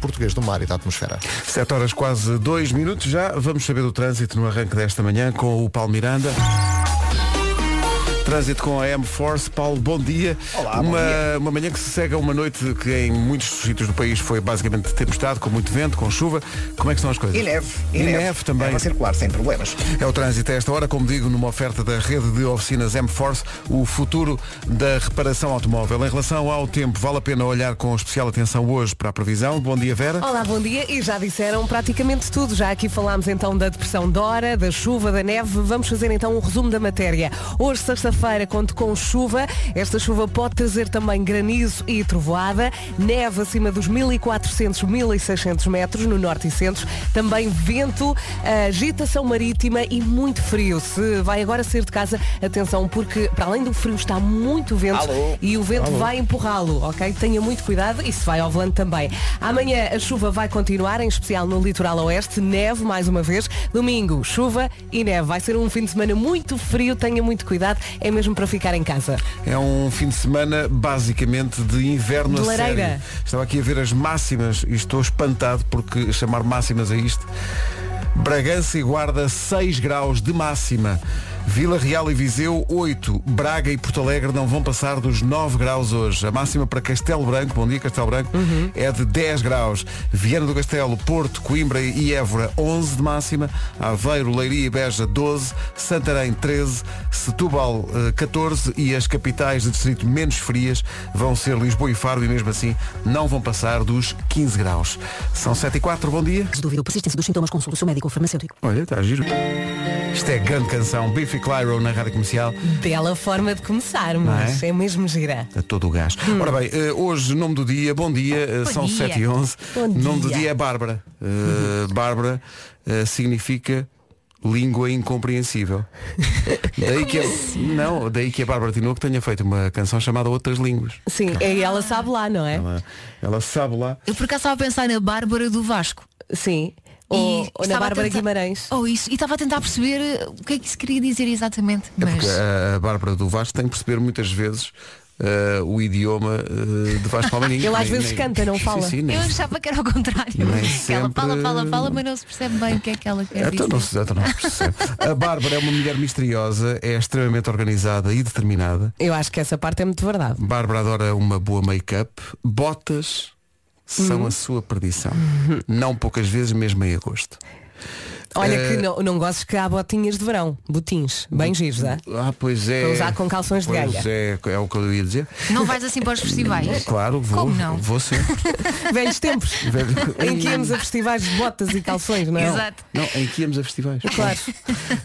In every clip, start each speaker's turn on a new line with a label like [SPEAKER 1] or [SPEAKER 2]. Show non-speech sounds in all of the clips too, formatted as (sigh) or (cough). [SPEAKER 1] português do mar e da atmosfera.
[SPEAKER 2] 7 horas quase 2 minutos já. Vamos saber do trânsito no arranque desta manhã com o Paulo Miranda. Trânsito com a M-Force. Paulo, bom dia.
[SPEAKER 3] Olá, bom
[SPEAKER 2] uma,
[SPEAKER 3] dia.
[SPEAKER 2] uma manhã que se segue a uma noite que em muitos sítios do país foi basicamente de tempestade, com muito vento, com chuva. Como é que estão as coisas?
[SPEAKER 3] E neve.
[SPEAKER 2] E, neve, também.
[SPEAKER 3] É para circular sem problemas.
[SPEAKER 2] É o trânsito a esta hora, como digo, numa oferta da rede de oficinas M-Force, o futuro da reparação automóvel. Em relação ao tempo, vale a pena olhar com especial atenção hoje para a previsão. Bom dia, Vera.
[SPEAKER 4] Olá, bom dia. E já disseram praticamente tudo. Já aqui falámos então da depressão Dora, da chuva, da neve. Vamos fazer então um resumo da matéria. Hoje, sexta-feira, conto com chuva. Esta chuva pode trazer também granizo e trovoada. Neve acima dos 1.400, 1.600 metros no norte e centro. Também vento, eh, agitação marítima e muito frio. Se vai agora sair de casa, atenção, porque para além do frio está muito vento
[SPEAKER 3] Alô?
[SPEAKER 4] e o vento
[SPEAKER 2] Alô?
[SPEAKER 4] vai empurrá-lo, ok? Tenha muito cuidado e se vai ao volante também. Amanhã a chuva vai continuar, em especial no litoral oeste, neve mais uma vez. Domingo, chuva e neve. Vai ser um fim de semana muito frio, tenha muito cuidado, é mesmo para ficar em casa.
[SPEAKER 2] É um fim de semana basicamente de inverno
[SPEAKER 4] De
[SPEAKER 2] a
[SPEAKER 4] lareira.
[SPEAKER 2] sério. Estava aqui a ver as máximas e estou espantado porque chamar máximas a isto. Bragança e Guarda 6 graus de máxima. Vila Real e Viseu 8. Braga e Porto Alegre não vão passar dos 9 graus hoje. A máxima para Castelo Branco, bom dia Castelo Branco,
[SPEAKER 4] Uhum.
[SPEAKER 2] é de 10 graus. Viana do Castelo, Porto, Coimbra e Évora 11 de máxima. Aveiro, Leiria e Beja 12. Santarém 13. Setúbal eh, 14 e as capitais de distrito menos frias vão ser Lisboa e Faro e mesmo assim não vão passar dos 15 graus. São 7 e 4, bom dia.
[SPEAKER 5] Se dúvida ou persistência dos sintomas, consulte o seu médico ou farmacêutico.
[SPEAKER 2] Olha, está giro. Isto é grande canção, Biffy Clyro na Rádio Comercial,
[SPEAKER 4] Bela forma de começar, mas
[SPEAKER 2] Não
[SPEAKER 4] é? mesmo gira.
[SPEAKER 2] a todo o gás. Ora bem, eh, hoje, nome do dia, bom dia, eh,
[SPEAKER 4] Hum. Bom
[SPEAKER 2] são
[SPEAKER 4] dia.
[SPEAKER 2] 7 e 11
[SPEAKER 4] Bom
[SPEAKER 2] Nome do
[SPEAKER 4] dia. Uhum.
[SPEAKER 2] dia é Bárbara. Eh, Bárbara eh, significa língua
[SPEAKER 4] (laughs)
[SPEAKER 2] incompreensível. daí que a,
[SPEAKER 4] assim?
[SPEAKER 2] não, daí que a Bárbara Tinoco tenha feito uma canção chamada Outras Línguas.
[SPEAKER 4] Sim, e ela sabe lá, não é?
[SPEAKER 2] Ela, ela sabe lá.
[SPEAKER 6] Eu por acaso estava a pensar na Bárbara do Vasco.
[SPEAKER 4] Sim. Ou, ou na
[SPEAKER 6] estava a
[SPEAKER 4] Bárbara
[SPEAKER 6] tentar-
[SPEAKER 4] Guimarães.
[SPEAKER 6] Ou isso. E estava a tentar perceber uh, o que é que isso queria dizer exatamente.
[SPEAKER 2] É
[SPEAKER 6] Mas
[SPEAKER 2] porque a- a Bárbara do Vasco tem que perceber muitas vezes eh, o idioma eh, de
[SPEAKER 4] (laughs)
[SPEAKER 2] Vasco Palmeirinho.
[SPEAKER 4] Ele às vezes canta, não fala.
[SPEAKER 2] Sim, sim, nem-
[SPEAKER 6] eu achava que era ao contrário.
[SPEAKER 2] Nem
[SPEAKER 6] Que ela
[SPEAKER 2] sempre-
[SPEAKER 6] fala, fala, fala, mas não se percebe bem o que é que ela quer
[SPEAKER 2] Então
[SPEAKER 6] dizer.
[SPEAKER 2] não, se- então não se percebe. A Bárbara é uma mulher misteriosa, é extremamente organizada e determinada.
[SPEAKER 4] Eu acho que essa parte é muito verdade.
[SPEAKER 2] Bárbara adora uma boa make-up. Botas
[SPEAKER 4] Uhum.
[SPEAKER 2] são a sua perdição. Não poucas vezes, mesmo em agosto.
[SPEAKER 4] Olha
[SPEAKER 2] Eh,
[SPEAKER 4] que não, não gostes que há botinhas de verão, botins, bem giros, é?
[SPEAKER 2] Ah, pois é.
[SPEAKER 4] Para usar com calções de
[SPEAKER 2] pois
[SPEAKER 4] ganga.
[SPEAKER 2] é, é o que eu ia dizer.
[SPEAKER 6] Não vais assim para os festivais.
[SPEAKER 2] Claro, vou.
[SPEAKER 6] Como não?
[SPEAKER 2] Vou sempre.
[SPEAKER 4] (laughs) Velhos tempos. (laughs) em que íamos a festivais de botas e calções, não é?
[SPEAKER 6] Exato.
[SPEAKER 2] Não, em que íamos a festivais.
[SPEAKER 4] Claro.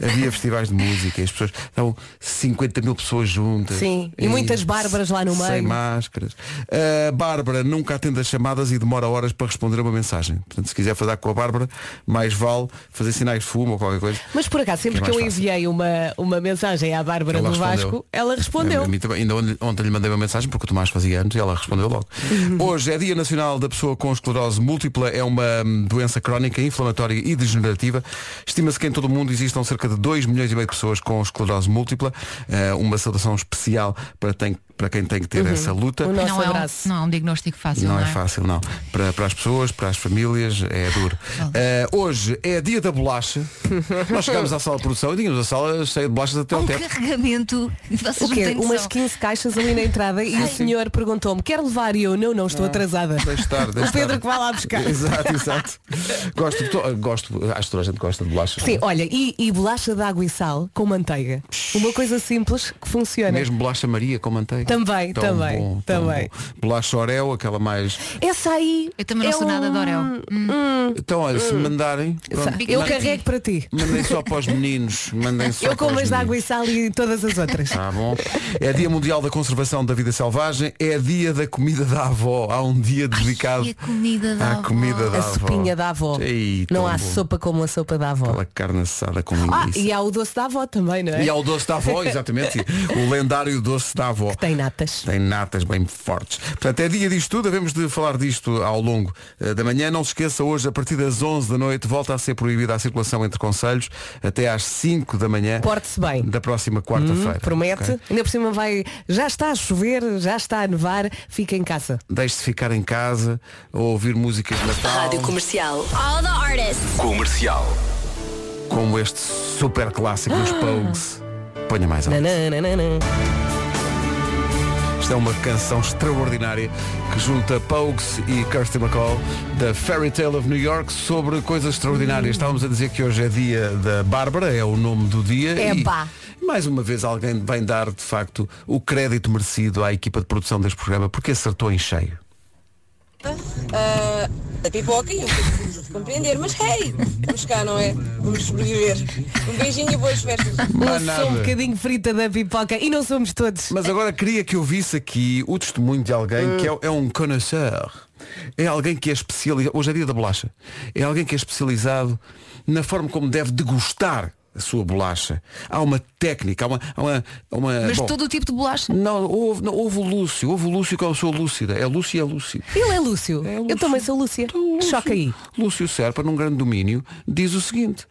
[SPEAKER 2] Havia festivais de música, e as pessoas estavam 50 mil pessoas juntas.
[SPEAKER 4] Sim, e muitas Bárbaras lá no
[SPEAKER 2] Sem
[SPEAKER 4] meio.
[SPEAKER 2] máscaras. A Bárbara nunca atende as chamadas e demora horas para responder a uma mensagem. Portanto, se quiser fazer com a Bárbara, mais vale fazer sinais de fumo ou qualquer coisa.
[SPEAKER 4] Mas por acaso, sempre
[SPEAKER 2] É
[SPEAKER 4] que
[SPEAKER 2] mais
[SPEAKER 4] eu
[SPEAKER 2] fácil.
[SPEAKER 4] enviei uma, uma mensagem à Bárbara
[SPEAKER 2] Ela
[SPEAKER 4] do
[SPEAKER 2] respondeu.
[SPEAKER 4] Vasco, ela respondeu.
[SPEAKER 2] A mim também. É, Ainda ontem- ontem lhe mandei uma mensagem porque o Tomás fazia anos e ela respondeu logo.
[SPEAKER 4] Uhum.
[SPEAKER 2] Hoje é Dia Nacional da Pessoa com Esclerose Múltipla. É uma hum, doença crónica, inflamatória e degenerativa. Estima-se que em todo o mundo existam cerca de 2 milhões e meio de pessoas com esclerose múltipla. Eh, uma saudação especial para, tem- para quem tem que ter essa luta.
[SPEAKER 4] Uhum. O nosso
[SPEAKER 6] Não é,
[SPEAKER 4] abraço.
[SPEAKER 6] um, não é um diagnóstico fácil,
[SPEAKER 2] Não,
[SPEAKER 6] não,
[SPEAKER 2] é fácil, não. Para, para as pessoas, para as famílias, é duro. Eh, hoje é dia da
[SPEAKER 4] (laughs)
[SPEAKER 2] bolacha. Nós chegámos à sala de produção e tínhamos a sala cheia de bolachas até
[SPEAKER 6] Há
[SPEAKER 2] ao
[SPEAKER 6] um
[SPEAKER 2] teto.
[SPEAKER 6] carregamento. Vocês
[SPEAKER 4] O
[SPEAKER 6] não
[SPEAKER 4] quê?
[SPEAKER 6] têm noção.
[SPEAKER 4] Umas 15 caixas ali na entrada e o senhor perguntou-me, quer levar? E eu, não, não,
[SPEAKER 6] Ah.
[SPEAKER 4] estou atrasada.
[SPEAKER 2] Deixa estar, deixa
[SPEAKER 4] O Pedro
[SPEAKER 2] estar.
[SPEAKER 4] que vai lá buscar.
[SPEAKER 2] Exato, exato. gosto, to- gosto, acho que toda a gente gosta de bolachas.
[SPEAKER 4] Sim, olha, e, e bolacha de água e sal com manteiga. Uma coisa simples que funciona.
[SPEAKER 2] Mesmo bolacha Maria com manteiga.
[SPEAKER 4] Também,
[SPEAKER 2] Tão
[SPEAKER 4] também,
[SPEAKER 2] bom, tão
[SPEAKER 4] também.
[SPEAKER 2] bom. Bolacha Orel, aquela mais.
[SPEAKER 4] Essa aí.
[SPEAKER 6] Eu também não
[SPEAKER 4] é hum.
[SPEAKER 6] sou nada de Oreo.
[SPEAKER 2] Então, olha, se mandarem. pronto,
[SPEAKER 4] Eu
[SPEAKER 2] mandem-
[SPEAKER 4] carrego para ti.
[SPEAKER 2] Mandem só para os meninos. Mandem só para
[SPEAKER 4] Eu
[SPEAKER 2] os
[SPEAKER 4] como as de
[SPEAKER 2] meninos.
[SPEAKER 4] água e sal e todas
[SPEAKER 2] (laughs)
[SPEAKER 4] as outras.
[SPEAKER 2] Tá bom. É Dia Mundial da Conservação da Vida Selvagem, é dia da comida da avó. Há um dia dedicado
[SPEAKER 6] e a comida da
[SPEAKER 2] à
[SPEAKER 6] avó.
[SPEAKER 2] Ah, comida da
[SPEAKER 4] A
[SPEAKER 2] avó.
[SPEAKER 4] sopinha da avó.
[SPEAKER 2] Ei, tão
[SPEAKER 4] não há
[SPEAKER 2] bom.
[SPEAKER 4] sopa como a sopa da avó.
[SPEAKER 2] Aquela carne assada com
[SPEAKER 4] Ah,
[SPEAKER 2] linguiça.
[SPEAKER 4] e há o doce da avó também, não é? (laughs)
[SPEAKER 2] E ao doce da avó, exatamente. o lendário doce da avó.
[SPEAKER 4] tem natas.
[SPEAKER 2] Tem natas bem fortes. Portanto, é dia disto tudo, devemos de falar disto ao longo eh, da manhã. Não se esqueça, hoje, a partir das 11 da noite, volta a ser proibida a circulação entre conselhos até às 5 da manhã
[SPEAKER 4] Porte-se bem.
[SPEAKER 2] da próxima quarta-feira.
[SPEAKER 4] Hum, Promete.
[SPEAKER 2] ok?
[SPEAKER 4] Ainda por cima vai. Já está a chover, já está a nevar, fica em casa.
[SPEAKER 2] Deixe-se ficar em casa ou ouvir músicas de Natal.
[SPEAKER 7] Comercial.
[SPEAKER 8] All the artists.
[SPEAKER 9] Comercial.
[SPEAKER 2] Como este super clássico dos
[SPEAKER 4] Ah.
[SPEAKER 2] Pogues. Ponha mais alto.
[SPEAKER 4] Nananana.
[SPEAKER 2] Isto é uma canção extraordinária que junta Pogues e Kirsty McCall da Fairy Tale of New York sobre coisas
[SPEAKER 6] Hum.
[SPEAKER 2] extraordinárias. Estávamos a dizer que hoje é dia da Bárbara, é o nome do dia.
[SPEAKER 6] É
[SPEAKER 2] e
[SPEAKER 6] pá.
[SPEAKER 2] mais uma vez alguém vem dar de facto o crédito merecido à equipa de produção deste programa porque acertou em cheio.
[SPEAKER 10] ah, da pipoca e um bocadinho de compreender, mas hey, vamos cá, não é? Vamos sobreviver. Um beijinho e boas festas.
[SPEAKER 2] Não
[SPEAKER 4] Eu sou um bocadinho frita da pipoca e não somos todos.
[SPEAKER 2] Mas agora queria que eu visse aqui o testemunho de alguém que é, é um connoisseur. É alguém que é especializado. Hoje é dia da bolacha. É alguém que é especializado na forma como deve degustar a sua bolacha. Há uma técnica, há uma. há uma, há uma-
[SPEAKER 6] Mas
[SPEAKER 2] bom,
[SPEAKER 6] todo o tipo de bolacha.
[SPEAKER 2] não, houve, não, houve o Lúcio, houve o Lúcio que é o seu Lúcida. É Lúcio e é Lúcio.
[SPEAKER 4] Ele é Lúcio.
[SPEAKER 2] É Lúcio.
[SPEAKER 4] Eu também sou Lúcia.
[SPEAKER 2] Então, Lúcio-
[SPEAKER 4] Choca aí.
[SPEAKER 2] Lúcio Serpa, num grande domínio, diz o seguinte.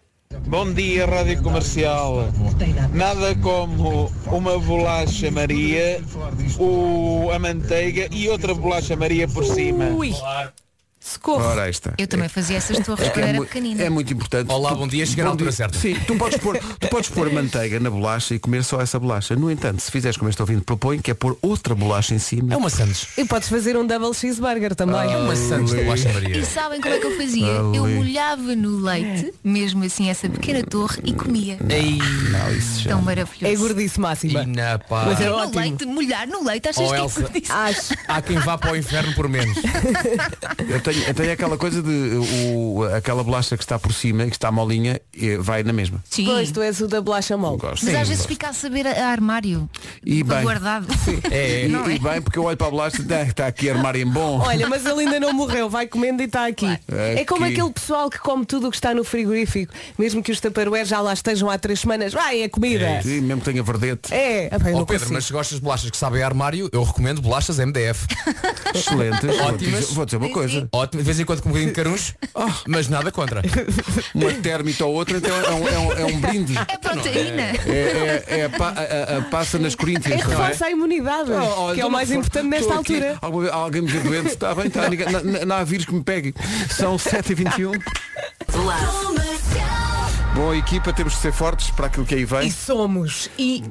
[SPEAKER 11] Bom dia, Rádio Comercial. Nada como uma bolacha Maria, o, a manteiga e outra bolacha Maria por cima.
[SPEAKER 4] Ui. Socorro.
[SPEAKER 2] Ora, aí está.
[SPEAKER 6] Eu também fazia essas torres quando
[SPEAKER 2] É
[SPEAKER 6] era
[SPEAKER 2] mu-
[SPEAKER 6] pequenina.
[SPEAKER 2] É muito importante.
[SPEAKER 9] Olá,
[SPEAKER 2] Tu-
[SPEAKER 9] bom dia, chega na altura certa.
[SPEAKER 2] Sim, tu podes, pôr, tu podes pôr manteiga na bolacha e comer só essa bolacha. No entanto, se fizeres como este ouvinte propõe, que é pôr outra bolacha em cima.
[SPEAKER 9] É uma Santos.
[SPEAKER 4] E podes fazer um double cheeseburger também.
[SPEAKER 9] É uma Santos da Baixa
[SPEAKER 6] E
[SPEAKER 9] Maria.
[SPEAKER 6] sabem como é que eu fazia? Eu molhava no leite, mesmo assim, essa pequena torre e comia.
[SPEAKER 9] Ei,
[SPEAKER 6] Tão maravilhoso.
[SPEAKER 4] É gordice máxima.
[SPEAKER 9] Ina, pá.
[SPEAKER 4] Mas é
[SPEAKER 6] No
[SPEAKER 4] ótimo.
[SPEAKER 6] leite, molhar no leite, achas
[SPEAKER 9] Oh,
[SPEAKER 6] que é
[SPEAKER 9] Elsa.
[SPEAKER 6] gordice?
[SPEAKER 4] Acho.
[SPEAKER 9] Há quem vá para o inferno por
[SPEAKER 2] (laughs)
[SPEAKER 9] menos.
[SPEAKER 2] Eu tenho, eu tenho aquela coisa de uh, o, aquela bolacha que está por cima e que está molinha eh, vai na mesma.
[SPEAKER 6] Sim.
[SPEAKER 4] Pois tu és o da bolacha mole.
[SPEAKER 2] Gosto.
[SPEAKER 6] Mas às vezes fica a saber a a armário.
[SPEAKER 2] E
[SPEAKER 6] para
[SPEAKER 2] bem. (laughs)
[SPEAKER 6] guardado.
[SPEAKER 9] É,
[SPEAKER 2] E,
[SPEAKER 6] (laughs) não é?
[SPEAKER 2] e bem, porque eu olho para a bolacha e está aqui armário em bom.
[SPEAKER 4] Olha, mas ele ainda não morreu, vai comendo e está aqui. É como
[SPEAKER 2] Aqui.
[SPEAKER 4] aquele pessoal que come tudo o que está no frigorífico, mesmo que os taparueres já lá estejam há três semanas. Vai, é comida.
[SPEAKER 2] Sim, mesmo que tenha verdete.
[SPEAKER 4] É. Ah, pá, eu
[SPEAKER 9] Ó
[SPEAKER 4] não
[SPEAKER 9] Pedro,
[SPEAKER 4] consigo.
[SPEAKER 9] mas se gostas de bolachas que sabem a armário, eu recomendo bolachas (laughs) MDF.
[SPEAKER 2] Excelente. Vou dizer-
[SPEAKER 9] Ótimas.
[SPEAKER 2] Vou dizer uma coisa. Ah,
[SPEAKER 9] Ótimo, de vez em quando com um bocadinho de
[SPEAKER 2] (laughs)
[SPEAKER 9] caruncho, mas nada (laughs) contra.
[SPEAKER 2] Uma térmita ou outra, então é um, é um- é um brinde.
[SPEAKER 6] É proteína.
[SPEAKER 2] É, é- é pa- a- a- a passa nas
[SPEAKER 4] É
[SPEAKER 2] Coríntias, não é?
[SPEAKER 4] reforça a imunidade,
[SPEAKER 2] Oh, oh,
[SPEAKER 4] que é
[SPEAKER 2] então
[SPEAKER 4] o mais
[SPEAKER 2] não for-
[SPEAKER 4] importante nesta
[SPEAKER 2] estou aqui.
[SPEAKER 4] altura.
[SPEAKER 2] Alguma vez- alguém me vê doente, está bem, está. ninguém- Não, não- não há vírus que me pegue. São 7h21. Boa equipa, temos de ser fortes para aquilo que aí
[SPEAKER 4] E
[SPEAKER 2] vem.
[SPEAKER 4] somos, e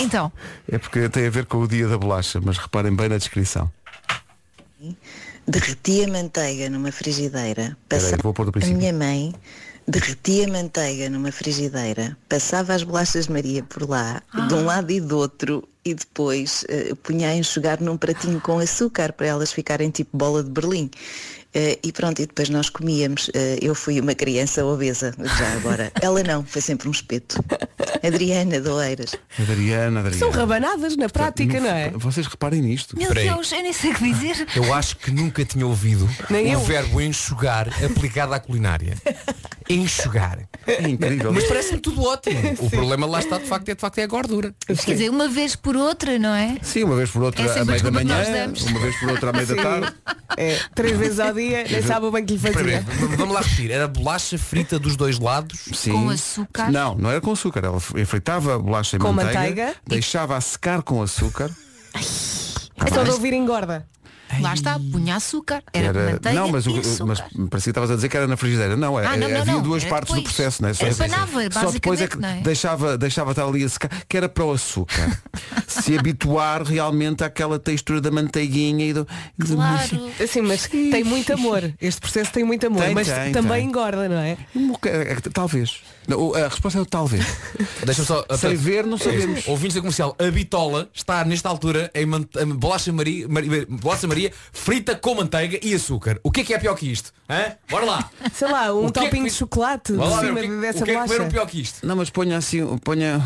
[SPEAKER 2] (laughs)
[SPEAKER 6] Então,
[SPEAKER 2] É porque tem a ver com o dia da bolacha, mas reparem bem na descrição.
[SPEAKER 12] Derretia manteiga numa frigideira.
[SPEAKER 2] Espera aí,
[SPEAKER 12] Passava...
[SPEAKER 2] vou pôr do
[SPEAKER 12] A
[SPEAKER 2] princípio.
[SPEAKER 12] minha mãe derretia manteiga numa frigideira, passava as bolachas de Maria por lá, de um
[SPEAKER 4] Ah.
[SPEAKER 12] lado e do outro, e depois eh, punha a enxugar num pratinho com açúcar para elas ficarem tipo bola de Berlim. Eh, e pronto, e depois nós comíamos. Eh, eu fui uma criança obesa, já
[SPEAKER 2] (laughs)
[SPEAKER 12] agora. Ela não, foi sempre um espeto. Adriana Doeiras.
[SPEAKER 2] Adriana, Adriana.
[SPEAKER 4] São rabanadas na prática, não é?
[SPEAKER 2] Vocês reparem nisto.
[SPEAKER 6] meu
[SPEAKER 9] Peraí.
[SPEAKER 6] Deus, eu nem sei o que dizer.
[SPEAKER 9] Eu acho que nunca tinha ouvido
[SPEAKER 4] Nem
[SPEAKER 9] o
[SPEAKER 4] eu.
[SPEAKER 9] verbo enxugar aplicado à culinária. Enxugar.
[SPEAKER 2] É incrível.
[SPEAKER 9] Mas parece-me tudo ótimo.
[SPEAKER 4] (laughs)
[SPEAKER 9] O problema lá está de facto é, de facto é a gordura.
[SPEAKER 6] Quer dizer, uma vez por outra, não é?
[SPEAKER 2] Sim, uma vez por outra
[SPEAKER 6] É
[SPEAKER 2] à
[SPEAKER 6] sempre
[SPEAKER 2] meia da
[SPEAKER 6] desculpa que
[SPEAKER 2] manhã,
[SPEAKER 6] nós damos.
[SPEAKER 2] uma vez por outra à meia da tarde.
[SPEAKER 4] É, três vezes ao dia, nem sabe bem que lhe
[SPEAKER 9] Espera aí,
[SPEAKER 4] fazia.
[SPEAKER 9] v- Vamos lá repetir. Era bolacha frita dos dois lados.
[SPEAKER 2] Sim.
[SPEAKER 6] Com açúcar?
[SPEAKER 2] Não, não era com açúcar. Ela fritava a bolacha em
[SPEAKER 4] Com
[SPEAKER 2] manteiga,
[SPEAKER 4] manteiga.
[SPEAKER 2] deixava a secar com açúcar. Ah,
[SPEAKER 4] É só de ouvir engorda.
[SPEAKER 6] Lá está, punha açúcar, era,
[SPEAKER 2] Era-
[SPEAKER 6] manteiga
[SPEAKER 2] não, mas, o-
[SPEAKER 6] e açúcar.
[SPEAKER 2] mas parecia que estavas a dizer que era na frigideira. Não, é,
[SPEAKER 6] Ah, não, não,
[SPEAKER 2] havia
[SPEAKER 6] não.
[SPEAKER 2] duas
[SPEAKER 6] Era
[SPEAKER 2] partes do
[SPEAKER 6] depois.
[SPEAKER 2] processo, não é?
[SPEAKER 6] Era panava,
[SPEAKER 2] só depois é que
[SPEAKER 6] basicamente, não é?
[SPEAKER 2] deixava, deixava estar ali a secar, que era para o
[SPEAKER 6] (laughs)
[SPEAKER 2] açúcar. Se habituar realmente àquela textura da manteiguinha e do.
[SPEAKER 6] Claro.
[SPEAKER 4] Assim, mas tem muito amor. Este processo tem muito amor,
[SPEAKER 2] Tem,
[SPEAKER 4] mas
[SPEAKER 2] tem,
[SPEAKER 4] também
[SPEAKER 2] tem. Um eh,
[SPEAKER 4] engorda, não é?
[SPEAKER 2] Talvez. Não, a resposta é o talvez.
[SPEAKER 9] (laughs) Deixa-me só. É,
[SPEAKER 2] Sem ver, não sabemos.
[SPEAKER 9] Ouvintes da comercial, a bitola está nesta altura em man- em bolacha Maria, Maria, bolacha Maria Maria, frita com manteiga e açúcar. O que é que é pior que isto? Hã? Bora lá.
[SPEAKER 4] Sei lá, um
[SPEAKER 9] O que é que
[SPEAKER 4] topping
[SPEAKER 9] me-
[SPEAKER 4] de chocolate
[SPEAKER 9] Bora lá
[SPEAKER 4] por
[SPEAKER 9] ver,
[SPEAKER 4] cima
[SPEAKER 9] o que,
[SPEAKER 4] dessa
[SPEAKER 9] o que é que
[SPEAKER 4] bolacha.
[SPEAKER 9] comeram pior que isto?
[SPEAKER 2] Não, mas ponha assim, ponha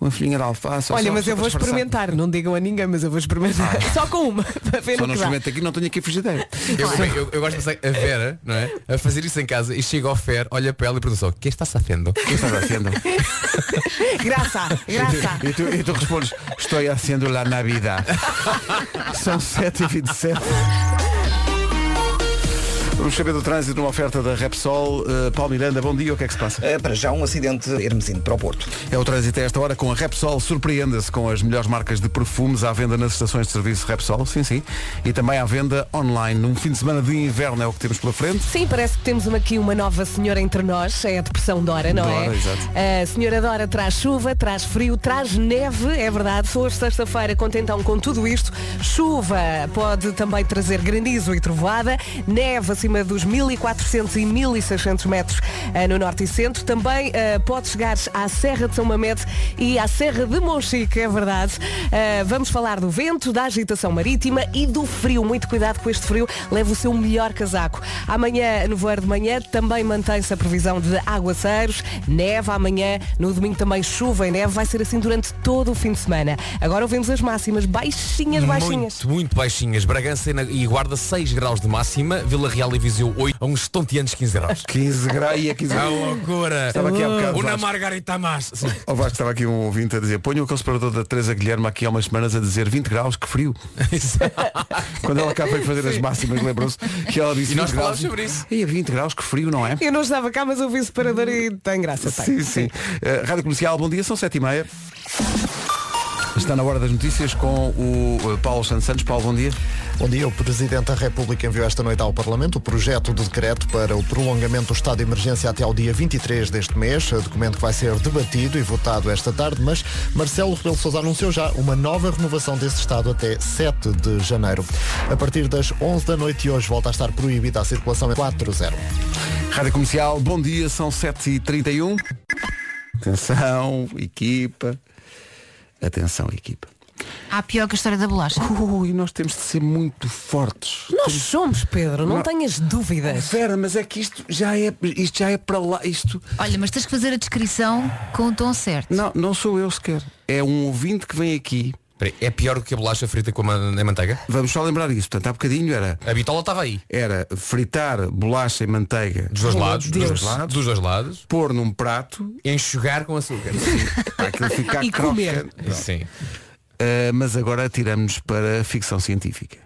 [SPEAKER 2] uma folhinha de alface. ou
[SPEAKER 4] Olha,
[SPEAKER 2] só-
[SPEAKER 4] mas
[SPEAKER 2] só
[SPEAKER 4] eu vou
[SPEAKER 2] para disfarçar.
[SPEAKER 4] experimentar, não digam a ninguém, mas eu vou experimentar. (laughs) Só com uma, para ver
[SPEAKER 2] Só não
[SPEAKER 4] no que dá.
[SPEAKER 2] experimento aqui, não tenho aqui frigideira.
[SPEAKER 9] Eu, eu- eu gosto de pensar a Vera, não é? A fazer isso em casa e chega ao Fer, olha para ela e pergunta só, que está safendo?
[SPEAKER 2] O que estás haciendo?
[SPEAKER 4] (laughs) Graça, graça.
[SPEAKER 2] E tu, e tu respondes, estou haciendo la Navidad. São 7h27. Vamos saber do trânsito numa oferta da Repsol. Uh, Paulo Miranda, bom dia, o que é que se passa?
[SPEAKER 13] Para já um acidente hermesino para o Porto.
[SPEAKER 2] É o trânsito a esta hora com a Repsol. Surpreenda-se com as melhores marcas de perfumes à venda nas estações de serviço Repsol, sim, sim. E também à venda online. Num fim de semana de inverno é o que temos pela frente.
[SPEAKER 4] Sim, parece que temos uma- aqui uma nova senhora entre nós, é a depressão Dora, não é?
[SPEAKER 2] Dora, exato.
[SPEAKER 4] A senhora Dora traz chuva, traz frio, traz neve, é verdade. Hoje, sexta-feira, conta então com tudo isto. Chuva pode também trazer granizo e trovoada, neve acima dos 1400 e 1600 metros eh, no norte e centro. Também eh, pode chegar à Serra de São Mamede e à Serra de Monchique, é verdade. Eh, vamos falar do vento, da agitação marítima e do frio. Muito cuidado com este frio. Leve o seu melhor casaco. Amanhã, no voar de manhã, também mantém-se a previsão de aguaceiros, neve amanhã, no domingo também chuva e neve. Vai ser assim durante todo o fim de semana. Agora ouvimos as máximas baixinhas, baixinhas.
[SPEAKER 9] Muito, muito baixinhas. Bragança e na- e Guarda 6 graus de máxima, Vila Real e Viseu 8, a um uns estonteantes 15
[SPEAKER 2] (laughs)
[SPEAKER 9] graus.
[SPEAKER 2] 15 graus e é 15
[SPEAKER 9] A
[SPEAKER 2] graus.
[SPEAKER 9] loucura!
[SPEAKER 2] Estava aqui há bocado.
[SPEAKER 9] Uma
[SPEAKER 2] Vasco.
[SPEAKER 9] Margarita Mas. Sim.
[SPEAKER 2] Ó Vasco, estava aqui um ouvinte a dizer, ponha o conservador da Teresa Guilherme aqui há umas semanas a dizer 20 graus, que frio. Quando ela acaba de fazer as máximas, lembrou-se que ela disse
[SPEAKER 9] E nós
[SPEAKER 2] 20 graus.
[SPEAKER 9] falámos sobre isso.
[SPEAKER 2] E a 20 graus, que frio, não é?
[SPEAKER 4] Eu não estava cá, mas ouvi o separador e tem graça. Tem.
[SPEAKER 2] Sim, sim. Eh, Rádio Comercial, bom dia, são 7 e meia. Está na hora das notícias com o eh, Paulo Santos Santos. Paulo, bom dia.
[SPEAKER 14] Bom dia. O Presidente da República enviou esta noite ao Parlamento o projeto de decreto para o prolongamento do estado de emergência até ao dia 23 deste mês, documento que vai ser debatido e votado esta tarde, mas Marcelo Rebelo de Sousa anunciou já uma nova renovação desse estado até 7 de janeiro. A partir das 11 da noite de hoje volta a estar proibida a circulação em 4-0.
[SPEAKER 2] Rádio Comercial, bom dia, são 7h31. Atenção, equipa. Atenção, equipa.
[SPEAKER 6] Há pior que a história da bolacha.
[SPEAKER 2] Ui, nós temos de ser muito fortes.
[SPEAKER 4] Nós somos, Pedro, não,
[SPEAKER 2] Não.
[SPEAKER 4] tenhas dúvidas.
[SPEAKER 2] Vera, mas é que isto já é, isto já é para lá. Isto,
[SPEAKER 6] Olha, mas tens que fazer a descrição com o tom certo.
[SPEAKER 2] não, não sou eu sequer. É um ouvinte que vem aqui.
[SPEAKER 9] Espera aí, É pior que a bolacha frita com a man- a manteiga?
[SPEAKER 2] Vamos só lembrar isso. Portanto, há bocadinho era,
[SPEAKER 9] A bitola estava aí.
[SPEAKER 2] era fritar bolacha e manteiga,
[SPEAKER 9] Dos dois
[SPEAKER 4] Oh,
[SPEAKER 9] lados.
[SPEAKER 4] Deus.
[SPEAKER 9] Dos dois lados. Dos dois lados.
[SPEAKER 2] pôr num prato
[SPEAKER 9] Enxugar com açúcar.
[SPEAKER 2] para aquilo ficar
[SPEAKER 4] E comer.
[SPEAKER 2] crocante.
[SPEAKER 9] Sim.
[SPEAKER 2] Ah, mas agora atiramos para a ficção científica.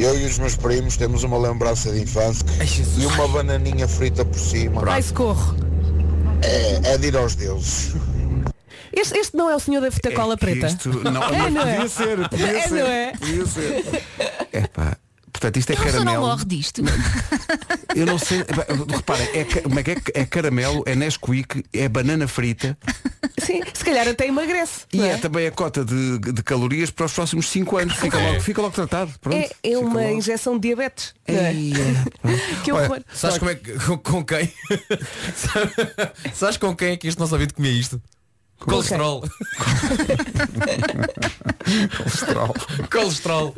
[SPEAKER 3] Eu e os meus primos temos uma lembrança de infância e uma bananinha frita por cima.
[SPEAKER 4] Ai, socorro.
[SPEAKER 3] É, é de ir aos deuses.
[SPEAKER 4] Este, este não é o senhor da fita cola
[SPEAKER 2] É que
[SPEAKER 4] preta.
[SPEAKER 2] Isto, não,
[SPEAKER 4] É,
[SPEAKER 2] mas
[SPEAKER 4] não (laughs) é?
[SPEAKER 2] podia ser, podia
[SPEAKER 4] É,
[SPEAKER 2] ser.
[SPEAKER 4] não é?
[SPEAKER 2] Podia ser. Epá, Portanto, isto é
[SPEAKER 6] A pessoa não
[SPEAKER 2] caramelo.
[SPEAKER 6] morre disto.
[SPEAKER 2] Eu não sei. epá, Repara, é, ca- como é que é, é caramelo, é Nesquik, é banana frita
[SPEAKER 4] Sim, se calhar até emagrece.
[SPEAKER 2] e
[SPEAKER 4] não
[SPEAKER 2] é?
[SPEAKER 4] é?
[SPEAKER 2] também a cota de, de calorias para os próximos 5 anos. Fica, logo, fica logo tratado. Pronto,
[SPEAKER 4] É, é
[SPEAKER 2] fica
[SPEAKER 4] uma
[SPEAKER 2] logo.
[SPEAKER 4] injeção de diabetes. não é?
[SPEAKER 2] Ei,
[SPEAKER 4] Que
[SPEAKER 9] Olha,
[SPEAKER 4] horror.
[SPEAKER 9] sabes como é que, com, com
[SPEAKER 4] (laughs)
[SPEAKER 9] quem? sabes com quem é que este nosso ouvido comia isto? Colesterol.
[SPEAKER 2] colesterol.
[SPEAKER 9] (laughs) Colesterol.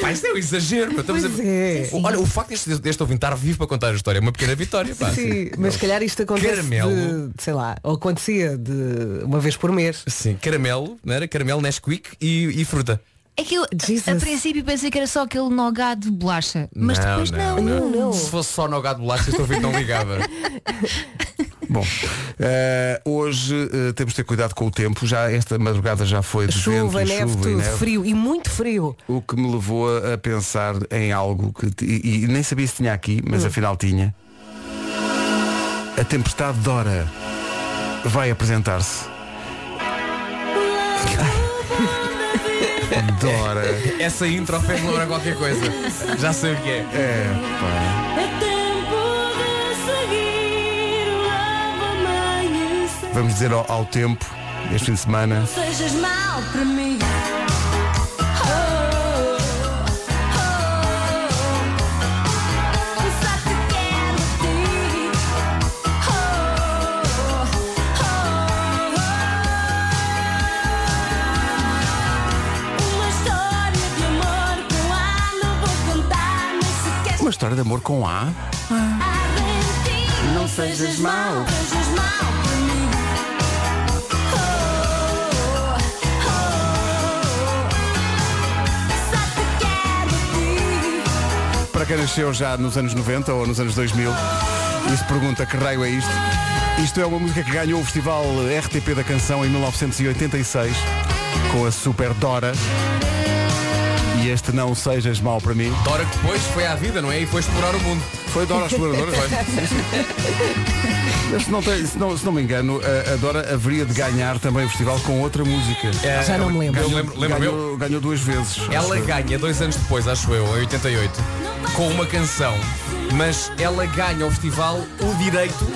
[SPEAKER 9] Pá, isto é um exagero. pá. Estamos
[SPEAKER 4] Pois
[SPEAKER 9] a-
[SPEAKER 4] é.
[SPEAKER 9] Olha, o facto deste, deste ouvinte estar vivo para contar a história é uma pequena vitória. Pá.
[SPEAKER 4] Sim, mas se calhar isto acontece
[SPEAKER 9] Caramelo.
[SPEAKER 4] de, sei lá, ou acontecia de uma vez por mês.
[SPEAKER 9] Sim, caramelo, não era? Caramelo, Nesquik e, e fruta.
[SPEAKER 6] É que eu,
[SPEAKER 4] Jesus.
[SPEAKER 6] a princípio, pensei que era só aquele nogado de bolacha. Mas depois não.
[SPEAKER 9] Se fosse só nogado de bolacha, este ouvinte não ligava.
[SPEAKER 4] (laughs)
[SPEAKER 2] Bom, eh, hoje eh, temos de ter cuidado com o tempo. Já esta madrugada já foi de vento,
[SPEAKER 4] Chuva,
[SPEAKER 2] e
[SPEAKER 4] neve,
[SPEAKER 2] chuva e
[SPEAKER 4] tudo,
[SPEAKER 2] neve.
[SPEAKER 4] frio e muito frio.
[SPEAKER 2] O que me levou a a pensar em algo que t- e, e nem sabia se tinha aqui,
[SPEAKER 4] Hum.
[SPEAKER 2] mas afinal tinha. A tempestade Dora vai apresentar-se. (laughs) Dora.
[SPEAKER 9] Essa intro fez-me lembrar qualquer coisa. Já sei o que é.
[SPEAKER 2] É, pá. Vamos dizer ao, ao tempo, este fim de semana.
[SPEAKER 10] Sejas mal para mim. Oh, Oh, Uma história de amor.
[SPEAKER 2] Uma história de amor com A?
[SPEAKER 15] Não sejas mau.
[SPEAKER 2] Para quem nasceu já nos anos 90 ou nos anos 2000 e se pergunta que raio é isto, isto é uma música que ganhou o Festival RTP da Canção em 1986 com a Super Dora. E este não sejas mal para mim.
[SPEAKER 9] Dora que depois foi à vida, não é? E foi explorar o mundo.
[SPEAKER 2] Foi Dora exploradora, foi. Se não, tem- se não- se não me engano, a, a Dora haveria de ganhar também o festival com outra música.
[SPEAKER 9] (laughs) É, Já não me lembro.
[SPEAKER 2] Ganhou,
[SPEAKER 9] Lembro- lembro
[SPEAKER 2] ganhou- ganhou duas vezes.
[SPEAKER 9] Ela
[SPEAKER 2] acho eu.
[SPEAKER 9] ganha dois anos depois, acho eu, em 88, com uma canção, mas ela ganha ao festival o direito.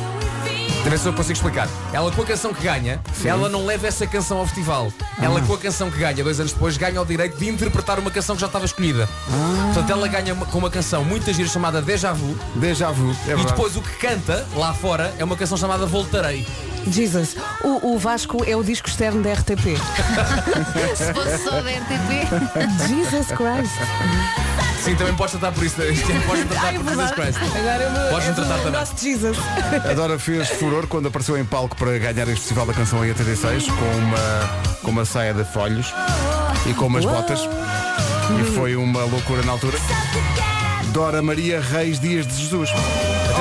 [SPEAKER 9] Também se eu consigo explicar. Ela com a canção que ganha, ela não leva essa canção ao festival.
[SPEAKER 2] Ah.
[SPEAKER 9] Ela com a canção que ganha dois anos depois ganha o direito de interpretar uma canção que já estava escolhida. Portanto, ela ganha uma- com uma canção muito gira chamada Deja Vu.
[SPEAKER 2] Deja Vu, é
[SPEAKER 9] E
[SPEAKER 2] verdade.
[SPEAKER 9] depois o que canta lá fora é uma canção chamada Voltarei.
[SPEAKER 4] Jesus, o, o Vasco é o disco externo da RTP.
[SPEAKER 6] (laughs) Se fosse só da RTP.
[SPEAKER 4] (laughs) Jesus Christ.
[SPEAKER 9] Sim, também podes tratar por isso. Este ano podes tratar
[SPEAKER 6] é
[SPEAKER 9] por Jesus Christ.
[SPEAKER 4] Agora é eu vou.
[SPEAKER 9] Podes-me tratar também.
[SPEAKER 4] Jesus.
[SPEAKER 2] A Dora fez furor quando apareceu em palco para ganhar este Festival da Canção em 86 com uma, com uma saia de folhos e com umas botas. E foi uma loucura na altura. Dora Maria Reis Dias de Jesus.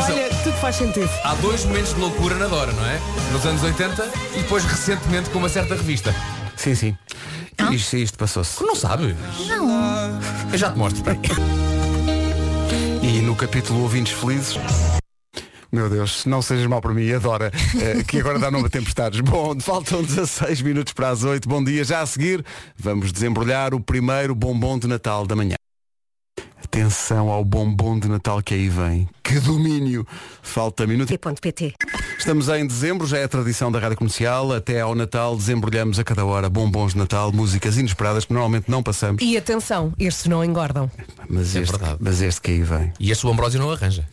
[SPEAKER 4] Olha, tudo faz sentido.
[SPEAKER 9] Há dois momentos de loucura na Dora, não é? Nos anos 80 e depois recentemente com uma certa revista.
[SPEAKER 2] Sim, sim. Isto, isto passou-se.
[SPEAKER 9] Não sabe?
[SPEAKER 6] Não.
[SPEAKER 9] Eu já te mostro.
[SPEAKER 2] E no capítulo Ouvintes Felizes. Meu Deus, não sejas mal para mim, adora, eh, que agora dá nome a tempestades. (laughs) Bom, faltam 16 minutos para as 8, bom dia. Já a seguir, vamos desembrulhar o primeiro bombom de Natal da manhã. Atenção ao bombom de Natal que aí vem. Que domínio! Falta minuto. Estamos em dezembro, já é a tradição da Rádio Comercial. Até ao Natal desembrulhamos a cada hora bombons de Natal, músicas inesperadas que normalmente não passamos.
[SPEAKER 4] E atenção, estes não engordam.
[SPEAKER 2] Mas, este, mas este que aí vem.
[SPEAKER 9] É E esse o Ambrósio não arranja.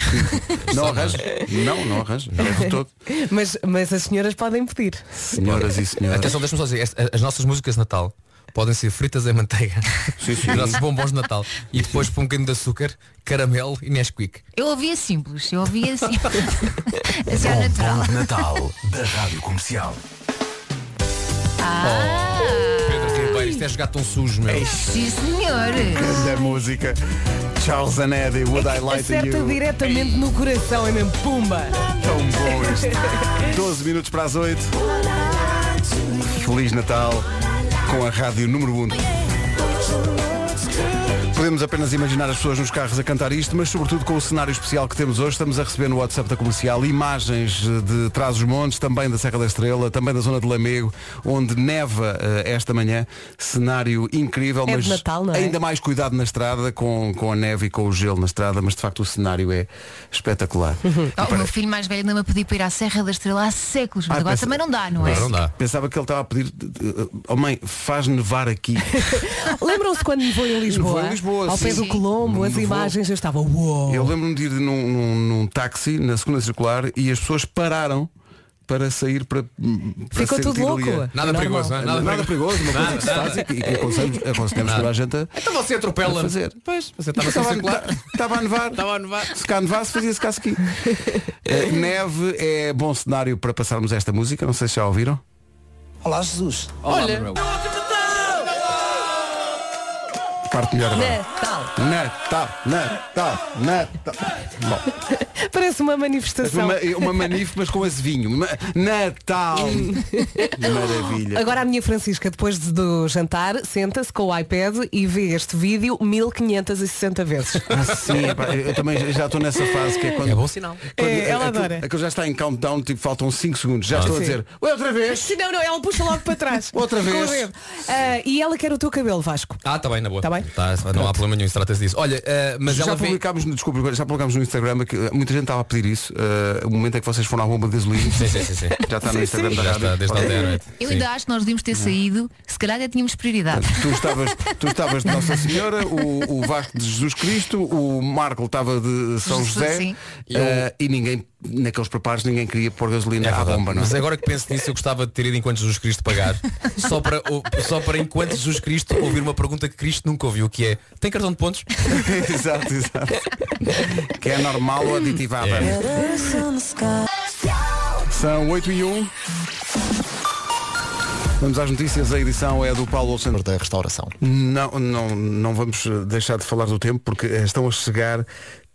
[SPEAKER 2] Não arranja? Não, não
[SPEAKER 9] (laughs)
[SPEAKER 2] arranja. Não, é? de todo.
[SPEAKER 4] Mas, mas as senhoras podem pedir.
[SPEAKER 2] Senhoras e senhores.
[SPEAKER 9] Atenção, deixa-me só dizer, est- as nossas músicas de Natal podem ser fritas em manteiga, os nossos bombons de Natal, e depois pôr um bocadinho de açúcar, caramelo e Nesquik.
[SPEAKER 6] Eu ouvia simples, eu
[SPEAKER 2] (laughs)
[SPEAKER 6] ouvia simples. assim ao natural.
[SPEAKER 9] Natal da Rádio Comercial.
[SPEAKER 6] Ah,
[SPEAKER 9] Pedro Ribeiro, isto é jogar tão sujo, meu.
[SPEAKER 6] sim senhor.
[SPEAKER 2] Da música. Charles and Eddie, Would I Lie to
[SPEAKER 4] Acerta
[SPEAKER 2] You?
[SPEAKER 4] diretamente no coração, é mesmo pumba.
[SPEAKER 2] Tão bom
[SPEAKER 4] (laughs)
[SPEAKER 2] isto. 12 minutos para as 8. Feliz Natal com a Rádio Número 1. Podemos apenas imaginar as pessoas nos carros a cantar isto, mas sobretudo com o cenário especial que temos hoje, estamos a receber no WhatsApp da comercial imagens eh, de Trás os Montes, também da Serra da Estrela, também da zona de Lamego, onde neva eh, esta manhã. Cenário incrível,
[SPEAKER 4] É
[SPEAKER 2] mas
[SPEAKER 4] de Natal, não é?
[SPEAKER 2] ainda mais cuidado na estrada, com, com a neve e com o gelo na estrada, mas de facto o cenário é espetacular. E
[SPEAKER 6] Oh, o
[SPEAKER 2] para-
[SPEAKER 6] meu filho mais velho ainda me pediu para ir à Serra da Estrela há séculos, mas
[SPEAKER 2] Ah,
[SPEAKER 6] agora
[SPEAKER 2] pensa-
[SPEAKER 6] também não dá, não é?
[SPEAKER 2] Pensava que ele estava a pedir, oh mãe, faz nevar aqui.
[SPEAKER 4] (laughs) Lembram-se quando me vou em Lisboa?
[SPEAKER 2] Vou em Lisboa,
[SPEAKER 4] ao pé
[SPEAKER 2] sim.
[SPEAKER 4] do Colombo, as
[SPEAKER 2] Vou.
[SPEAKER 4] imagens, eu estava uou. (laughs)
[SPEAKER 2] Eu lembro-me de ir num, num- num táxi na segunda circular e as pessoas pararam para sair para, para
[SPEAKER 4] Ficou tudo
[SPEAKER 2] sentir
[SPEAKER 4] louco.
[SPEAKER 2] ali a-
[SPEAKER 4] Nada É normal. perigoso, não é?
[SPEAKER 2] nada,
[SPEAKER 4] Nada
[SPEAKER 2] perigoso, uma coisa
[SPEAKER 9] né? Nada,
[SPEAKER 2] que se faz
[SPEAKER 9] nada.
[SPEAKER 2] e que, e que aconselhamos, aconselhamos
[SPEAKER 9] Nada.
[SPEAKER 2] toda a gente a
[SPEAKER 9] Então você atropela.
[SPEAKER 2] a fazer.
[SPEAKER 9] Pois, você estava
[SPEAKER 2] Estava
[SPEAKER 9] a
[SPEAKER 2] a-
[SPEAKER 9] circular.
[SPEAKER 2] Estava a nevar.
[SPEAKER 9] Estava a nevar.
[SPEAKER 2] Se cá nevasse, fazia-se caso aqui. Eh, neve é bom cenário para passarmos esta música, não sei se já ouviram.
[SPEAKER 1] Olá, Jesus.
[SPEAKER 4] Hum.
[SPEAKER 9] Olha.
[SPEAKER 2] Parte melhor agora.
[SPEAKER 4] Natal.
[SPEAKER 2] Natal, Natal, Natal. Bom.
[SPEAKER 4] Parece uma manifestação.
[SPEAKER 2] Uma, é uma
[SPEAKER 4] (laughs)
[SPEAKER 2] manif, mas com azevinho. Ma- Natal! Maravilha.
[SPEAKER 4] Agora a minha Francisca, depois de- do jantar, senta-se com o iPad e vê este vídeo 1560 vezes.
[SPEAKER 2] Ah, sim, epá, eu eu também já estou nessa fase que é quando.
[SPEAKER 9] É bom sinal.
[SPEAKER 2] Quando,
[SPEAKER 4] É, ela
[SPEAKER 2] aquilo-
[SPEAKER 4] adora.
[SPEAKER 2] Aquilo já está em countdown, tipo, faltam 5 segundos. Já
[SPEAKER 4] Ah.
[SPEAKER 2] estou a
[SPEAKER 4] Sim.
[SPEAKER 2] dizer, (laughs) outra vez.
[SPEAKER 4] Se não, não, ela puxa logo para trás.
[SPEAKER 2] Outra
[SPEAKER 4] Com o
[SPEAKER 2] vez.
[SPEAKER 4] dedo. Ah, e ela quer o teu cabelo, Vasco.
[SPEAKER 9] Ah, está bem, na boa.
[SPEAKER 4] Tá bem?
[SPEAKER 9] Tá, não há problema nenhum, se trata-se disso. Olha, eh, mas
[SPEAKER 2] já
[SPEAKER 9] ela vem.
[SPEAKER 2] publicámos, no- desculpa, agora já publicámos no Instagram que eh, muita gente estava a pedir isso. eh, o momento é que vocês foram à bomba de gasolina.
[SPEAKER 9] Sim, sim, sim, sim.
[SPEAKER 2] (laughs) Já está
[SPEAKER 9] Sim,
[SPEAKER 2] no Instagram
[SPEAKER 9] sim.
[SPEAKER 2] da
[SPEAKER 9] Já
[SPEAKER 2] rádio.
[SPEAKER 9] está, desde ontem à noite.
[SPEAKER 6] Eu ainda acho que nós devíamos ter saído, se calhar até tínhamos
[SPEAKER 2] (laughs)
[SPEAKER 6] prioridade.
[SPEAKER 2] Tu estavas, tu estavas de Nossa Senhora, o, o Vasco de Jesus Cristo, o Marco estava de São
[SPEAKER 6] Jesus,
[SPEAKER 2] José
[SPEAKER 6] sim.
[SPEAKER 2] eh, e ninguém naqueles preparos ninguém queria pôr gasolina à
[SPEAKER 9] verdade.
[SPEAKER 2] bomba, não é?
[SPEAKER 9] Mas agora que penso nisso, eu gostava de ter ido enquanto Jesus Cristo
[SPEAKER 2] (laughs)
[SPEAKER 9] pagar. só, para, ou- só para enquanto Jesus Cristo ouvir uma pergunta que Cristo nunca ouviu, que é tem cartão de pontos?
[SPEAKER 2] (laughs) exato, exato. Que é normal ou aditivada.
[SPEAKER 9] É.
[SPEAKER 2] é. São 8 e 1. Vamos às notícias, a edição é do Paulo Alcântara
[SPEAKER 14] da Restauração.
[SPEAKER 2] Não, não, não vamos eh, deixar de falar do tempo porque eh, estão a chegar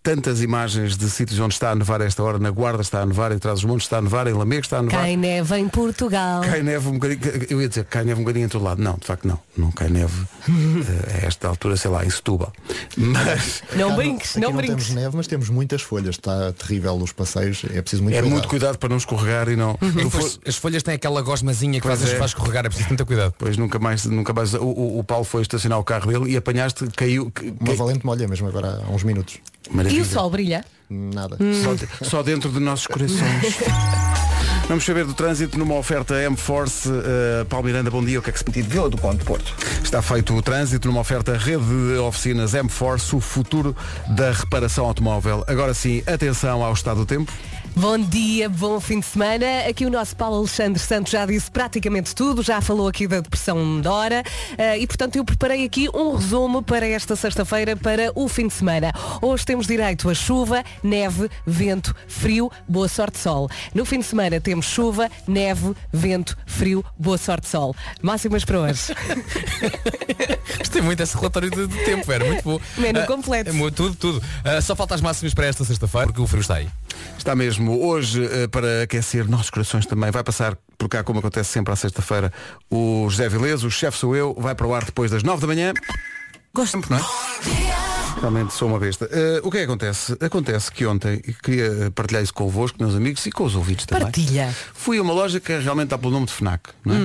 [SPEAKER 2] tantas imagens de sítios onde está a nevar a esta hora, na Guarda está a nevar, em Trás-os-Montes está a nevar, em Lamego está a nevar.
[SPEAKER 4] Cai neve em Portugal.
[SPEAKER 2] Cai neve um bocadinho, eu ia dizer cai neve um bocadinho em todo lado. Não, de facto não. Não cai neve
[SPEAKER 4] (laughs)
[SPEAKER 2] eh, a esta altura, sei lá, em Setúbal. Mas
[SPEAKER 14] Não brinques, não, brinques. temos neve, mas temos muitas folhas. Está terrível os passeios. É preciso muito
[SPEAKER 2] é
[SPEAKER 14] cuidado. Hum.
[SPEAKER 2] muito cuidado para não escorregar e não.
[SPEAKER 9] E
[SPEAKER 2] Tu
[SPEAKER 9] depois,
[SPEAKER 2] fo-
[SPEAKER 9] as folhas têm aquela gosmazinha que
[SPEAKER 2] Pois
[SPEAKER 9] faz, as
[SPEAKER 2] é.
[SPEAKER 9] faz escorregar, é preciso ter cuidado.
[SPEAKER 2] Pois nunca mais, nunca mais o, o- o Paulo foi estacionar o carro dele e apanhaste, caiu.
[SPEAKER 14] Uma valente molha mesmo agora há uns minutos.
[SPEAKER 4] E o sol brilha?
[SPEAKER 14] Nada.
[SPEAKER 2] Só, de- só dentro de nossos corações.
[SPEAKER 14] (laughs)
[SPEAKER 2] Vamos saber do trânsito numa oferta M-Force. Uh, Paulo Miranda, bom dia. O que é que se pedido Vila do Conde Porto? Está feito o trânsito numa oferta rede de oficinas M-Force, o futuro da reparação automóvel. Agora sim, atenção ao estado do tempo.
[SPEAKER 4] Bom dia, bom fim de semana. Aqui o nosso Paulo Alexandre Santos já disse praticamente tudo, já falou aqui da depressão de hora eh, e, portanto, eu preparei aqui um resumo para esta sexta-feira, para o fim de semana. Hoje temos direito a chuva, neve, vento, frio, boa sorte sol. No fim de semana temos chuva, neve, vento, frio, boa sorte sol. Máximas para hoje.
[SPEAKER 9] Gostei muito desse relatório de, de tempo, era muito bom.
[SPEAKER 4] Menu
[SPEAKER 9] Ah,
[SPEAKER 4] completo.
[SPEAKER 9] é mu- tudo, tudo. Ah, só falta as máximas para esta sexta-feira, porque o frio está aí.
[SPEAKER 2] Está mesmo hoje eh, para aquecer nossos corações também. Vai passar por cá, como acontece sempre à sexta-feira, o José Vilés, o chefe sou eu, vai para o ar depois das nove da manhã. Gosto sempre, não é? Realmente sou uma besta. Eh, o que é que acontece? Acontece que ontem, e queria eh, partilhar isso convosco, meus amigos, e com os ouvintes também.
[SPEAKER 4] Partilha.
[SPEAKER 2] Fui a uma loja que realmente dá pelo nome de FNAC, não é?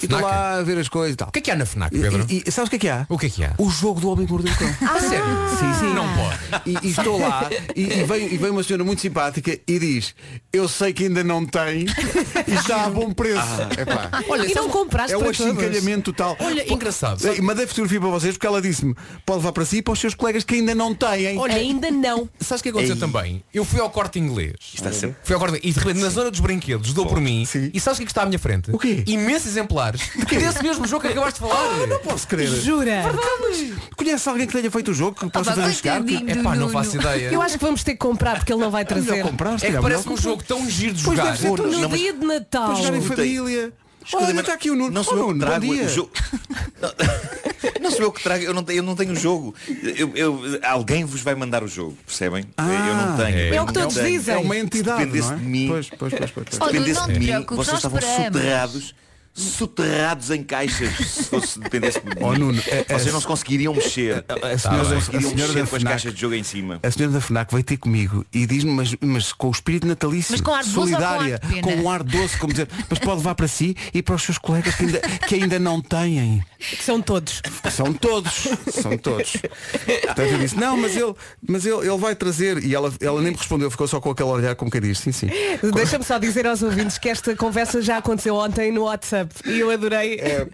[SPEAKER 2] e estou lá a ver as coisas e tal. O
[SPEAKER 9] que é que há na FNAC,
[SPEAKER 2] E-
[SPEAKER 9] Pedro?
[SPEAKER 2] E, e sabes o que é que há?
[SPEAKER 9] O que é que há?
[SPEAKER 2] O jogo do homem que mordeu o cão.
[SPEAKER 9] Ah, sério?
[SPEAKER 2] Sim, sim.
[SPEAKER 9] Não pode.
[SPEAKER 2] E, e estou
[SPEAKER 3] (laughs)
[SPEAKER 2] lá e, e vem, e vem uma senhora muito simpática e diz, eu sei que ainda não tem e está a bom preço. Ah, Epá.
[SPEAKER 4] Olha, E não sabes- compraste
[SPEAKER 2] É um
[SPEAKER 4] para todas.
[SPEAKER 2] achincalhamento total.
[SPEAKER 9] Olha, engraçado.
[SPEAKER 2] Ei, Mandei fotografia para vocês porque ela disse-me, pode levar para si e para os seus colegas que ainda não têm.
[SPEAKER 9] Olha,
[SPEAKER 4] ainda não.
[SPEAKER 9] Sabes o que aconteceu
[SPEAKER 2] Ei.
[SPEAKER 9] também? Eu fui ao corte inglês.
[SPEAKER 2] Está sempre-
[SPEAKER 9] Fui ao corte inglês. E de repente, na zona dos brinquedos, dou por mim. E sabes o que é que está à minha frente? O
[SPEAKER 2] quê?
[SPEAKER 9] Imensos exemplares desse mesmo jogo que acabaste de falar.
[SPEAKER 2] Ah, não posso crer.
[SPEAKER 4] Jura? Ah,
[SPEAKER 2] Conhece alguém que tenha feito o jogo que possa
[SPEAKER 3] Ah,
[SPEAKER 2] fazer chegar?
[SPEAKER 9] Epá, não faço ideia.
[SPEAKER 4] Eu acho que vamos ter que comprar porque ele não vai
[SPEAKER 9] é
[SPEAKER 4] trazer.
[SPEAKER 9] que parece um jogo tão giro de
[SPEAKER 4] Pois
[SPEAKER 9] jogar.
[SPEAKER 4] deve ser tão No dia de Natal.
[SPEAKER 2] Para jogar em família.
[SPEAKER 3] Escusa,
[SPEAKER 2] Olha,
[SPEAKER 3] mas
[SPEAKER 2] está aqui o Nuno.
[SPEAKER 3] Não sou
[SPEAKER 2] Oh,
[SPEAKER 3] eu que
[SPEAKER 2] Nuno,
[SPEAKER 3] trago
[SPEAKER 2] bom dia.
[SPEAKER 3] o jogo. (laughs) Não, não sou eu que trago, eu não, tenho- eu não tenho o jogo. Eu- eu- alguém vos vai mandar o jogo, percebem? eu não tenho.
[SPEAKER 2] é.
[SPEAKER 3] eu
[SPEAKER 2] É o que
[SPEAKER 3] não
[SPEAKER 2] todos
[SPEAKER 3] tenho.
[SPEAKER 2] dizem. É uma entidade,
[SPEAKER 3] Se dependesse
[SPEAKER 2] não é?
[SPEAKER 3] de mim,
[SPEAKER 2] Pois, pois, pois, pois, pois.
[SPEAKER 3] se
[SPEAKER 2] Olha,
[SPEAKER 3] dependesse
[SPEAKER 2] não
[SPEAKER 3] de
[SPEAKER 2] te
[SPEAKER 3] mim,
[SPEAKER 2] preocupes,
[SPEAKER 3] vocês
[SPEAKER 2] nós
[SPEAKER 3] estavam
[SPEAKER 2] esperamos.
[SPEAKER 3] soterrados, soterrados em caixas, se fosse dependesse de mim.
[SPEAKER 2] Oh, Nuno, é- é-
[SPEAKER 3] vocês não se conseguiriam mexer.
[SPEAKER 2] A- a- a
[SPEAKER 3] Vocês
[SPEAKER 2] senhora-
[SPEAKER 3] não se
[SPEAKER 2] a
[SPEAKER 3] conseguiriam
[SPEAKER 2] senhora
[SPEAKER 3] mexer
[SPEAKER 2] da
[SPEAKER 3] com as
[SPEAKER 2] FNAC.
[SPEAKER 3] caixas de jogo em cima.
[SPEAKER 2] A senhora da FNAC veio ter comigo e diz-me, mas, mas com o espírito natalício,
[SPEAKER 3] Mas com ar de doce ou com
[SPEAKER 2] solidária,
[SPEAKER 3] ar de
[SPEAKER 2] com
[SPEAKER 3] pena?
[SPEAKER 2] um ar doce, como dizer, mas pode levar para si e para os seus colegas que ainda, que ainda não têm.
[SPEAKER 4] É
[SPEAKER 2] (laughs)
[SPEAKER 4] São todos.
[SPEAKER 2] São todos. São todos. Portanto, eu disse, não, mas ele, mas ele, ele vai trazer. E ela, ela nem me respondeu, ficou só com aquele olhar como que diz. Sim, sim.
[SPEAKER 4] Deixa-me só dizer aos ouvintes que esta conversa já aconteceu ontem no WhatsApp e eu adorei.
[SPEAKER 2] É,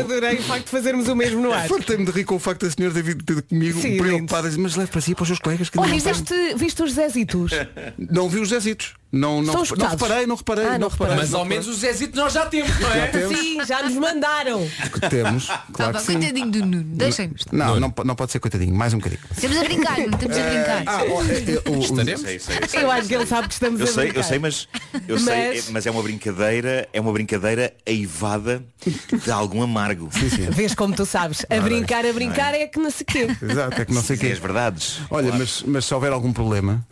[SPEAKER 4] adorei o facto de fazermos o mesmo no ar.
[SPEAKER 2] Fartei-me de rir com o facto da senhora ter vindo ter comigo
[SPEAKER 4] Sim,
[SPEAKER 2] preocupada, mas leve para si e para os seus colegas que ainda
[SPEAKER 4] Olha,
[SPEAKER 2] não têm.
[SPEAKER 4] viste, viste os Zezitos?
[SPEAKER 2] Não vi os Zezitos. Não, não,
[SPEAKER 4] Estão
[SPEAKER 2] rep- não
[SPEAKER 4] escutados.
[SPEAKER 2] reparei, não reparei,
[SPEAKER 4] Ah, não
[SPEAKER 2] não reparei.
[SPEAKER 9] Mas
[SPEAKER 2] não
[SPEAKER 9] ao
[SPEAKER 2] reparei.
[SPEAKER 9] menos os Zezitos nós já temos, não é?
[SPEAKER 2] Já temos.
[SPEAKER 4] Sim, já nos mandaram.
[SPEAKER 2] que temos. Claro
[SPEAKER 6] bom,
[SPEAKER 2] que sim.
[SPEAKER 6] coitadinho do Nuno, deixem-nos.
[SPEAKER 2] Não, não, po- não pode ser coitadinho, mais um bocadinho.
[SPEAKER 6] Estamos a brincar, Nuno, estamos a
[SPEAKER 2] Ah,
[SPEAKER 6] brincar.
[SPEAKER 2] oh, é. Estaremos?
[SPEAKER 4] Eu acho que ele sabe que estamos
[SPEAKER 3] Eu
[SPEAKER 4] a
[SPEAKER 3] sei,
[SPEAKER 4] brincar.
[SPEAKER 3] eu sei, mas, eu
[SPEAKER 4] Mas-
[SPEAKER 3] sei, é- mas é uma brincadeira, é uma brincadeira aivada de algum amargo.
[SPEAKER 4] Vês como tu sabes. A
[SPEAKER 3] Ora,
[SPEAKER 4] brincar, a
[SPEAKER 3] não é?
[SPEAKER 4] brincar é que não sei
[SPEAKER 2] (laughs)
[SPEAKER 4] quê.
[SPEAKER 2] Exato, é que não sei quem.
[SPEAKER 3] as verdades.
[SPEAKER 2] Olha, mas, mas se houver algum problema,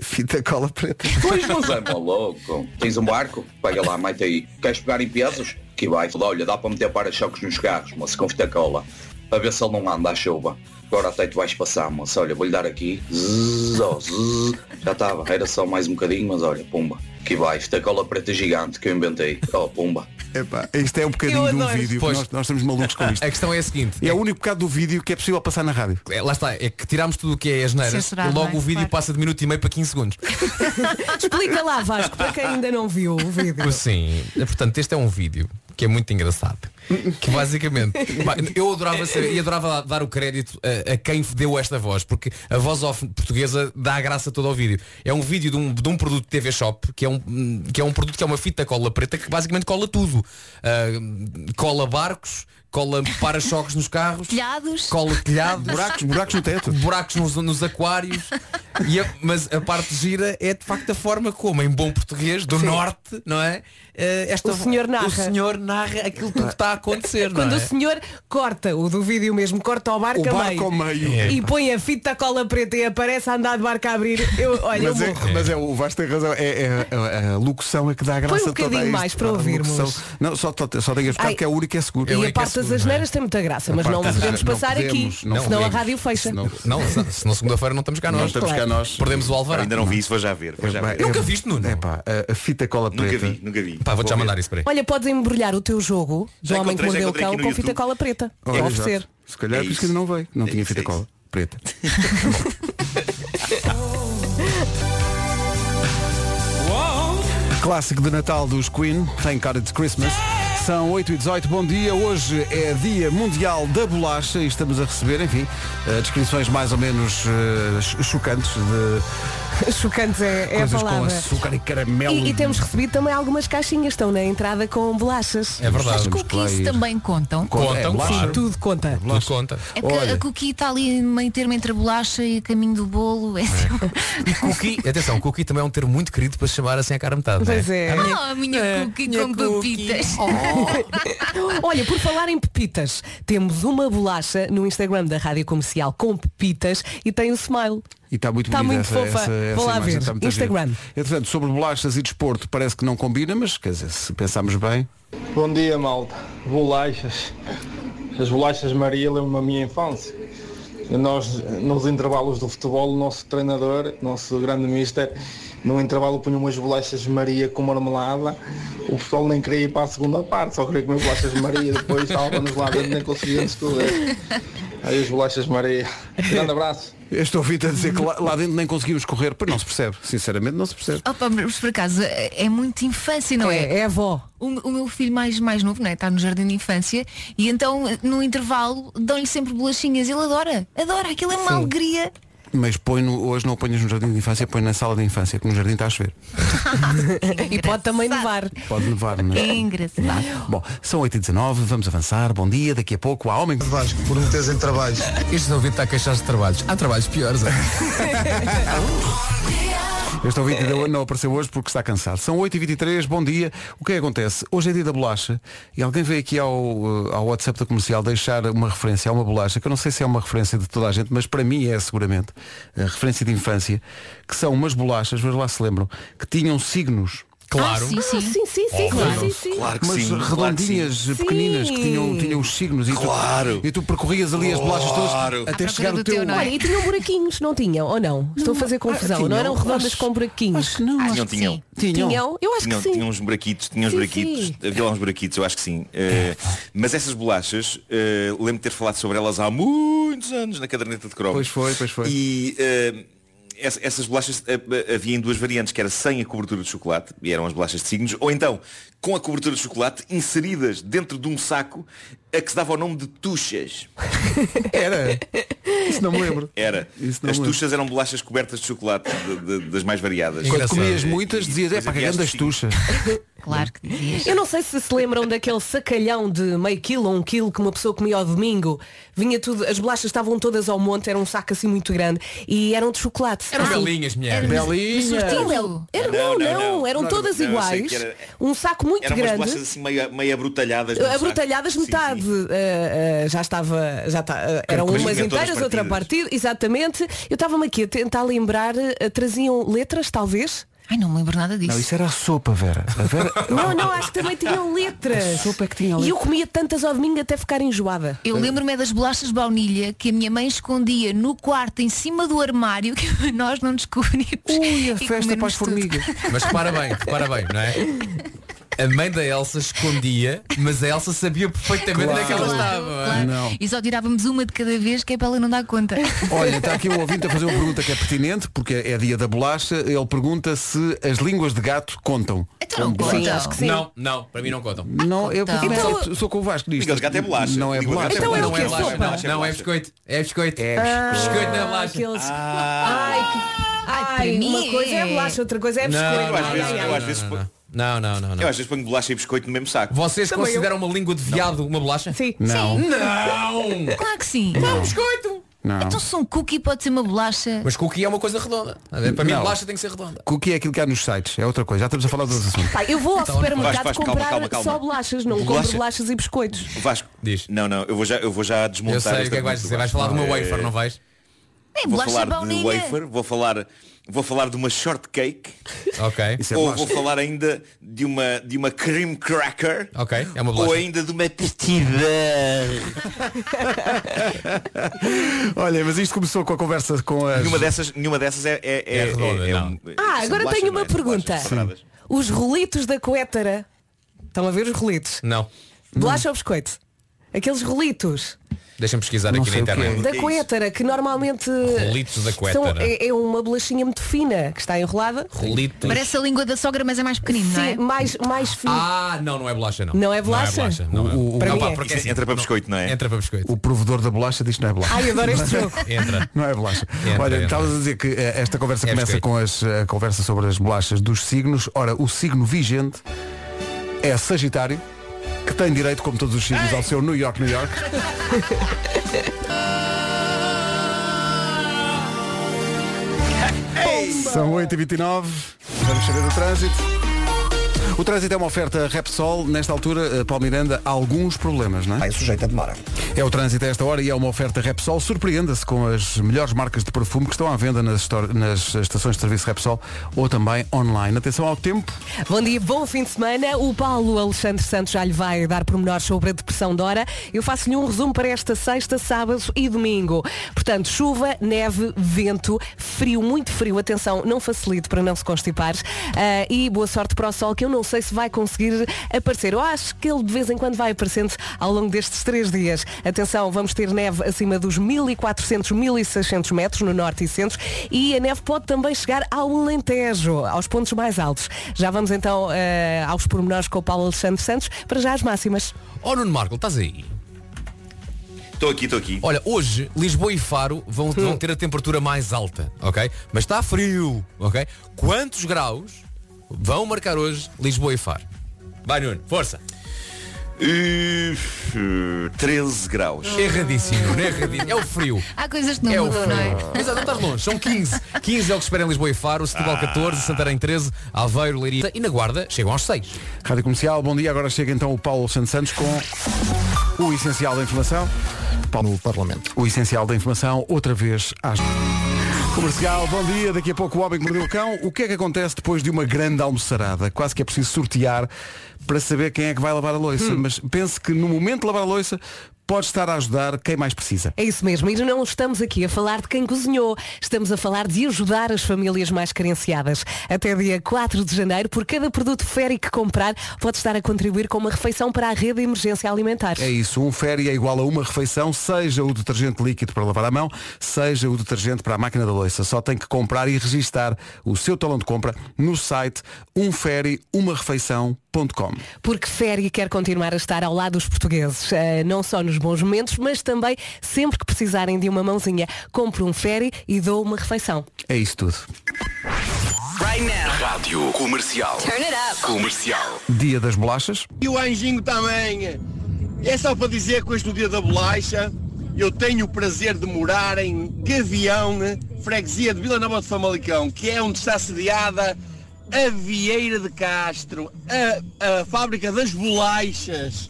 [SPEAKER 2] fita cola
[SPEAKER 3] (laughs)
[SPEAKER 2] preta.
[SPEAKER 16] Pois não sei, pá, louco. Tens um barco? Pega lá, mete aí. Queres pegar em pesos? Que vai. Fala, Olha, dá para meter para-choques nos carros, moço, com fita cola. A ver se ele não anda à chuva. Agora até tu vais passar, moço. Olha, vou-lhe dar aqui. Zzz, ó, zzz. Já estava. Era só mais um bocadinho, mas olha, pumba. Que vai. Fita cola preta gigante que eu inventei. Ó, pumba.
[SPEAKER 2] Epá, isto é um bocadinho
[SPEAKER 9] Eu
[SPEAKER 2] de um
[SPEAKER 9] adoro.
[SPEAKER 2] vídeo.
[SPEAKER 9] Pois.
[SPEAKER 2] Nós, nós estamos malucos com isto.
[SPEAKER 9] A questão é a seguinte.
[SPEAKER 2] É o único bocado do vídeo que é possível passar na rádio.
[SPEAKER 9] É, lá está, é que tirámos tudo o que é as neiras
[SPEAKER 4] Censurado,
[SPEAKER 9] e logo
[SPEAKER 4] não é?
[SPEAKER 9] o vídeo
[SPEAKER 4] Claro.
[SPEAKER 9] passa de minuto e meio para 15 segundos.
[SPEAKER 4] Explica
[SPEAKER 9] tipo
[SPEAKER 4] lá, Vasco, para quem ainda não viu o vídeo.
[SPEAKER 9] assim, Sim, portanto, este é um vídeo que é muito engraçado. Que basicamente. Pá, Eu adorava saber, e adorava dar o crédito a, a quem deu esta voz, porque a voz off portuguesa dá a graça toda ao vídeo. É um vídeo de um, de um produto de TV Shop, que é, um, que é um produto que é uma fita cola preta que basicamente cola tudo. Ah, cola barcos, cola para-choques nos carros,
[SPEAKER 6] Telhados.
[SPEAKER 9] cola telhado,
[SPEAKER 6] Buracos-
[SPEAKER 9] buracos no teto, buracos nos, nos aquários. E a- mas a parte gira é de facto a forma como, em bom português, do
[SPEAKER 4] Sim.
[SPEAKER 9] norte, não é? Eh, esta
[SPEAKER 4] O senhor
[SPEAKER 9] vo-
[SPEAKER 4] narra.
[SPEAKER 9] O senhor narra aquilo tudo que está a
[SPEAKER 4] (laughs)
[SPEAKER 9] acontecer,
[SPEAKER 4] Quando
[SPEAKER 9] não é?
[SPEAKER 4] o senhor corta o do vídeo mesmo, corta o barco,
[SPEAKER 9] O barco
[SPEAKER 4] a meio,
[SPEAKER 9] ao meio.
[SPEAKER 4] e põe a fita cola preta e aparece a andar de barco a abrir, eu, olha,
[SPEAKER 2] mas,
[SPEAKER 4] eu
[SPEAKER 2] é,
[SPEAKER 4] morro.
[SPEAKER 2] mas é, o Vasco tem razão, é, é- é- a locução é que dá a graça
[SPEAKER 4] Põe um
[SPEAKER 2] toda a
[SPEAKER 4] bocadinho
[SPEAKER 2] isto.
[SPEAKER 4] mais para
[SPEAKER 2] A
[SPEAKER 4] ouvirmos.
[SPEAKER 2] locução- Não, só, só tenho a buscar
[SPEAKER 4] Ai,
[SPEAKER 2] que é o único que é seguro.
[SPEAKER 4] E a parte das asneiras tem muita graça,
[SPEAKER 2] A
[SPEAKER 4] mas não
[SPEAKER 2] parte das
[SPEAKER 4] podemos
[SPEAKER 2] asneiras,
[SPEAKER 4] passar
[SPEAKER 2] não
[SPEAKER 4] aqui,
[SPEAKER 2] podemos, não
[SPEAKER 4] senão a
[SPEAKER 2] podemos.
[SPEAKER 4] rádio fecha.
[SPEAKER 2] Senão-
[SPEAKER 9] Não, se- se não segunda-feira não estamos cá
[SPEAKER 2] Não
[SPEAKER 9] nós.
[SPEAKER 2] estamos cá nós.
[SPEAKER 9] Perdemos o Alvará.
[SPEAKER 3] Ah, Ainda não vi isso, vou já ver. Vou já ver.
[SPEAKER 9] Nunca viste, Nuno?
[SPEAKER 2] É pá, a, a fita cola preta.
[SPEAKER 3] Nunca vi, nunca vi.
[SPEAKER 9] Pá, vou-te já
[SPEAKER 3] Vou ver.
[SPEAKER 9] mandar isso para aí.
[SPEAKER 4] Olha, podes embrulhar o teu jogo do
[SPEAKER 3] Já
[SPEAKER 4] homem que
[SPEAKER 3] encontrei, já
[SPEAKER 4] mordeu o
[SPEAKER 3] encontrei
[SPEAKER 4] cão
[SPEAKER 3] aqui no
[SPEAKER 4] com fita
[SPEAKER 3] YouTube.
[SPEAKER 4] cola preta.
[SPEAKER 2] Olha,
[SPEAKER 4] a
[SPEAKER 2] exato.
[SPEAKER 4] É oferecer. (laughs)
[SPEAKER 2] Se calhar
[SPEAKER 3] É
[SPEAKER 2] por isso
[SPEAKER 3] isso.
[SPEAKER 2] que ainda não veio. Não
[SPEAKER 3] É
[SPEAKER 2] tinha
[SPEAKER 3] isso,
[SPEAKER 2] fita
[SPEAKER 3] é
[SPEAKER 2] cola preta.
[SPEAKER 3] (laughs)
[SPEAKER 2] Clássico de Natal dos Queen, Thank God It's Christmas. São 8 e 18 bom dia. Hoje é Dia Mundial da Bolacha e estamos a receber, enfim, eh, descrições mais ou menos eh, ch- chocantes de
[SPEAKER 4] Chocantes é, é a
[SPEAKER 2] coisas com
[SPEAKER 4] palavra.
[SPEAKER 2] açúcar e caramelo.
[SPEAKER 4] E, e temos recebido também algumas caixinhas, estão na entrada com bolachas.
[SPEAKER 2] É verdade.
[SPEAKER 6] As
[SPEAKER 2] Temos
[SPEAKER 6] cookies
[SPEAKER 2] que lá ir.
[SPEAKER 6] também contam.
[SPEAKER 2] Conta,
[SPEAKER 9] Contam,
[SPEAKER 2] é bolacha.
[SPEAKER 9] claro.
[SPEAKER 4] Tudo conta.
[SPEAKER 9] um Tudo conta.
[SPEAKER 6] É que
[SPEAKER 9] Olha.
[SPEAKER 6] a cookie está ali meio termo entre a bolacha e caminho do bolo. É sempre-
[SPEAKER 9] E cookie, atenção, cookie também é um termo muito querido para se chamar assim a cara metade. não
[SPEAKER 4] Pois é.
[SPEAKER 9] A minha-
[SPEAKER 6] Oh, (laughs) a minha cookie
[SPEAKER 4] minha
[SPEAKER 6] com
[SPEAKER 4] cookie. Oh.
[SPEAKER 6] pepitas.
[SPEAKER 4] (laughs) Olha, por falar em pepitas, temos uma bolacha no Instagram da Rádio Comercial com pepitas e tem
[SPEAKER 6] (laughs)
[SPEAKER 4] o smile.
[SPEAKER 2] E está muito
[SPEAKER 4] Está
[SPEAKER 2] bonita
[SPEAKER 4] Tá muito
[SPEAKER 2] essa,
[SPEAKER 4] fofa.
[SPEAKER 2] essa- essa
[SPEAKER 4] Vou lá
[SPEAKER 2] imagem,
[SPEAKER 4] ver.
[SPEAKER 2] está muito
[SPEAKER 4] Instagram.
[SPEAKER 2] gira. Entretanto, sobre bolachas e desporto parece que não combina, mas quer dizer, se pensarmos bem.
[SPEAKER 17] Bom dia, malta. Bolachas. As bolachas Maria lembram-me a minha infância. Nós, nos intervalos do futebol, o nosso treinador, nosso grande mister, no intervalo punha umas bolachas Maria com marmelada. O pessoal nem queria ir para a segunda parte, só queria comer bolachas Maria. Depois estávamos lá dentro, nem conseguíamos escolher. Aí as bolachas Maria. Grande
[SPEAKER 2] (laughs)
[SPEAKER 17] abraço.
[SPEAKER 2] Estou ouvindo a dizer que lá, lá dentro nem conseguimos correr, pois não se percebe, sinceramente não se percebe.
[SPEAKER 6] (laughs) Opa, mas por acaso é é muito infância, não é?
[SPEAKER 4] É, avó.
[SPEAKER 6] O, o meu filho mais, mais novo, não é? Está no jardim de infância e então no intervalo dão-lhe sempre bolachinhas. Ele adora, adora, aquilo é uma alegria.
[SPEAKER 2] Mas põe no- hoje não ponhas no jardim de infância, põe na sala de infância, que no jardim está a chover.
[SPEAKER 4] E pode também levar.
[SPEAKER 2] Pode levar, não
[SPEAKER 6] É
[SPEAKER 2] é?
[SPEAKER 6] engraçado.
[SPEAKER 2] Bom, são 8h19, vamos avançar, bom dia, daqui a pouco há homem. Vasco, por me teres em trabalhos.
[SPEAKER 9] Este ouvido está a queixar-se de trabalhos. Há trabalhos piores. é?
[SPEAKER 2] Este ouvinte ainda não apareceu hoje porque está cansado. São 8h23, bom dia. O que é que acontece? Hoje é dia da bolacha e alguém veio aqui ao, eh, ao WhatsApp da comercial deixar uma referência a uma bolacha, que eu não sei se é uma referência de toda a gente, mas para mim é seguramente a referência de infância, que são umas bolachas, mas lá se lembram, que tinham signos.
[SPEAKER 9] Claro.
[SPEAKER 4] Ah, sim, sim, sim, sim,
[SPEAKER 2] Claro.
[SPEAKER 4] sim, sim.
[SPEAKER 3] Claro que
[SPEAKER 2] Mas
[SPEAKER 3] sim.
[SPEAKER 2] redondinhas
[SPEAKER 3] claro que sim.
[SPEAKER 2] pequeninas que tinham, tinham os signos e
[SPEAKER 3] Claro.
[SPEAKER 2] tu, e tu percorrias ali as bolachas
[SPEAKER 3] Claro.
[SPEAKER 2] todas até
[SPEAKER 6] À
[SPEAKER 2] chegar
[SPEAKER 6] procura
[SPEAKER 2] o
[SPEAKER 6] do
[SPEAKER 2] teu.
[SPEAKER 6] teu, não é?
[SPEAKER 4] Olha, e tinham buraquinhos, não tinham, ou não? Estou a fazer confusão.
[SPEAKER 2] tinham,
[SPEAKER 4] não eram redondas
[SPEAKER 2] Ah, acho-
[SPEAKER 4] com buraquinhos.
[SPEAKER 2] não,
[SPEAKER 3] Tinham, tinham.
[SPEAKER 4] Tinham? Eu acho
[SPEAKER 3] Tinham,
[SPEAKER 4] que sim.
[SPEAKER 3] tinham uns buraquitos, tinham uns
[SPEAKER 4] Sim,
[SPEAKER 3] buraquitos,
[SPEAKER 4] sim.
[SPEAKER 3] havia lá uns buraquitos, eu acho que sim. Eh, mas essas bolachas, eh, lembro de ter falado sobre elas há muitos anos na caderneta de cromos.
[SPEAKER 2] Pois foi, pois foi.
[SPEAKER 3] E eh, ess- essas bolachas eh, eh, havia em duas variantes, que era sem a cobertura de chocolate, e eram as bolachas de signos, ou então com a cobertura de chocolate inseridas dentro de um saco a que se dava o nome de tuchas.
[SPEAKER 2] Era. Isso não me lembro.
[SPEAKER 3] Era.
[SPEAKER 2] Isso não
[SPEAKER 3] As
[SPEAKER 2] me lembro.
[SPEAKER 3] tuchas eram bolachas cobertas de chocolate de- de- das mais variadas.
[SPEAKER 2] Quando comias
[SPEAKER 3] Eh,
[SPEAKER 2] muitas
[SPEAKER 3] e
[SPEAKER 2] dizias, é
[SPEAKER 3] depois
[SPEAKER 2] para
[SPEAKER 3] havia as
[SPEAKER 2] cagando das
[SPEAKER 3] de
[SPEAKER 2] tuchas.
[SPEAKER 6] (laughs) Claro que dizias.
[SPEAKER 4] Eu não sei se se lembram daquele sacalhão de meio quilo ou um quilo que uma pessoa comia ao domingo. Vinha tudo, as bolachas estavam todas ao monte, era um saco assim muito grande e eram de chocolate.
[SPEAKER 9] Eram
[SPEAKER 4] Ah,
[SPEAKER 9] belinhas, mulher.
[SPEAKER 6] Era-
[SPEAKER 2] Belinha.
[SPEAKER 4] Não,
[SPEAKER 6] Sortido.
[SPEAKER 4] não, era-
[SPEAKER 3] Não, não,
[SPEAKER 4] não, não,
[SPEAKER 3] não.
[SPEAKER 4] eram
[SPEAKER 3] Não,
[SPEAKER 4] todas
[SPEAKER 3] não, eu sei
[SPEAKER 4] iguais.
[SPEAKER 3] que era-
[SPEAKER 4] um saco muito
[SPEAKER 3] Eram umas bolachas
[SPEAKER 4] grande.
[SPEAKER 3] assim meio, meio abrutalhadas. no saco.
[SPEAKER 4] Abrutalhadas
[SPEAKER 3] Sim,
[SPEAKER 4] metade
[SPEAKER 3] sim.
[SPEAKER 4] eh, eh, já estava já tá, eh, eram
[SPEAKER 3] Mas
[SPEAKER 4] umas
[SPEAKER 3] vinham todas
[SPEAKER 4] inteiras outra
[SPEAKER 3] partidas.
[SPEAKER 4] partida exatamente eu estava-me aqui a tentar lembrar eh, traziam letras talvez
[SPEAKER 6] Ai, não me lembro nada disso.
[SPEAKER 2] Não, isso era a sopa, Vera. A
[SPEAKER 6] (laughs)
[SPEAKER 2] Vera...
[SPEAKER 4] não não acho que também tinham letras
[SPEAKER 2] sopa é que tinha
[SPEAKER 4] e eu
[SPEAKER 2] letras.
[SPEAKER 4] comia tantas ao domingo até ficar enjoada
[SPEAKER 6] Eu lembro-me é das bolachas de baunilha que a minha mãe escondia no quarto em cima do armário (laughs) que nós não descobrimos.
[SPEAKER 2] Ui, a
[SPEAKER 6] E
[SPEAKER 2] festa para
[SPEAKER 6] comermos
[SPEAKER 2] as
[SPEAKER 6] tudo.
[SPEAKER 2] formigas.
[SPEAKER 9] Mas repara bem, repara bem, não é? A mãe da Elsa escondia, mas a Elsa sabia perfeitamente
[SPEAKER 6] Claro,
[SPEAKER 9] onde é que ela estava. é?
[SPEAKER 6] Claro.
[SPEAKER 2] Não.
[SPEAKER 6] (laughs) E só tirávamos uma de cada vez, que é para ela não dar conta.
[SPEAKER 2] Olha, está aqui um ouvinte a fazer uma pergunta que é pertinente, porque é dia da bolacha. Ele pergunta se as línguas de gato contam.
[SPEAKER 6] Então não contam. Sim, acho que sim.
[SPEAKER 9] Não, não, para mim não contam.
[SPEAKER 2] Não, eu porque
[SPEAKER 9] Então-
[SPEAKER 2] sou, sou com o Vasco nisto.
[SPEAKER 9] Língua de gato é bolacha.
[SPEAKER 2] Não é
[SPEAKER 9] Língua de
[SPEAKER 2] bolacha.
[SPEAKER 6] Então
[SPEAKER 9] gato é
[SPEAKER 2] Não
[SPEAKER 9] bolacha. Não é bolacha,
[SPEAKER 2] bolacha.
[SPEAKER 9] Não, é biscoito. É biscoito.
[SPEAKER 2] É
[SPEAKER 9] biscoito na
[SPEAKER 4] Ah,
[SPEAKER 9] bolacha.
[SPEAKER 4] aqueles- Ah. Ai, que... Ai,
[SPEAKER 6] para
[SPEAKER 4] uma
[SPEAKER 6] mim
[SPEAKER 4] coisa é
[SPEAKER 6] é-
[SPEAKER 4] bolacha, outra coisa é biscoito.
[SPEAKER 3] eu às
[SPEAKER 4] Ai,
[SPEAKER 3] vezes,
[SPEAKER 4] ai,
[SPEAKER 3] eu
[SPEAKER 4] ai.
[SPEAKER 3] às vezes ponho-
[SPEAKER 9] Não, não, não, não.
[SPEAKER 3] Eu às vezes ponho bolacha e biscoito no mesmo saco.
[SPEAKER 9] Vocês consideram uma língua de viado uma bolacha?
[SPEAKER 4] Sim.
[SPEAKER 3] Não.
[SPEAKER 6] Sim.
[SPEAKER 9] Não!
[SPEAKER 6] Claro que sim.
[SPEAKER 9] Não. Não, biscoito.
[SPEAKER 2] Não.
[SPEAKER 6] Então se um cookie pode ser uma bolacha.
[SPEAKER 9] Mas cookie é uma coisa redonda. A ver, Para mim,
[SPEAKER 2] Não.
[SPEAKER 9] bolacha tem que ser redonda.
[SPEAKER 2] O que é aquilo que há nos sites? É outra coisa. Já estamos a falar de outros assuntos.
[SPEAKER 4] Pá, eu vou ao
[SPEAKER 9] Então,
[SPEAKER 4] supermercado
[SPEAKER 3] Vasco, Vasco, calma,
[SPEAKER 4] comprar
[SPEAKER 3] calma, calma.
[SPEAKER 4] só bolachas, não compro
[SPEAKER 3] Bolacha-
[SPEAKER 4] bolachas e biscoitos.
[SPEAKER 3] Vasco,
[SPEAKER 9] diz.
[SPEAKER 3] Não, não, eu vou já, eu vou já desmontar.
[SPEAKER 9] Eu sei o que é que vais
[SPEAKER 3] esta pergunta do
[SPEAKER 9] dizer. Vais
[SPEAKER 3] Vasco.
[SPEAKER 9] falar de uma wafer,
[SPEAKER 3] Eh,
[SPEAKER 9] não vais?
[SPEAKER 4] É,
[SPEAKER 6] Nem
[SPEAKER 3] Vou
[SPEAKER 6] É, bolacha
[SPEAKER 3] falar de
[SPEAKER 6] baunilha.
[SPEAKER 3] wafer, vou falar, vou falar de uma shortcake
[SPEAKER 9] Ok.
[SPEAKER 3] ou vou falar ainda de uma, de uma cream cracker
[SPEAKER 9] Ok, é uma
[SPEAKER 3] ou
[SPEAKER 9] bolacha.
[SPEAKER 3] ainda de uma petit beurre.
[SPEAKER 2] Olha, mas isto começou com a conversa com as.
[SPEAKER 3] Nenhuma dessas, nenhuma dessas é, é, é, é- é um-
[SPEAKER 4] Ah,
[SPEAKER 3] são bolachas,
[SPEAKER 4] agora
[SPEAKER 3] não
[SPEAKER 4] tenho
[SPEAKER 3] é?
[SPEAKER 4] uma
[SPEAKER 3] São bolachas
[SPEAKER 4] pergunta.
[SPEAKER 3] separadas.
[SPEAKER 4] Os rolitos da coétara. Estão a ver os rolitos?
[SPEAKER 9] Não.
[SPEAKER 4] Bolacha ou biscoito? Aqueles rolitos
[SPEAKER 9] Deixa-me pesquisar aqui na internet.
[SPEAKER 3] é
[SPEAKER 4] da coétara, que normalmente
[SPEAKER 9] Rolitos da coétara.
[SPEAKER 4] são- é, é uma bolachinha muito fina que está enrolada.
[SPEAKER 9] Rolitos.
[SPEAKER 6] Parece a língua da sogra, mas é mais pequenino, não
[SPEAKER 4] Sim,
[SPEAKER 6] é?
[SPEAKER 4] mais, mais fino.
[SPEAKER 9] Ah, não, não é bolacha, não.
[SPEAKER 4] Não é bolacha?
[SPEAKER 9] Não é bolacha. Não,
[SPEAKER 2] O- o- Para
[SPEAKER 9] não,
[SPEAKER 2] mim
[SPEAKER 9] pá,
[SPEAKER 2] é.
[SPEAKER 9] porque
[SPEAKER 3] Isso
[SPEAKER 9] assim,
[SPEAKER 3] entra para biscoito, não é?
[SPEAKER 9] Entra para biscoito.
[SPEAKER 2] O provedor da bolacha diz que não é bolacha.
[SPEAKER 4] Ai, adoro este jogo.
[SPEAKER 9] Entra.
[SPEAKER 2] Não é bolacha.
[SPEAKER 9] Entra,
[SPEAKER 2] Olha,
[SPEAKER 9] entra.
[SPEAKER 2] estavas a dizer que eh, esta conversa
[SPEAKER 9] É
[SPEAKER 2] começa
[SPEAKER 9] biscoito.
[SPEAKER 2] com as, a conversa sobre as bolachas dos signos. Ora, o signo vigente é Sagitário, que tem direito, como todos os signos, ao seu New York, New
[SPEAKER 4] (laughs)
[SPEAKER 2] York. São 8h29, vamos saber do trânsito. O trânsito é uma oferta Repsol. Nesta altura, eh, Paulo Miranda, há alguns problemas, não é? Bem,
[SPEAKER 1] sujeito a demora.
[SPEAKER 2] É o trânsito a esta hora e é uma oferta Repsol. Surpreenda-se com as melhores marcas de perfume que estão à venda nas, estor- nas estações de serviço Repsol ou também online. Atenção ao tempo.
[SPEAKER 4] Bom dia, bom fim de semana. O Paulo Alexandre Santos já lhe vai dar pormenores sobre a depressão de hora. Eu faço-lhe um resumo para esta sexta, sábado e domingo. Portanto, chuva, neve, vento, frio, muito frio. Atenção, não facilite para não se constipar. Ah, e boa sorte para o sol, que eu não sei se vai conseguir aparecer. Eu acho que ele de vez em quando vai aparecendo ao longo destes três dias. Atenção, vamos ter neve acima dos 1400, 1600 metros no norte e centro. E a neve pode também chegar ao Alentejo, aos pontos mais altos. Já vamos então eh, aos pormenores com o Paulo Alexandre Santos. Para já as máximas.
[SPEAKER 9] Ó Oh, Nuno Marco, estás aí?
[SPEAKER 3] Estou aqui, estou aqui.
[SPEAKER 9] Olha, hoje Lisboa e Faro
[SPEAKER 4] Hum.
[SPEAKER 9] vão, vão ter a temperatura mais alta, ok? Mas está frio, ok? Quantos graus vão marcar hoje Lisboa e Faro? Vai Nuno, força!
[SPEAKER 3] Uh, 13 graus.
[SPEAKER 9] Erradíssimo, Nuno, erradíssimo. É o frio.
[SPEAKER 6] Há coisas que não
[SPEAKER 9] é o
[SPEAKER 6] mudam, não é? Ah.
[SPEAKER 9] Exato, não estás longe. São 15. 15 é o que se espera em Lisboa e Faro, Setúbal 14, Santarém 13, Aveiro, Leiria e na Guarda chegam aos 6.
[SPEAKER 2] Rádio Comercial, bom dia. Agora chega então o Paulo Santos Santos com o essencial da informação. Paulo no Parlamento. O essencial da informação, outra vez às. Comercial, bom dia. Daqui a pouco o homem que mordeu o cão. O que é que acontece depois de uma grande almoçarada? Quase que é preciso sortear para saber quem é que vai lavar a loiça. Mas pense que no momento de lavar a loiça pode estar a ajudar quem mais precisa.
[SPEAKER 4] É isso mesmo, e não estamos aqui a falar de quem cozinhou, estamos a falar de ajudar as famílias mais carenciadas. Até dia 4 de janeiro, por cada produto férico que comprar, pode estar a contribuir com uma refeição para a rede de emergência alimentar.
[SPEAKER 2] É isso, um féri é igual a uma refeição, seja o detergente líquido para lavar a mão, seja o detergente para a máquina da louça. Só tem que comprar e registar o seu talão de compra no site umferiumarefeição.com.
[SPEAKER 4] Porque Féri quer continuar a estar ao lado dos portugueses, eh, não só nos bons momentos, mas também sempre que precisarem de uma mãozinha. Compre um Féri e dou uma refeição.
[SPEAKER 2] É isso tudo.
[SPEAKER 18] Right now. Rádio Comercial.
[SPEAKER 15] Turn it up.
[SPEAKER 18] Comercial.
[SPEAKER 2] Dia das bolachas.
[SPEAKER 19] E o anjinho também. É só para dizer que hoje no dia da bolacha eu tenho o prazer de morar em Gavião, freguesia de Vila Nova de Famalicão, que é onde está sediada a Vieira de Castro, a, a fábrica das bolachas.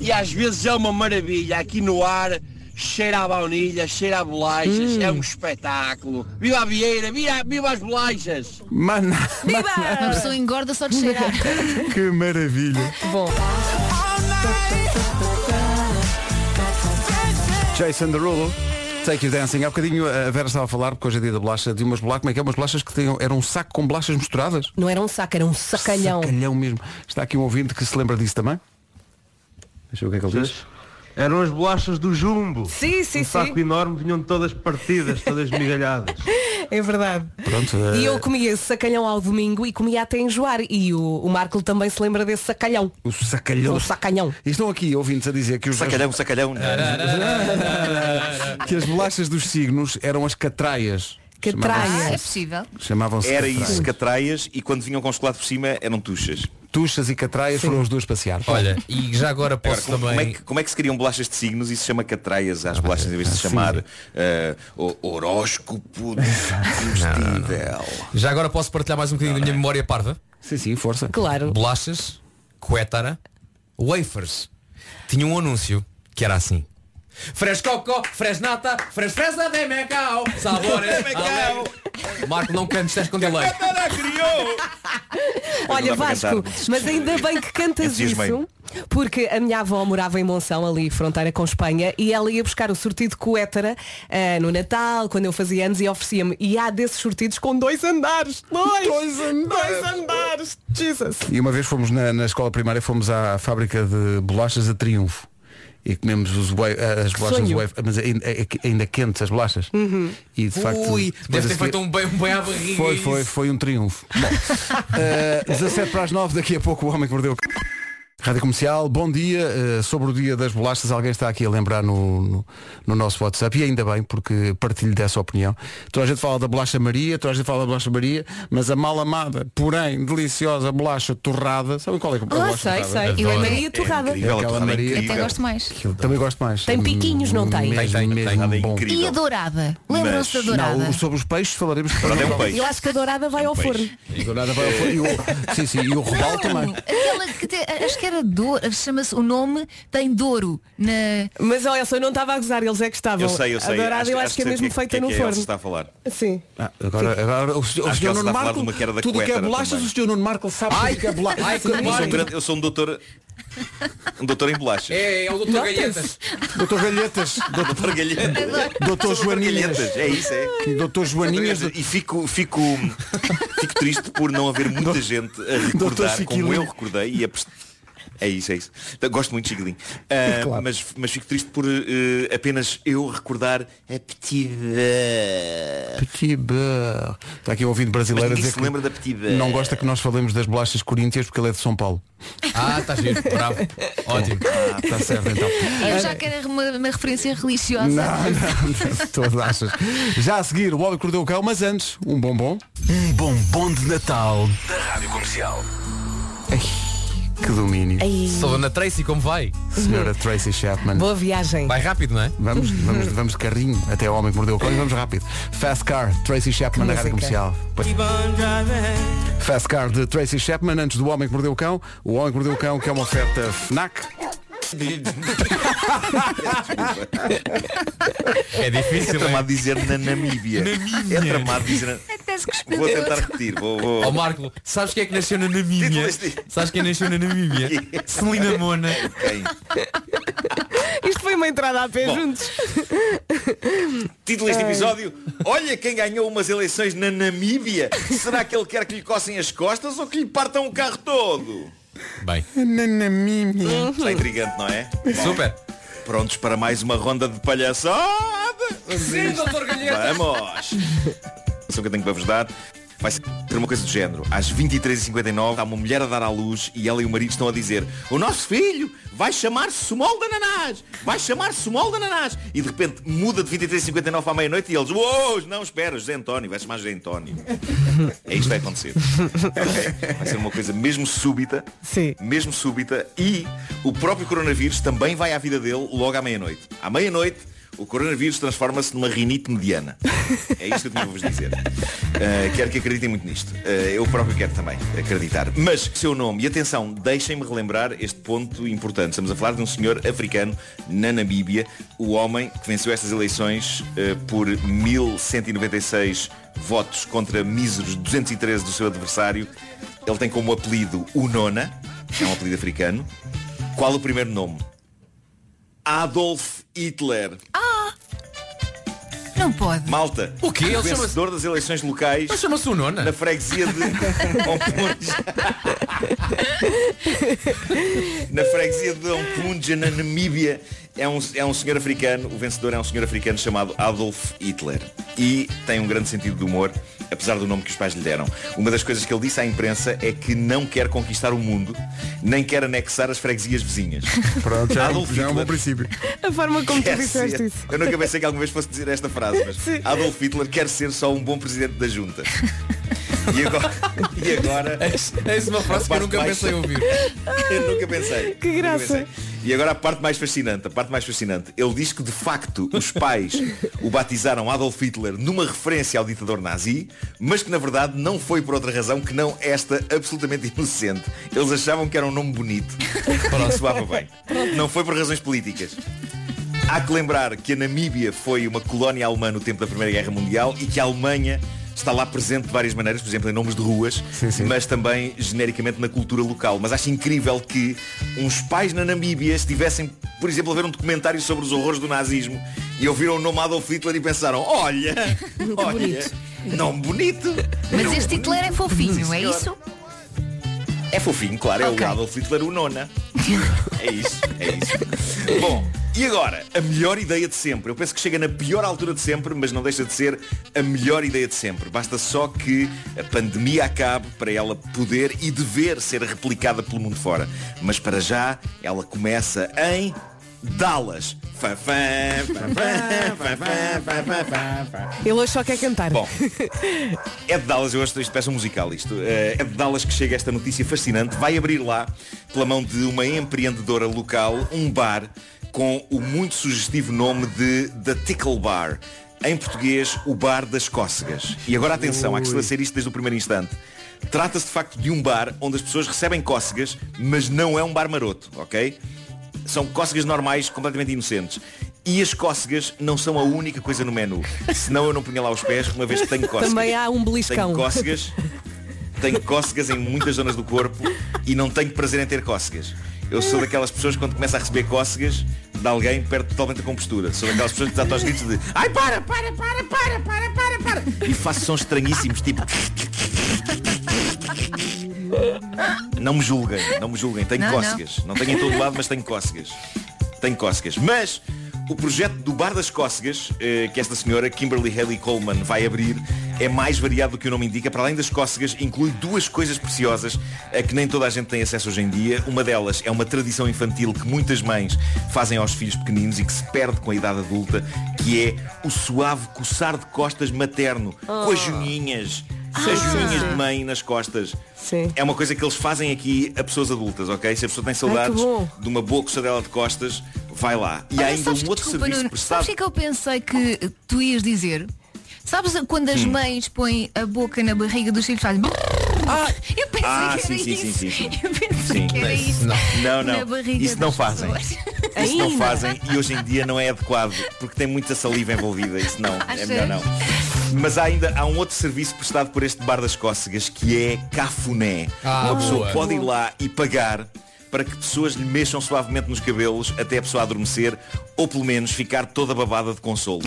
[SPEAKER 19] E às vezes é uma maravilha, aqui no ar cheira a baunilha, cheira a bolachas,
[SPEAKER 15] Hum.
[SPEAKER 19] é um espetáculo. Viva a Vieira, viva, viva as bolachas!
[SPEAKER 2] (laughs) Mana,
[SPEAKER 6] Uma pessoa engorda só de
[SPEAKER 13] (laughs)
[SPEAKER 6] cheirar.
[SPEAKER 2] que maravilha.
[SPEAKER 4] Bom.
[SPEAKER 2] Jason Derulo Take You Dancing. Há bocadinho a Vera estava a falar, porque hoje é dia da bolacha, de umas bolachas, como é que é? Umas bolachas que tinham, era um saco com bolachas misturadas?
[SPEAKER 4] Não era um saco, era um sacalhão.
[SPEAKER 2] Calhão mesmo. Está aqui um ouvinte que se lembra disso também? Deixa eu ver o que é que ele diz.
[SPEAKER 20] Eram as bolachas do jumbo.
[SPEAKER 4] Sim, sim,
[SPEAKER 20] um saco
[SPEAKER 4] sim.
[SPEAKER 20] enorme, vinham todas partidas, todas migalhadas.
[SPEAKER 4] É verdade.
[SPEAKER 2] Pronto.
[SPEAKER 4] E
[SPEAKER 2] eh,
[SPEAKER 4] eu comia esse sacalhão ao domingo e comia até enjoar. E o, o Marco também se lembra desse sacalhão.
[SPEAKER 2] O sacalhão.
[SPEAKER 4] O sacalhão.
[SPEAKER 2] E estão aqui ouvintes a dizer que os
[SPEAKER 3] Sacalhão, sacalhão.
[SPEAKER 2] (laughs) que as bolachas dos signos eram as catraias.
[SPEAKER 3] Catraias.
[SPEAKER 6] Ah, é possível.
[SPEAKER 2] Chamavam-se- Chamavam-se
[SPEAKER 3] Era
[SPEAKER 2] catraias.
[SPEAKER 3] isso, catraias, e quando vinham com chocolate por cima eram tuchas.
[SPEAKER 2] Tuchas e catraias foram os dois passear.
[SPEAKER 9] Olha, e já agora
[SPEAKER 3] Agora,
[SPEAKER 9] posso
[SPEAKER 3] como,
[SPEAKER 9] também.
[SPEAKER 3] como é que, como é que se criam bolachas de signos e se chama catraias
[SPEAKER 2] Ah,
[SPEAKER 3] às bolachas em vez de se chamar eh, o- horóscopo de
[SPEAKER 2] Ah,
[SPEAKER 3] combustível?
[SPEAKER 9] Já agora posso partilhar mais um bocadinho da minha memória parva?
[SPEAKER 2] é? Sim, sim, força.
[SPEAKER 4] Claro.
[SPEAKER 9] Bolachas, coétara, wafers. Tinha um anúncio que era assim. Frescoco, fresnata, fresfresa de Macau,
[SPEAKER 3] é
[SPEAKER 2] (laughs)
[SPEAKER 9] sabores Macau. Marco, não cantes, estás com delay.
[SPEAKER 4] Olha
[SPEAKER 9] dá para
[SPEAKER 4] Vasco,
[SPEAKER 9] cantar.
[SPEAKER 4] mas ainda bem que cantas
[SPEAKER 9] Entusiasmei.
[SPEAKER 4] isso Porque a minha avó morava em Monção Ali, fronteira com Espanha E ela ia buscar o sortido coétara ah, No Natal, quando eu fazia anos E oferecia-me E há desses sortidos com dois andares Dois, dois andares, Jesus
[SPEAKER 2] E uma vez fomos na, na escola primária, fomos à fábrica de bolachas a Triunfo. E comemos os wa- as bolachas
[SPEAKER 9] sonho.
[SPEAKER 2] wafer, mas ainda, é, ainda quentes as bolachas. E de facto.
[SPEAKER 9] Ui,
[SPEAKER 2] depois
[SPEAKER 9] deve
[SPEAKER 2] a
[SPEAKER 9] ter
[SPEAKER 2] seguir-
[SPEAKER 9] feito um bem, um bem à barriga.
[SPEAKER 2] Foi,
[SPEAKER 9] isso.
[SPEAKER 2] foi, foi
[SPEAKER 9] (laughs)
[SPEAKER 2] um triunfo. Bom, eh, 17 para as 9, daqui a pouco o homem que mordeu. o Cão. Rádio Comercial, bom dia. Eh, sobre o dia das bolachas, alguém está aqui a lembrar no, no, no nosso WhatsApp e ainda bem, porque partilho dessa opinião. Toda a gente fala da bolacha Maria, toda a gente fala da bolacha Maria, mas a mal amada, porém deliciosa bolacha torrada, sabem qual é que é a
[SPEAKER 4] Ah,
[SPEAKER 2] bolacha
[SPEAKER 4] sei,
[SPEAKER 2] torrada?
[SPEAKER 4] sei. Eu é Maria É torrada. incrível,
[SPEAKER 2] Aquela
[SPEAKER 4] a torrada é
[SPEAKER 2] Maria-
[SPEAKER 4] incrível. Até gosto mais.
[SPEAKER 2] Que eu também gosto mais.
[SPEAKER 4] Tem piquinhos, não tem?
[SPEAKER 2] Mesmo,
[SPEAKER 4] Tem,
[SPEAKER 2] mesmo bom.
[SPEAKER 6] E a dourada? Lembram-se da
[SPEAKER 2] Mas-
[SPEAKER 6] dourada?
[SPEAKER 2] Não, sobre os peixes falaremos depois.
[SPEAKER 4] Eu acho que a dourada vai
[SPEAKER 2] É
[SPEAKER 4] ao forno
[SPEAKER 2] E dourada vai ao forno. E o- Sim, sim, e o robalo também.
[SPEAKER 6] Aquela que te- acho que era Douro, chama-se, o nome tem Douro. Na...
[SPEAKER 4] Mas olha só, eu não estava a gozar, eles é que estavam
[SPEAKER 3] Eu sei, eu sei.
[SPEAKER 4] A dourada eu acho que
[SPEAKER 3] sei
[SPEAKER 4] é
[SPEAKER 3] do
[SPEAKER 4] mesmo feita
[SPEAKER 3] que,
[SPEAKER 4] no
[SPEAKER 3] é que é que
[SPEAKER 4] forno
[SPEAKER 3] está a falar.
[SPEAKER 4] Sim
[SPEAKER 2] Ah, agora, agora o,
[SPEAKER 3] que
[SPEAKER 2] senhor- o
[SPEAKER 3] ela
[SPEAKER 2] senhor
[SPEAKER 3] está
[SPEAKER 2] Nuno
[SPEAKER 3] a falar
[SPEAKER 2] Marco,
[SPEAKER 3] de uma que era da
[SPEAKER 2] tudo o que é
[SPEAKER 3] Coétara
[SPEAKER 2] bolachas,
[SPEAKER 3] também.
[SPEAKER 2] o senhor Nuno Marco sabe
[SPEAKER 3] Ai,
[SPEAKER 2] tudo que é bolacha.
[SPEAKER 3] Ai, que eu, sou um grande- eu sou um doutor. Um doutor em bolachas.
[SPEAKER 9] É, é o doutor Galhetas.
[SPEAKER 2] Doutor Galhetas.
[SPEAKER 3] Doutor Galhetas.
[SPEAKER 2] Doutor
[SPEAKER 3] Sou
[SPEAKER 2] Joaninhas.
[SPEAKER 3] Galhetas, É isso, é.
[SPEAKER 2] Doutor Joaninhas.
[SPEAKER 3] E fico, fico, hum, fico triste por não haver muita gente a
[SPEAKER 2] Doutor
[SPEAKER 3] recordar como
[SPEAKER 2] Chiquilinho.
[SPEAKER 3] eu recordei e a pers- é isso, é isso. Então, Gosto muito de Chiquilinho. Ah, mas, mas fico triste por eh, apenas eu recordar a Petit Beurre.
[SPEAKER 2] É Petit beurre. Está aqui um ouvinte brasileiro
[SPEAKER 3] Mas
[SPEAKER 2] a
[SPEAKER 3] ninguém
[SPEAKER 2] dizer
[SPEAKER 3] se lembra da
[SPEAKER 2] que
[SPEAKER 3] Petit Beurre.
[SPEAKER 2] não gosta que nós falemos das bolachas coríntias porque ele é de São Paulo.
[SPEAKER 9] Ah,
[SPEAKER 3] tá
[SPEAKER 9] está giro. Bravo. Ótimo.
[SPEAKER 2] Está certo então.
[SPEAKER 6] Eu já quero uma, uma referência religiosa.
[SPEAKER 2] Não, não, não, todas achas. Já a seguir, o homem que mordeu o cão, mas antes, um bombom. Um bombom de Natal.
[SPEAKER 18] Da Rádio Comercial.
[SPEAKER 2] Que domínio.
[SPEAKER 9] Sou Dona Tracy, como vai?
[SPEAKER 2] Senhora Tracy Chapman.
[SPEAKER 4] Boa viagem
[SPEAKER 9] Vai rápido, não é?
[SPEAKER 2] Vamos, vamos, vamos de carrinho até o homem que mordeu o cão e vamos rápido. Fast Car, Tracy Chapman na
[SPEAKER 4] é.
[SPEAKER 2] rádio comercial. Pois. Fast Car de Tracy Chapman antes do homem que mordeu o cão. O homem que mordeu o cão que é uma oferta Fnac.
[SPEAKER 3] É difícil. É tramado dizer na Namíbia. É tramado dizer. na-
[SPEAKER 6] Até se cuspiu
[SPEAKER 3] Vou
[SPEAKER 6] todo.
[SPEAKER 3] tentar repetir. Vou, vou...
[SPEAKER 9] Ó Marco, sabes quem é que nasceu na Namíbia? Sabes quem nasceu na Namíbia? Celina Mona.
[SPEAKER 3] Quem?
[SPEAKER 4] Isto foi uma entrada a pé
[SPEAKER 3] Bom.
[SPEAKER 4] juntos
[SPEAKER 3] Título deste
[SPEAKER 4] Ai.
[SPEAKER 3] episódio Olha quem ganhou umas eleições na Namíbia Será que ele quer que lhe cossem as costas Ou que lhe partam o carro todo?
[SPEAKER 9] Bem
[SPEAKER 3] Está intrigante, não é?
[SPEAKER 9] Super
[SPEAKER 3] Prontos para mais uma ronda de palhaçada?
[SPEAKER 9] Sim, doutor Galheta.
[SPEAKER 3] Vamos A que eu tenho para vos dar Vai ser uma coisa do género Às 23h59 está uma mulher a dar à luz E ela e o marido estão a dizer O nosso filho vai chamar-se Sumol de Ananás Vai chamar-se Sumol de Ananás E de repente muda de 23h59 à meia-noite E eles, uou, não, espera, José António Vai chamar José António É isto que vai acontecer Vai ser uma coisa mesmo súbita Mesmo súbita E o próprio coronavírus também vai à vida dele Logo à meia-noite À meia-noite o coronavírus transforma-se numa rinite mediana. É isto que eu tinha para vos dizer. Uh, quero que acreditem muito nisto. Uh, eu próprio quero também acreditar. Mas seu nome, e atenção, deixem-me relembrar este ponto importante. Estamos a falar de um senhor africano na Namíbia, o homem que venceu estas eleições uh, por 1196 votos contra míseros 213 do seu adversário. Ele tem como apelido o Nona, é um apelido africano. Qual o primeiro nome? Adolf Hitler.
[SPEAKER 6] Não pode.
[SPEAKER 3] Malta,
[SPEAKER 9] O quê? Ele
[SPEAKER 3] o
[SPEAKER 9] chama-se-
[SPEAKER 3] vencedor das eleições locais
[SPEAKER 9] Mas chama-se o Nona.
[SPEAKER 3] na freguesia de Ompunja. na freguesia de Ompunja, na Namíbia, é um, é um senhor africano, o vencedor é um senhor africano chamado Adolf Hitler. E tem um grande sentido de humor, apesar do nome que os pais lhe deram. Uma das coisas que ele disse à imprensa é que não quer conquistar o mundo, nem quer anexar as freguesias vizinhas.
[SPEAKER 2] (laughs) Pronto, já é um-
[SPEAKER 3] Adolf
[SPEAKER 2] já é um bom
[SPEAKER 3] Hitler
[SPEAKER 2] princípio.
[SPEAKER 4] (laughs) A forma como tu
[SPEAKER 3] Quer
[SPEAKER 4] disseste
[SPEAKER 3] ser-
[SPEAKER 4] isso.
[SPEAKER 3] Eu nunca pensei que alguma vez fosse dizer esta frase, mas
[SPEAKER 4] (laughs) Sim.
[SPEAKER 3] Adolf Hitler quer ser só um bom presidente da junta. E agora, (laughs) e agora
[SPEAKER 2] É
[SPEAKER 9] Eis uma frase que eu nunca pensei ouvir.
[SPEAKER 3] Eu nunca pensei.
[SPEAKER 4] Que
[SPEAKER 3] Nunca
[SPEAKER 4] graça.
[SPEAKER 3] pensei. E agora a parte mais fascinante, a parte mais fascinante. Ele diz que de facto os pais o batizaram Adolf Hitler numa referência ao ditador nazi, mas que na verdade não foi por outra razão que não esta absolutamente inocente. Eles achavam que era um nome bonito e que soava bem. Não foi por razões políticas. Há que lembrar que a Namíbia foi uma colónia alemã no tempo da Primeira Guerra Mundial e que a Alemanha está lá presente de várias maneiras, por exemplo, em nomes de ruas, mas também genericamente na cultura local. Mas acho incrível que uns pais na Namíbia estivessem, por exemplo, a ver um documentário sobre os horrores do nazismo e ouviram o nome Adolf Hitler e pensaram, olha, olha,
[SPEAKER 6] bonito."
[SPEAKER 3] nome bonito.
[SPEAKER 6] Mas
[SPEAKER 3] nome
[SPEAKER 6] este
[SPEAKER 3] bonito."
[SPEAKER 6] Hitler é fofinho, é
[SPEAKER 3] Sim, senhora.
[SPEAKER 6] isso?
[SPEAKER 3] É fofinho, claro,
[SPEAKER 6] Ok.
[SPEAKER 3] é o Adolf Hitler, o nona. É isso, é isso. Bom, e agora, a melhor ideia de sempre. Eu penso que chega na pior altura de sempre, mas não deixa de ser a melhor ideia de sempre. Basta só que a pandemia acabe para ela poder e dever ser replicada pelo mundo fora. Mas para já, ela começa em Dallas. Fã, fã, fã, fã, fã, fã, fã, fã, fã, fã.
[SPEAKER 4] Ele hoje só quer cantar.
[SPEAKER 3] Bom. É de Dallas, eu acho que isto peça um musical isto. Eh, É de Dallas que chega esta notícia fascinante. Vai abrir lá, pela mão de uma empreendedora local, um bar com o muito sugestivo nome de The Tickle Bar. Em português, o bar das cócegas. E agora atenção, há que esclarecer isto desde o primeiro instante. Trata-se de facto de um bar onde as pessoas recebem cócegas, mas não é um bar maroto, ok? são cócegas normais, completamente inocentes. E as cócegas não são a única coisa no menu. Senão eu não punha lá os pés, uma vez que tenho cócegas.
[SPEAKER 4] Também há um beliscão.
[SPEAKER 3] Tenho cócegas, tenho cócegas em muitas zonas do corpo e não tenho prazer em ter cócegas. Eu sou daquelas pessoas que quando começa a receber cócegas de alguém perde totalmente a compostura. Sou daquelas pessoas que desatam aos gritos de (laughs) Ai para, para, para, para, para, para, para E faço sons estranhíssimos, tipo Não me julguem, não me julguem, tenho
[SPEAKER 6] Não, não.
[SPEAKER 3] cócegas. Não. tenho em todo lado, mas tenho cócegas. Tenho cócegas. Mas o projeto do Bar das Cócegas, eh, que esta senhora, Kimberly Haley Coleman, vai abrir, é mais variado do que o nome indica. Para além das cócegas, inclui duas coisas preciosas a que nem toda a gente tem acesso hoje em dia. Uma delas é uma tradição infantil que muitas mães fazem aos filhos pequeninos e que se perde com a idade adulta, que é o suave coçar de costas materno, com as juninhas. Com as juninhas de mãe nas costas.
[SPEAKER 4] Sim.
[SPEAKER 3] É uma coisa que eles fazem aqui a pessoas adultas, ok? Se a pessoa tem saudades
[SPEAKER 4] que bom.
[SPEAKER 3] de uma boa coçadela de costas, vai lá. E há
[SPEAKER 6] Olha,
[SPEAKER 3] ainda
[SPEAKER 6] sabes-
[SPEAKER 3] um outro
[SPEAKER 6] desculpa,
[SPEAKER 3] serviço
[SPEAKER 6] Nuno,
[SPEAKER 3] prestado.
[SPEAKER 6] Sabes o que é que eu pensei que eh, tu ias dizer? Sabes quando as
[SPEAKER 3] Hum.
[SPEAKER 6] mães põem a boca na barriga dos filhos fazem
[SPEAKER 3] Ah,
[SPEAKER 6] Eu pensei que era
[SPEAKER 3] sim, sim,
[SPEAKER 6] isso
[SPEAKER 3] sim, sim, sim.
[SPEAKER 6] Eu pensei
[SPEAKER 3] Sim.
[SPEAKER 6] que era isso
[SPEAKER 3] Não,
[SPEAKER 6] Na
[SPEAKER 3] não.
[SPEAKER 6] barriga
[SPEAKER 3] Isso não
[SPEAKER 6] das
[SPEAKER 3] fazem.
[SPEAKER 6] pessoas.
[SPEAKER 3] Isso não
[SPEAKER 6] (laughs) Ainda.
[SPEAKER 3] fazem e hoje em dia não é adequado porque tem muita saliva envolvida. Isso não, é
[SPEAKER 6] Achas?
[SPEAKER 3] melhor não. Mas há ainda há um outro serviço prestado por este bar das cócegas que é cafuné.
[SPEAKER 9] Ah,
[SPEAKER 3] Uma pessoa
[SPEAKER 9] boa.
[SPEAKER 3] pode ir lá e pagar para que pessoas lhe mexam suavemente nos cabelos até a pessoa adormecer ou pelo menos ficar toda babada de
[SPEAKER 6] (laughs)
[SPEAKER 3] consolo.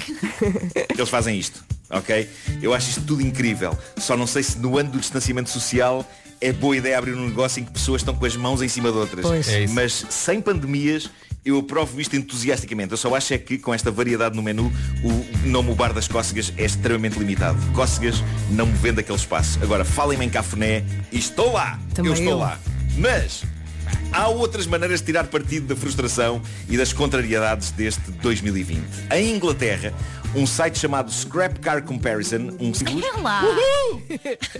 [SPEAKER 3] Eles fazem isto, ok? Eu acho isto tudo incrível. Só não sei se no ano do distanciamento social é boa ideia abrir um negócio em que pessoas estão com as mãos em cima de outras.
[SPEAKER 9] Pois. É isso.
[SPEAKER 3] Mas sem pandemias, eu aprovo isto entusiasticamente. Eu só acho é que com esta variedade no menu, o nome o Bar das Cócegas é extremamente limitado. Cócegas não me vende aquele espaço. Agora, falem-me em cafuné e estou lá.
[SPEAKER 4] Também
[SPEAKER 3] eu estou
[SPEAKER 4] eu.
[SPEAKER 3] lá. Mas há outras maneiras de tirar partido da frustração e das contrariedades deste 2020. Em Inglaterra, um site chamado Scrap Car Comparison, um
[SPEAKER 6] Olha lá.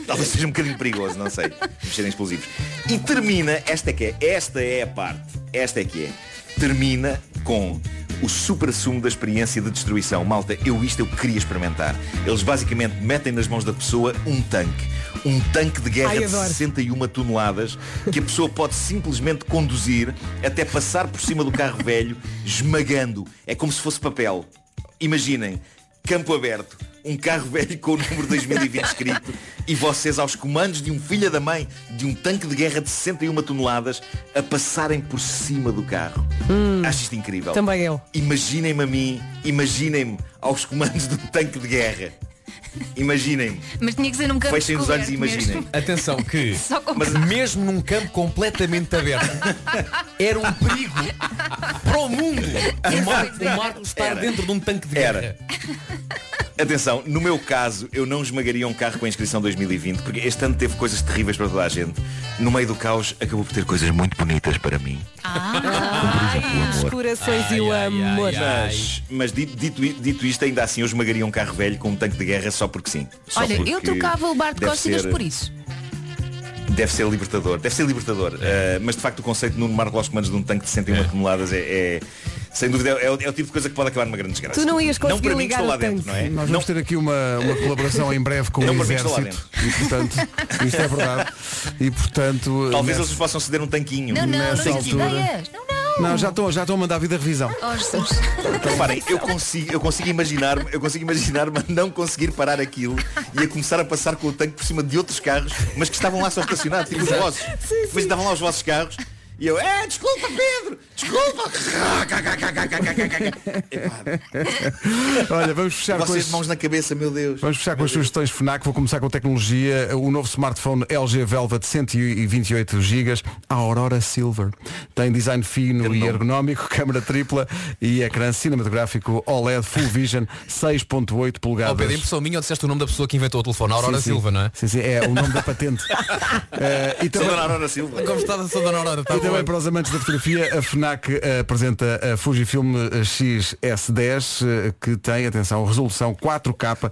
[SPEAKER 3] Talvez seja um bocadinho perigoso, não
[SPEAKER 6] (laughs)
[SPEAKER 3] sei. Mexer em explosivos. E termina, esta é que é, esta é a parte, esta é que é. Termina com o supra-sumo da experiência de destruição. Malta, eu isto eu queria experimentar. Eles basicamente metem nas mãos da pessoa um tanque. Um tanque de guerra
[SPEAKER 13] Ai,
[SPEAKER 3] de
[SPEAKER 13] adoro.
[SPEAKER 3] 61 toneladas que a pessoa pode simplesmente conduzir até passar por cima do carro velho, esmagando. É como se fosse papel. Imaginem, campo aberto, um carro velho com o número 2020 escrito e vocês aos comandos de um filho da mãe de um tanque de guerra de 61 toneladas a passarem por cima do carro.
[SPEAKER 2] Hum.
[SPEAKER 3] Acho isto incrível.
[SPEAKER 4] Também eu.
[SPEAKER 3] Imaginem-me a mim, imaginem-me aos comandos de um tanque de guerra. Imaginem-me.
[SPEAKER 6] (laughs) Mas tinha que ser num campo
[SPEAKER 3] Fechem os olhos e
[SPEAKER 6] descoberto
[SPEAKER 3] imaginem.
[SPEAKER 6] mesmo.
[SPEAKER 9] Atenção que,
[SPEAKER 6] Só com
[SPEAKER 9] mas
[SPEAKER 6] carro.
[SPEAKER 9] mesmo num campo completamente aberto, era um perigo para o mundo. O Marco, o Marco estar
[SPEAKER 3] Era.
[SPEAKER 9] dentro de um tanque de guerra.
[SPEAKER 3] Era. Atenção, no meu caso, eu não esmagaria um carro com a inscrição 2020, porque este ano teve coisas terríveis para toda a gente. No meio do caos, acabou por ter coisas muito bonitas para mim.
[SPEAKER 6] Ah.
[SPEAKER 4] Os corações e o amor.
[SPEAKER 3] Mas, mas dito, dito i- dito isto, ainda assim, eu esmagaria um carro velho com um tanque de guerra só porque sim. Só
[SPEAKER 6] Olha,
[SPEAKER 3] porque
[SPEAKER 6] eu trocava o bar de
[SPEAKER 3] deve
[SPEAKER 6] cócegas
[SPEAKER 3] ser-
[SPEAKER 6] por isso.
[SPEAKER 3] Deve ser libertador, deve ser libertador.
[SPEAKER 9] É.
[SPEAKER 3] Uh, mas de facto o conceito de Nuno Marco aos comandos de um tanque de 61 toneladas é, é- sem dúvida é, o é o tipo de coisa que pode acabar numa grande desgraça.
[SPEAKER 4] Tu não ias conseguir
[SPEAKER 3] para mim,
[SPEAKER 4] ligar
[SPEAKER 3] que estou lá
[SPEAKER 4] o tanque.
[SPEAKER 3] dentro, não é?
[SPEAKER 2] Nós
[SPEAKER 3] Não-
[SPEAKER 2] vamos ter aqui uma, uma colaboração em breve com
[SPEAKER 3] Não
[SPEAKER 2] o
[SPEAKER 3] permite lá
[SPEAKER 2] Exército. E portanto, isto é verdade. E portanto.
[SPEAKER 3] Talvez
[SPEAKER 2] nessa-
[SPEAKER 3] eles possam ceder um tanquinho.
[SPEAKER 6] Não, não, não
[SPEAKER 2] Nessa
[SPEAKER 6] tens
[SPEAKER 2] altura-
[SPEAKER 6] ideias. Não, não.
[SPEAKER 2] Não, já estão já estão a mandar vir da revisão.
[SPEAKER 6] Oh, Jesus.
[SPEAKER 3] Então, Reparem, eu consigo, eu consigo imaginar, eu consigo imaginar, mas não conseguir parar aquilo e a começar a passar com o tanque por cima de outros carros, mas que estavam lá só estacionados, tipo os
[SPEAKER 9] Exato.
[SPEAKER 3] vossos. Mas estavam lá os vossos carros e eu, é, desculpa Pedro,
[SPEAKER 6] (laughs)
[SPEAKER 3] desculpa.
[SPEAKER 2] (laughs) Olha, vamos fechar com
[SPEAKER 3] Vocês
[SPEAKER 2] as...
[SPEAKER 3] mãos na cabeça, meu Deus.
[SPEAKER 2] Vamos fechar com as sugestões FNAC, vou começar com tecnologia, o novo smartphone LG Velva de 128 GB, a Aurora Silver. Tem design fino e ergonómico, (laughs) câmara tripla e ecrã cinematográfico OLED Full Vision 6.8
[SPEAKER 9] Oh, Pedro,
[SPEAKER 2] polegadas.
[SPEAKER 9] impressão minha ou disseste o nome da pessoa que inventou o telefone? Aurora
[SPEAKER 2] Sim, sim.
[SPEAKER 9] Silva, não é?
[SPEAKER 2] Sim, sim, é o nome da patente. Eh, e também-
[SPEAKER 3] Sou Dona Aurora Silva.
[SPEAKER 9] Como está a Dona Aurora? Tá
[SPEAKER 2] e também
[SPEAKER 9] bom.
[SPEAKER 2] para os amantes da fotografia, a FNAC eh, apresenta a Fujifilm eh, XS10, eh, que tem, atenção, resolução 4K.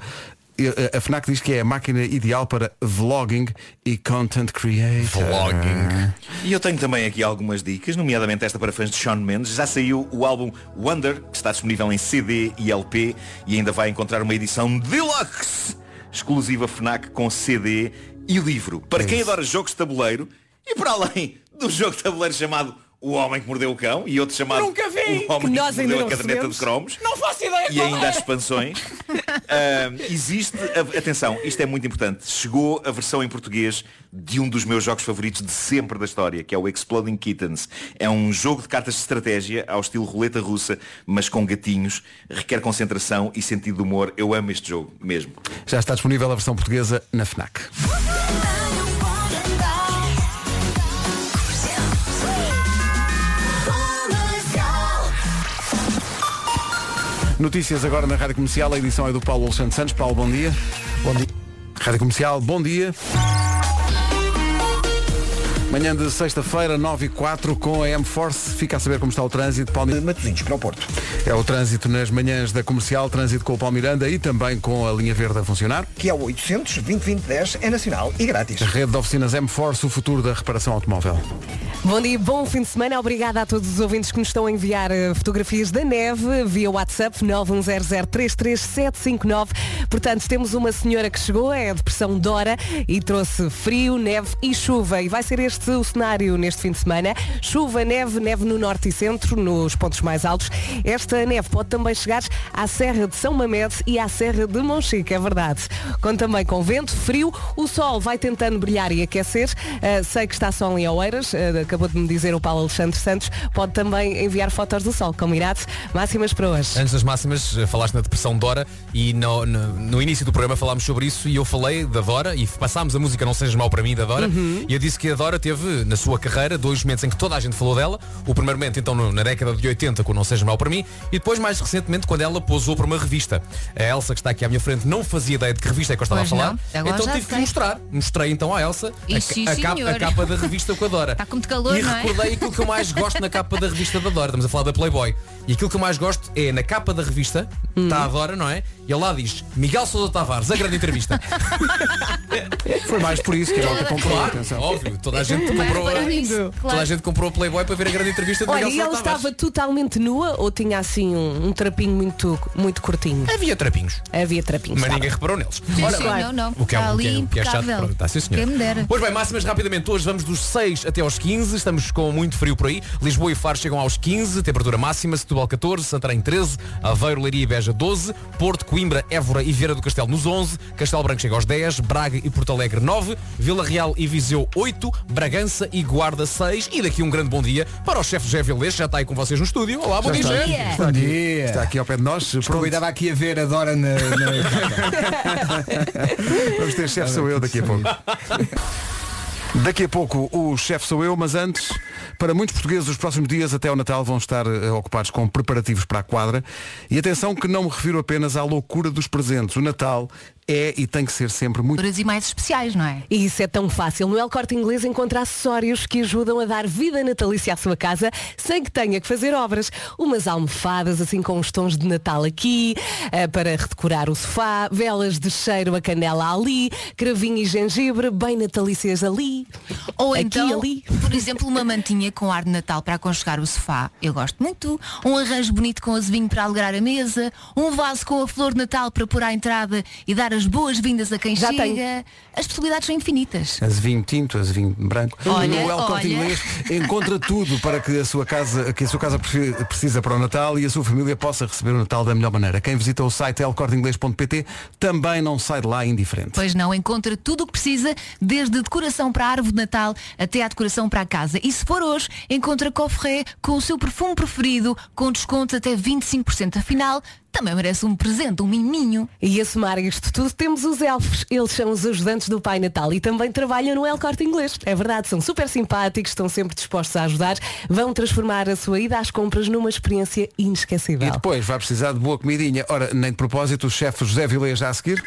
[SPEAKER 2] E, eh, A FNAC diz que é a máquina ideal para vlogging e content creator.
[SPEAKER 3] Vlogging. E eu tenho também aqui algumas dicas, nomeadamente esta para fãs de Sean Mendes. Já saiu o álbum Wonder, que está disponível em CD e LP e ainda vai encontrar uma edição deluxe exclusiva FNAC com CD e livro. Para quem adora jogos de tabuleiro e para além do jogo de tabuleiro chamado O Homem que Mordeu o Cão e outro chamado
[SPEAKER 4] Nunca vi!
[SPEAKER 3] O Ah, um Homem
[SPEAKER 4] Que nós
[SPEAKER 3] que
[SPEAKER 4] ainda
[SPEAKER 3] Mordeu
[SPEAKER 4] não
[SPEAKER 3] a Caderneta
[SPEAKER 4] recebemos.
[SPEAKER 3] de Cromos
[SPEAKER 4] Não é faço ideia
[SPEAKER 3] e ainda as (laughs) expansões. Ahm, existe, a- atenção, isto é muito importante. Chegou a versão em português de um dos meus jogos favoritos de sempre da história, que é o Exploding Kittens. É um jogo de cartas de estratégia ao estilo roleta russa, mas com gatinhos. Requer concentração e sentido de humor. Eu amo este jogo mesmo.
[SPEAKER 2] Já está disponível a versão portuguesa na FNAC. Notícias agora na Rádio Comercial, a edição é do Paulo Alexandre Santos. Paulo, bom dia. Bom dia. Rádio Comercial, bom dia. Manhã de sexta-feira, 9 e 4, com a M-Force. Fica a saber como está o trânsito. Paulo... Matosinhos, para o Porto. É o trânsito nas manhãs da Comercial, trânsito com o Paulo Miranda e também com a linha verde a funcionar.
[SPEAKER 1] Que é o 800 2010 é nacional e grátis.
[SPEAKER 2] A rede de oficinas M-Force, o futuro da reparação automóvel.
[SPEAKER 4] Bom dia, bom fim de semana. Obrigada a todos os ouvintes que nos estão a enviar eh, fotografias da neve via WhatsApp 910033759. Portanto, temos uma senhora que chegou, é a depressão Dora, e trouxe frio, neve e chuva. E vai ser este o cenário neste fim de semana. Chuva, neve, neve no norte e centro, nos pontos mais altos. Esta neve pode também chegar à Serra de São Mamede e à Serra de Monchique, é verdade. Conta também com vento, frio, o sol vai tentando brilhar e aquecer. Ah, sei que está sol em Oeiras, ah, acabou de me dizer o Paulo Alexandre Santos. Pode também enviar fotos do sol, combinado? Máximas para hoje.
[SPEAKER 9] Antes das máximas, eh, falaste na depressão Dora e no, no, no início do programa falámos sobre isso e eu falei da Dora e passámos a música Não Sejas Mal para mim da Dora
[SPEAKER 6] Uhum.
[SPEAKER 9] e eu disse que a Dora teve na sua carreira dois momentos em que toda a gente falou dela. O primeiro momento então no- na década de 80 com o Não Sejas Mal para mim e depois mais recentemente quando ela posou para uma revista. A Elsa que está aqui à minha frente não fazia ideia de que revista é que eu estava
[SPEAKER 6] Pois
[SPEAKER 9] a falar.
[SPEAKER 6] não. Agora
[SPEAKER 9] então
[SPEAKER 6] já
[SPEAKER 9] tive que
[SPEAKER 6] sei.
[SPEAKER 9] mostrar. Mostrei então à Elsa a,
[SPEAKER 6] Ixi,
[SPEAKER 9] ca- a capa,
[SPEAKER 6] senhor.
[SPEAKER 9] a capa da revista com a Dora.
[SPEAKER 6] Está com muito calor,
[SPEAKER 9] e
[SPEAKER 6] não é?
[SPEAKER 9] recordei aquilo que eu
[SPEAKER 4] (laughs)
[SPEAKER 9] mais gosto na capa da revista da Dora. Estamos a falar da Playboy. E aquilo que eu mais gosto é na capa da revista,
[SPEAKER 4] Hum.
[SPEAKER 9] está a Dora, não é? E ele lá diz, Miguel Sousa Tavares, a grande entrevista.
[SPEAKER 2] (laughs) Foi mais por isso que a malta comprou.
[SPEAKER 9] Claro,
[SPEAKER 2] atenção.
[SPEAKER 9] óbvio. Toda a gente
[SPEAKER 2] Vai
[SPEAKER 9] comprou a,
[SPEAKER 2] reparar nisso,
[SPEAKER 9] toda
[SPEAKER 4] claro.
[SPEAKER 9] a gente comprou a Playboy para ver a grande entrevista de
[SPEAKER 4] Olha,
[SPEAKER 9] Miguel
[SPEAKER 4] e ela
[SPEAKER 9] Sousa Tavares.
[SPEAKER 4] estava totalmente nua ou tinha assim um, um trapinho muito, muito curtinho?
[SPEAKER 9] Havia trapinhos.
[SPEAKER 4] Havia trapinhos.
[SPEAKER 9] Mas
[SPEAKER 4] tá
[SPEAKER 9] ninguém reparou neles.
[SPEAKER 4] Sim, sim, não, não.
[SPEAKER 9] O que é,
[SPEAKER 4] Está
[SPEAKER 9] o que é,
[SPEAKER 4] ali
[SPEAKER 9] o que é chato de
[SPEAKER 4] impecável.
[SPEAKER 9] perguntar, sim senhor.
[SPEAKER 6] Quem me dera.
[SPEAKER 9] Pois bem, máximas rapidamente. Hoje vamos dos 6 até aos 15. Estamos com muito frio por aí. Lisboa e Faro chegam aos 15. Temperatura máxima. Setúbal 14. Santarém 13. Aveiro, Leiria e Beja 12. Porto, Coimbra, Évora e Vieira do Castelo nos 11. Castelo Branco chega aos 10. Braga e Porto Alegre 9. Vila Real e Viseu 8. Bragança e Guarda 6. E daqui um grande bom dia para o chefe José Vilês. Já está aí com vocês no estúdio. Olá, bom
[SPEAKER 2] Já
[SPEAKER 9] dia,
[SPEAKER 2] está
[SPEAKER 9] José.
[SPEAKER 2] aqui. Está aqui, está aqui ao pé de nós. Pronto.
[SPEAKER 13] Cuidado aqui a ver a Dora na.
[SPEAKER 2] (laughs) Vamos ter chefe sou eu daqui a pouco. Daqui a pouco o chefe sou eu, mas antes, para muitos portugueses, os próximos dias até ao Natal vão estar eh, ocupados com preparativos para a quadra. E atenção que não me refiro apenas à loucura dos presentes. O Natal é e tem que ser sempre muito
[SPEAKER 6] E mais especiais, não é?
[SPEAKER 4] E isso é tão fácil. No El Corte Inglês encontra acessórios que ajudam a dar vida natalícia à sua casa sem que tenha que fazer obras. Umas almofadas, assim com os tons de Natal aqui, eh, para redecorar o sofá, velas de cheiro a canela ali, cravinho e gengibre bem natalícias ali.
[SPEAKER 6] Ou
[SPEAKER 4] aqui,
[SPEAKER 6] então,
[SPEAKER 4] ali.
[SPEAKER 6] (laughs) por exemplo, uma mantinha com ar de Natal para aconchegar o sofá. Eu gosto muito. Um arranjo bonito com azevinho para alegrar a mesa. Um vaso com a flor de Natal para pôr à entrada e dar as boas-vindas a quem
[SPEAKER 2] Já
[SPEAKER 6] chega.
[SPEAKER 2] tenho.
[SPEAKER 6] As possibilidades são infinitas.
[SPEAKER 2] Azevinho tinto, azevinho branco.
[SPEAKER 6] Olha,
[SPEAKER 2] no El Corte
[SPEAKER 6] olha.
[SPEAKER 2] Inglês encontra tudo para que a sua casa, que a sua casa preci- precisa para o Natal e a sua família possa receber o Natal da melhor maneira. Quem visita o site elcorteinglês.pt também não sai de lá indiferente.
[SPEAKER 6] Pois não, encontra tudo o que precisa, desde decoração para a árvore de Natal até à decoração para a casa. E se for hoje, encontra Cofré com o seu perfume preferido, com descontos até 25%. Afinal, também merece um presente, um miminho.
[SPEAKER 4] E a somar isto tudo, temos os elfos. Eles são os ajudantes do Pai Natal e também trabalham no El Corte Inglês. É verdade, são super simpáticos, estão sempre dispostos a ajudar, vão transformar a sua ida às compras numa experiência inesquecível.
[SPEAKER 2] E depois vai precisar de boa comidinha. Ora, nem de propósito, o chefe José Vilés já a seguir.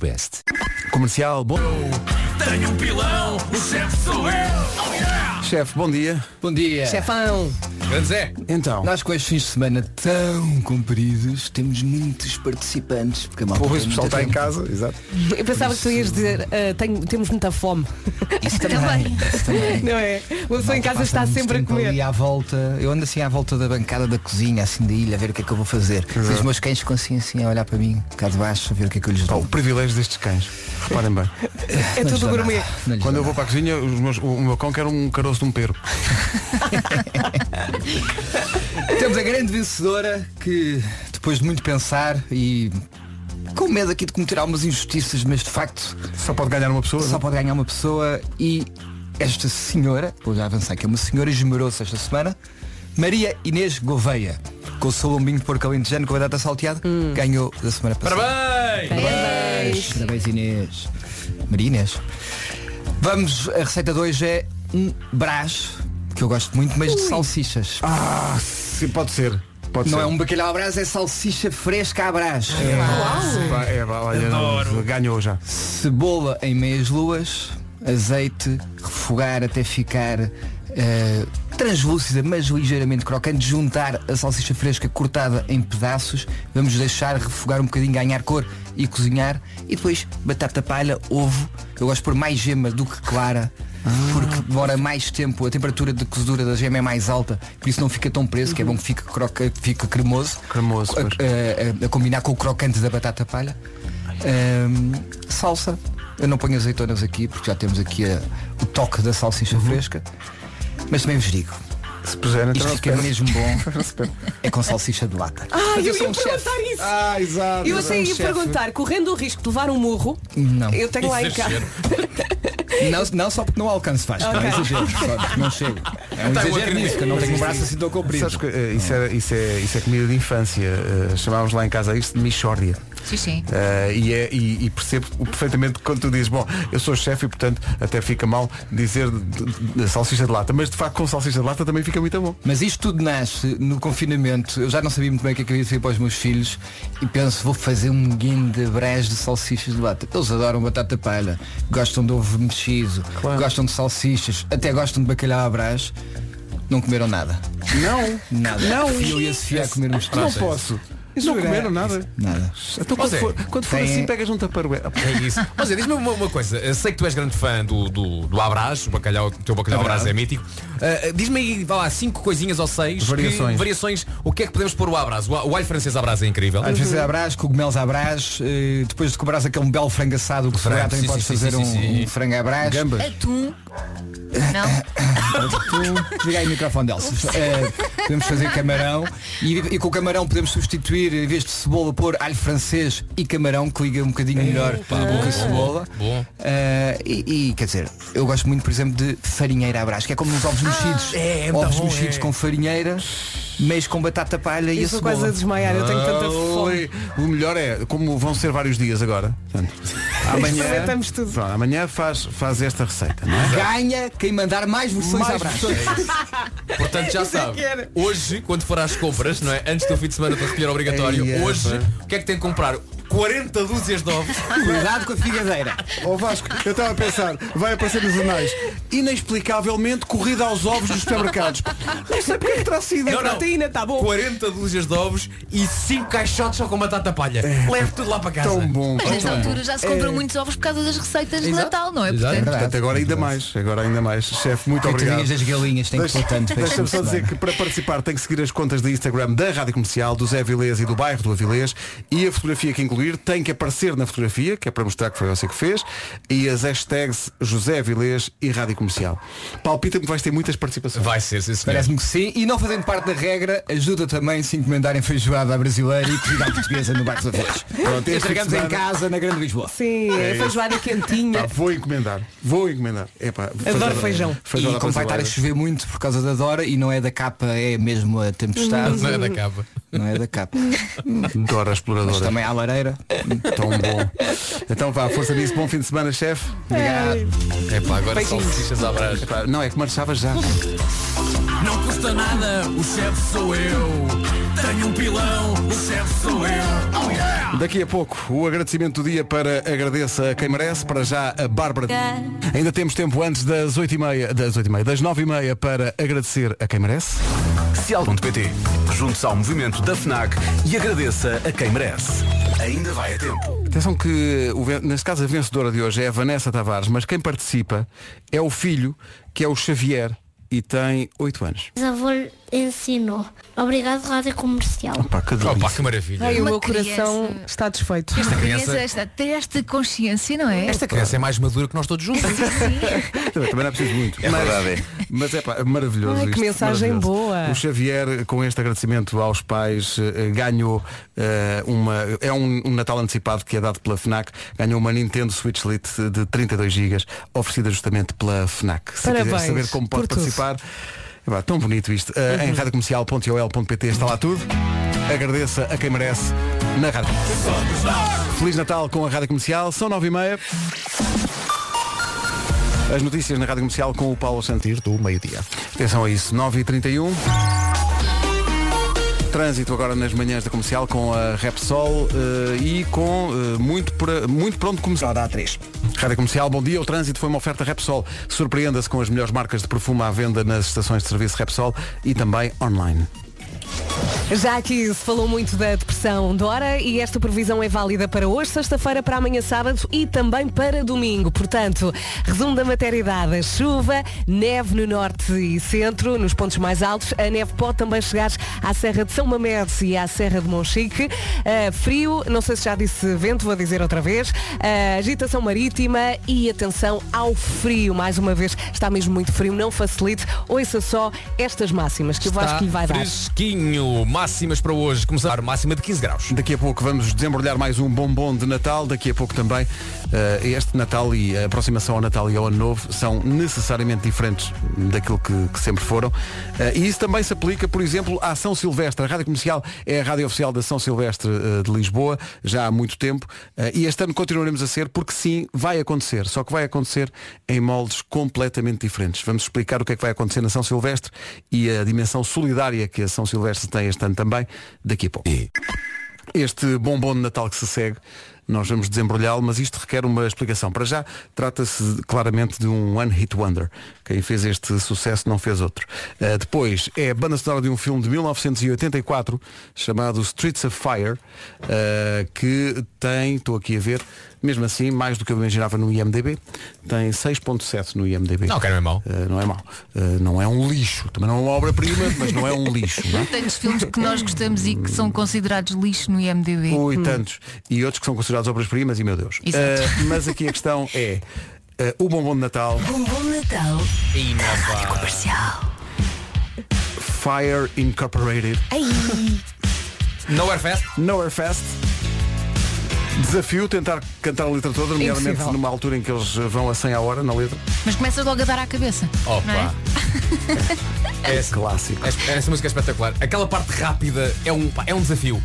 [SPEAKER 2] Best. Comercial, bom.
[SPEAKER 21] Tenho um pilão, o chefe sou eu.
[SPEAKER 2] Chefe, bom dia.
[SPEAKER 13] Bom dia.
[SPEAKER 4] Chefão.
[SPEAKER 9] Grande Zé.
[SPEAKER 2] Então.
[SPEAKER 13] Nós com estes fins de semana tão compridos, temos muitos participantes. Porque a malta
[SPEAKER 2] Pois,
[SPEAKER 13] tem
[SPEAKER 2] o pessoal está
[SPEAKER 13] muita
[SPEAKER 2] em
[SPEAKER 13] tempo.
[SPEAKER 2] casa, exato.
[SPEAKER 4] Eu pensava que tu ias dizer, ah, tenho- temos muita fome.
[SPEAKER 13] Isso
[SPEAKER 4] (laughs)
[SPEAKER 13] também, isso também.
[SPEAKER 4] Não é? Uma pessoa em
[SPEAKER 13] Malta
[SPEAKER 4] casa
[SPEAKER 13] passa
[SPEAKER 4] está
[SPEAKER 13] muito
[SPEAKER 4] sempre a
[SPEAKER 13] tempo
[SPEAKER 4] comer.
[SPEAKER 13] Ali à volta, eu ando assim à volta da bancada da cozinha, assim da ilha, a ver o que é que eu vou fazer.
[SPEAKER 2] Exato.
[SPEAKER 13] Os meus cães ficam assim, assim a olhar para mim, cá de baixo, a ver o que é que eu lhes dou.
[SPEAKER 2] O privilégio destes cães. Reparem bem.
[SPEAKER 13] É Não lhes tudo dá gourmet. nada. Não lhes
[SPEAKER 2] Quando
[SPEAKER 13] dá
[SPEAKER 2] eu vou para a cozinha, os meus- o meu cão quer um caroço de um perco.
[SPEAKER 13] Temos a grande vencedora que, depois de muito pensar e com medo aqui de cometer algumas injustiças, mas de facto.
[SPEAKER 2] Só pode ganhar uma pessoa? é?
[SPEAKER 13] Só pode ganhar uma pessoa e esta senhora, vou já avançar que é uma senhora esmerou-se esta semana, Maria Inês Gouveia, com o seu lombinho de porco alentejano com a data salteada, ganhou da semana passada.
[SPEAKER 9] Parabéns!
[SPEAKER 13] Parabéns! Parabéns Inês. Maria Inês. Vamos, a receita de hoje é um brás, que eu gosto muito, mas de salsichas.
[SPEAKER 2] Ah, sim, pode ser. Pode
[SPEAKER 13] não
[SPEAKER 2] ser.
[SPEAKER 13] é um bacalhau à brás, é salsicha fresca à brás.
[SPEAKER 2] É, pá, é, pá, olha, não, ganhou já.
[SPEAKER 13] Cebola em meias luas, azeite, refogar até ficar eh, translúcida, mas ligeiramente crocante, juntar a salsicha fresca cortada em pedaços, vamos deixar refogar um bocadinho, ganhar cor e cozinhar, e depois batata palha, ovo, eu gosto de pôr mais gema do que clara, porque demora mais tempo, a temperatura de cozedura da gema é mais alta, por isso não fica tão preso, que é bom que fique, croca, que fique cremoso, cremoso a, a- a combinar com o crocante da batata palha. Ahm, salsa, eu não ponho azeitonas aqui, porque já temos aqui a- o toque da salsicha fresca, mas também vos digo,
[SPEAKER 2] Uhum. se puser, então
[SPEAKER 13] isto
[SPEAKER 2] não se
[SPEAKER 13] fica
[SPEAKER 2] perde.
[SPEAKER 13] mesmo
[SPEAKER 2] (laughs)
[SPEAKER 13] bom, é com salsicha de lata.
[SPEAKER 4] Ah,
[SPEAKER 13] Mas
[SPEAKER 4] eu,
[SPEAKER 13] sou
[SPEAKER 4] ia
[SPEAKER 13] um
[SPEAKER 4] perguntar isso.
[SPEAKER 2] Ah, exato.
[SPEAKER 4] Eu até
[SPEAKER 13] Um
[SPEAKER 4] ia
[SPEAKER 13] chefe.
[SPEAKER 4] perguntar, correndo o risco de levar um murro,
[SPEAKER 13] Não.
[SPEAKER 4] eu tenho lá em casa.
[SPEAKER 13] Exagero. Não, (laughs) não só porque não alcanço faz,
[SPEAKER 4] Ok.
[SPEAKER 13] não é exagero, só porque não chego. É um
[SPEAKER 2] Tá, eu
[SPEAKER 13] exagero
[SPEAKER 2] acredito.
[SPEAKER 13] nisso, que eu não
[SPEAKER 2] Mas
[SPEAKER 13] tenho um
[SPEAKER 2] isso-
[SPEAKER 13] braço assim tão comprido.
[SPEAKER 2] Sabes que, eh, isso, é, isso, é, isso é comida de infância. eh, chamávamos lá em casa isto de Michórdia.
[SPEAKER 6] Sim, sim.
[SPEAKER 2] Eh, e, é- e- e percebo perfeitamente quando tu dizes, bom, eu sou chefe e portanto até fica mal dizer de- de- de salsicha de lata, mas de facto com salsicha de lata também fica muito bom.
[SPEAKER 13] Mas isto tudo nasce no confinamento. Eu já não sabia muito bem o que é que eu ia fazer para os meus filhos e penso, vou fazer um guinda brás de salsichas de lata. Eles adoram batata palha, gostam de ovo mexido, gostam de salsichas, até gostam de bacalhau à brás. Não comeram nada.
[SPEAKER 2] Não.
[SPEAKER 13] Nada.
[SPEAKER 2] Não. um
[SPEAKER 13] E eu ia se a comer uns
[SPEAKER 2] Não é assim. posso.
[SPEAKER 10] Não comeram nada.
[SPEAKER 13] Nada.
[SPEAKER 10] Então quando
[SPEAKER 9] José,
[SPEAKER 2] é,
[SPEAKER 10] for, quando for
[SPEAKER 9] é, tem-
[SPEAKER 10] assim, pegas um
[SPEAKER 9] (laughs)
[SPEAKER 10] taparué.
[SPEAKER 9] É isso. Mas é, diz-me uma, uma coisa. Eu sei que tu és grande fã do, do, do Abrás, o bacalhau, o teu bacalhau Abrás é mítico. Ah, ah, diz-me aí, vá lá, cinco coisinhas ou seis. que-
[SPEAKER 13] Variações.
[SPEAKER 9] variações. O que é que podemos pôr o Abrás? O, o alho francês Abrás é incrível.
[SPEAKER 13] Às vezes abrás, cogumelos abrás, eh, depois de cobrares aquele belo frango assado que se
[SPEAKER 9] Frango,
[SPEAKER 13] calhar também
[SPEAKER 9] sim,
[SPEAKER 13] podes
[SPEAKER 9] sim, sim,
[SPEAKER 13] fazer
[SPEAKER 9] sim,
[SPEAKER 13] um,
[SPEAKER 9] sim.
[SPEAKER 13] um frango abrás.
[SPEAKER 10] Gambas.
[SPEAKER 6] Atum.
[SPEAKER 13] (coughs) Tu, liga aí o microfone dela. Eh, podemos fazer camarão e, e com o camarão podemos substituir, em vez de cebola, por alho francês e camarão, que liga um bocadinho melhor do que a cebola.
[SPEAKER 9] Bom.
[SPEAKER 13] Eh, e, e, quer dizer, eu gosto muito, por exemplo, de farinheira abrás, que é como uns
[SPEAKER 4] Ah,
[SPEAKER 13] ovos mexidos.
[SPEAKER 9] é, é muito
[SPEAKER 13] ovos
[SPEAKER 9] bom,
[SPEAKER 13] mexidos
[SPEAKER 9] é.
[SPEAKER 13] com farinheira, mas com batata palha e a
[SPEAKER 4] Eu sou
[SPEAKER 13] cebola.
[SPEAKER 4] quase a desmaiar, eu tenho tanta fome.
[SPEAKER 2] Oi. O melhor é, como vão ser vários dias agora, portanto, amanhã,
[SPEAKER 4] Aproveitamos tudo.
[SPEAKER 2] Pronto, amanhã faz, faz esta receita, não é?
[SPEAKER 13] Ganha quem mandar mais versões
[SPEAKER 2] Mais
[SPEAKER 13] à brás.
[SPEAKER 9] Portanto,
[SPEAKER 10] (laughs)
[SPEAKER 9] já
[SPEAKER 13] Isso é
[SPEAKER 9] sabe.
[SPEAKER 13] que era.
[SPEAKER 9] Hoje, quando for às compras, não é? Antes do fim de semana para recolher obrigatório,
[SPEAKER 13] Ei, é,
[SPEAKER 9] hoje, o que é que tem que comprar? 40 dúzias de ovos.
[SPEAKER 13] Cuidado com a figadeira.
[SPEAKER 2] Ó Vasco, eu estava a pensar, vai aparecer nos jornais, inexplicavelmente corrida aos ovos dos supermercados. Não sei porque é que terá sido.
[SPEAKER 9] Não, não.
[SPEAKER 10] tá
[SPEAKER 9] 40 dúzias de ovos e 5 caixotes só com batata palha. Leve tudo lá para casa.
[SPEAKER 2] É. Tão bom.
[SPEAKER 6] Mas nesta
[SPEAKER 2] tão bom.
[SPEAKER 6] altura já se compram muitos ovos por causa das receitas de Natal, não é?
[SPEAKER 2] Exato.
[SPEAKER 6] Portanto,
[SPEAKER 2] Portanto, agora ainda mais, agora ainda mais. Chefe, muito
[SPEAKER 13] Coitadinhas
[SPEAKER 2] obrigado.
[SPEAKER 13] das galinhas, tem que pôr tanto para este fim
[SPEAKER 2] Deixa-me
[SPEAKER 13] de
[SPEAKER 2] só dizer
[SPEAKER 13] semana.
[SPEAKER 2] que para participar tem que seguir as contas da Instagram da Rádio Comercial, do Zé Avilés e do bairro do Avilés e a fotografia que incluir tem que aparecer na fotografia, que é para mostrar que foi você que fez, e as hashtags José Avilés e Rádio Comercial. Palpita-me que vais ter muitas participações.
[SPEAKER 9] Vai ser, sim, senhor.
[SPEAKER 13] Parece-me que sim. E não fazendo parte da regra, ajuda também se encomendarem feijoada à brasileira e comida à portuguesa no Barco da Vez.
[SPEAKER 2] (laughs) Pronto, este
[SPEAKER 13] Entregamos
[SPEAKER 2] fim de semana-
[SPEAKER 13] em casa, na Grande Lisboa.
[SPEAKER 4] Sim,
[SPEAKER 2] É
[SPEAKER 4] é
[SPEAKER 2] isso.
[SPEAKER 4] feijoada quentinha.
[SPEAKER 2] Pá, Ah, vou encomendar, vou encomendar. Epá, feijoada-
[SPEAKER 4] feijão.
[SPEAKER 2] feijoada
[SPEAKER 13] e como vai estar a
[SPEAKER 2] brasileira.
[SPEAKER 13] chover muito por causa da Dora e não é da capa, é mesmo a tempestade.
[SPEAKER 9] Não é da capa.
[SPEAKER 13] Não é da capa.
[SPEAKER 2] Dora
[SPEAKER 13] Mas
[SPEAKER 2] exploradora.
[SPEAKER 13] também há a lareira.
[SPEAKER 2] Tão bom. Então vá, força nisso. Bom fim de semana, chefe.
[SPEAKER 13] Obrigado.
[SPEAKER 9] É pá, agora são
[SPEAKER 4] Beijinhos.
[SPEAKER 9] salsichas à brás.
[SPEAKER 2] Epá, Não, é que marchava já.
[SPEAKER 18] Não custa nada, o chefe sou eu. Tenho um pilão, o chefe sou eu. Oh yeah!
[SPEAKER 2] Daqui a pouco, o agradecimento do dia para agradeça a quem merece, para já a Bárbara. Ainda temos tempo antes das 8h30, das 8h30, das 9h30 para agradecer a quem merece.
[SPEAKER 18] Cial.pt Junte-se ao movimento da FNAC e agradeça a quem merece. Ainda vai a tempo.
[SPEAKER 2] Atenção que, o ven- neste caso, a vencedora de hoje é a Vanessa Tavares, mas quem participa é o filho, que é o Xavier, e tem 8 anos.
[SPEAKER 22] Mas avô ensinou. Obrigado, Rádio Comercial.
[SPEAKER 2] Pá, que
[SPEAKER 9] Oh,
[SPEAKER 2] delícia.
[SPEAKER 9] pá, que maravilha.
[SPEAKER 4] Ai, o
[SPEAKER 6] Uma
[SPEAKER 4] meu coração está desfeito.
[SPEAKER 9] Esta
[SPEAKER 6] criança,
[SPEAKER 9] criança,
[SPEAKER 6] esta, ter esta consciência, não é?
[SPEAKER 9] esta criança é mais madura que nós todos juntos.
[SPEAKER 2] Também também não é preciso muito.
[SPEAKER 3] É
[SPEAKER 2] mas,
[SPEAKER 3] verdade,
[SPEAKER 2] Mas é pá, maravilhoso.
[SPEAKER 4] Ai, que
[SPEAKER 2] isto,
[SPEAKER 4] mensagem
[SPEAKER 2] maravilhoso.
[SPEAKER 4] boa.
[SPEAKER 2] O Xavier, com este agradecimento aos pais, eh, ganhou eh, uma. É um, um Natal antecipado que é dado pela FNAC. Ganhou uma Nintendo Switch Lite de 32 GB, oferecida justamente pela FNAC. Se
[SPEAKER 4] Parabéns
[SPEAKER 2] quiser saber como
[SPEAKER 4] por
[SPEAKER 2] pode
[SPEAKER 4] tudo. Uhum.
[SPEAKER 2] participar. é pá, tão bonito isto. Eh, Em radiocomercial.ol.pt está lá tudo. Agradeça a quem merece na rádio. Feliz Natal com a Rádio Comercial. São 9h30. As notícias na Rádio Comercial com o Paulo Santir do meio-dia. Atenção a isso, 9h31. Trânsito agora nas manhãs da comercial com a Repsol eh, e com eh, muito, pra- muito pronto começar. Da A3. Rádio Comercial, bom dia. O trânsito foi uma oferta Repsol. Surpreenda-se com as melhores marcas de perfume à venda nas estações de serviço Repsol e também online.
[SPEAKER 4] Já aqui se falou muito da depressão Dora e esta previsão é válida para hoje, sexta-feira, para amanhã sábado e também para domingo. Portanto, resumo da matéria dada. Chuva, neve no norte e centro, nos pontos mais altos. A neve pode também chegar à Serra de São Mamede e à Serra de Monchique. Ah, frio, não sei se já disse vento, vou dizer outra vez. Ah, agitação marítima e atenção ao frio. Mais uma vez, está mesmo muito frio, não facilite. Ouça só estas máximas que eu acho que lhe vai dar.
[SPEAKER 9] fresquinho. Máximas para hoje. Começar máxima de 15 graus.
[SPEAKER 2] Daqui a pouco vamos desembrulhar mais um bombom de Natal. Daqui a pouco também eh, este Natal e a aproximação ao Natal e ao Ano Novo são necessariamente diferentes daquilo que, que sempre foram. Eh, e isso também se aplica, por exemplo, à São Silvestre. A Rádio Comercial é a rádio oficial da São Silvestre eh, de Lisboa já há muito tempo. Eh, e este ano continuaremos a ser porque sim, vai acontecer. Só que vai acontecer em moldes completamente diferentes. Vamos explicar o que é que vai acontecer na São Silvestre e a dimensão solidária que a São Silvestre tem este ano também daqui a pouco. Este bombom de Natal que se segue Nós vamos desembrulhá-lo, mas isto requer uma explicação. Para já, trata-se claramente de um One Hit Wonder. Quem fez este sucesso não fez outro. Eh, depois, é a banda sonora de um filme de 1984 chamado Streets of Fire, eh, que tem, estou aqui a ver, mesmo assim, mais do que eu imaginava no IMDB, tem 6.7 no IMDB.
[SPEAKER 9] Não, que não é mau.
[SPEAKER 2] Eh, não é mau. Eh, não é um lixo. Também não é uma obra-prima, mas não é um lixo. não é?
[SPEAKER 6] Tantos filmes que nós gostamos e que são considerados lixo no IMDB.
[SPEAKER 2] Ui,
[SPEAKER 6] Hum.
[SPEAKER 2] tantos. E outros que são considerados obras-primas e meu Deus.
[SPEAKER 6] Exato.
[SPEAKER 2] Eh, mas aqui a questão é eh, o bombom de Natal,
[SPEAKER 18] Bumbum Natal. Comercial.
[SPEAKER 2] Fire Incorporated,
[SPEAKER 9] Nowhere Fest,
[SPEAKER 2] Nowhere Fest. Desafio tentar cantar a letra toda, nomeadamente
[SPEAKER 6] Impossível.
[SPEAKER 2] numa altura em que eles eh, vão a 100 à hora na letra.
[SPEAKER 6] Mas começas logo a dar à cabeça. não é?
[SPEAKER 9] É clássico. Essa música é espetacular. Aquela parte rápida é um, pá, é um desafio.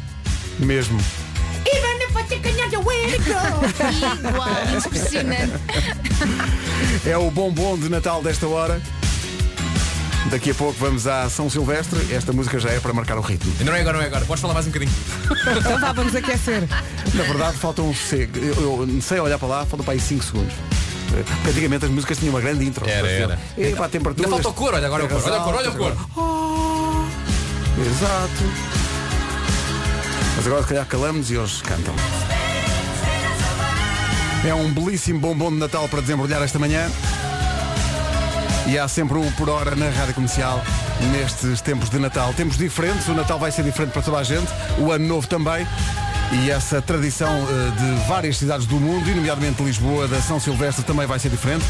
[SPEAKER 2] Mesmo.
[SPEAKER 18] Even if I think I know where to go.
[SPEAKER 6] Igual, impressionante.
[SPEAKER 2] É o bombom de Natal desta hora. Daqui a pouco vamos à São Silvestre. Esta música já é para marcar o ritmo.
[SPEAKER 9] Não é agora, não é agora. Podes falar mais um bocadinho.
[SPEAKER 4] Então vá, vamos aquecer.
[SPEAKER 2] Na verdade falta um C. Eu, eu sei olhar para lá, falta para aí 5 segundos. Eh, Porque antigamente as músicas tinham uma grande intro.
[SPEAKER 9] Era, era.
[SPEAKER 2] E para a temperatura.
[SPEAKER 9] Ainda falta o cor, olha agora o cor. Olha o cor, olha o cor.
[SPEAKER 2] Exato. Mas agora se calhar calamos e eles cantam. É um belíssimo bombom de Natal para desembrulhar esta manhã. E há sempre um por hora na Rádio Comercial nestes tempos de Natal. Tempos diferentes, o Natal vai ser diferente para toda a gente, o Ano Novo também. E essa tradição eh, de várias cidades do mundo, e nomeadamente Lisboa, da São Silvestre, também vai ser diferente.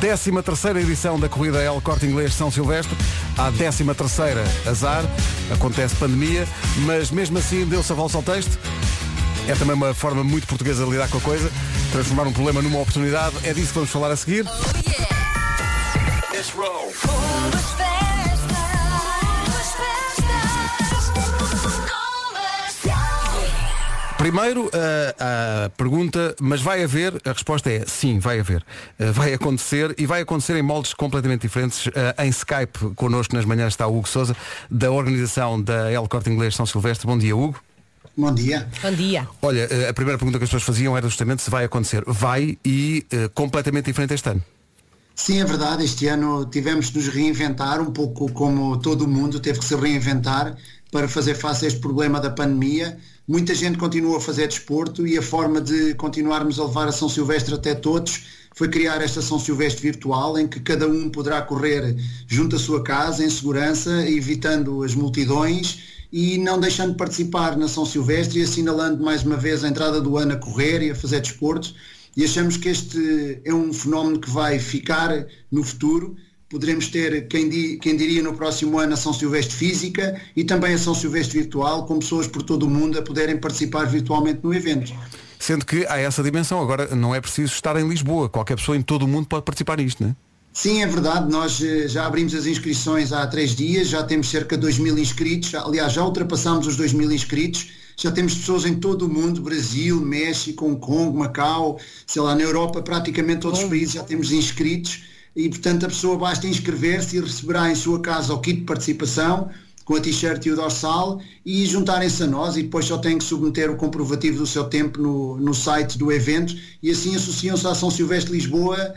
[SPEAKER 2] 13 terceira edição da corrida El Corte Inglês São Silvestre. À 13 terceira, azar, acontece pandemia, mas mesmo assim deu-se a volta ao texto. É também uma forma muito portuguesa de lidar com a coisa, transformar um problema numa oportunidade. É disso que vamos falar a seguir. Primeiro, a, a pergunta, mas vai haver? A resposta é sim, vai haver. Eh, vai acontecer e vai acontecer em moldes completamente diferentes. Eh, em Skype, connosco nas manhãs está o Hugo Souza, da organização da El Corte Inglês São Silvestre. Bom dia, Hugo.
[SPEAKER 23] Bom dia.
[SPEAKER 4] Bom dia.
[SPEAKER 2] Olha, eh, a primeira pergunta que as pessoas faziam era justamente se vai acontecer. Vai e eh, completamente diferente este ano.
[SPEAKER 23] Sim, é verdade, este ano tivemos de nos reinventar, um pouco como todo o mundo teve que se reinventar para fazer face a este problema da pandemia. Muita gente continua a fazer desporto e a forma de continuarmos a levar a São Silvestre até todos foi criar esta São Silvestre virtual em que cada um poderá correr junto à sua casa, em segurança, evitando as multidões e não deixando de participar na São Silvestre e assinalando mais uma vez a entrada do ano a correr e a fazer desporto. E achamos que este é um fenómeno que vai ficar no futuro. Poderemos ter, quem, di- quem diria, no próximo ano a São Silvestre física e também a São Silvestre virtual, com pessoas por todo o mundo a poderem participar virtualmente no evento.
[SPEAKER 2] Sendo que há essa dimensão, agora não é preciso estar em Lisboa, qualquer pessoa em todo o mundo pode participar nisto, não é?
[SPEAKER 23] Sim, é verdade. Nós eh, já abrimos as inscrições há três dias, já temos cerca de 2 mil inscritos. Já- Aliás, já ultrapassámos os 2 mil inscritos. Já temos pessoas em todo o mundo, Brasil, México, Hong Kong, Macau, sei lá, na Europa, praticamente todos os países já temos inscritos. E, portanto, a pessoa basta inscrever-se e receberá em sua casa o kit de participação, com a t-shirt e o dorsal, e juntarem-se a nós e depois só têm que submeter o comprovativo do seu tempo no, no site do evento e assim associam-se à São Silvestre Lisboa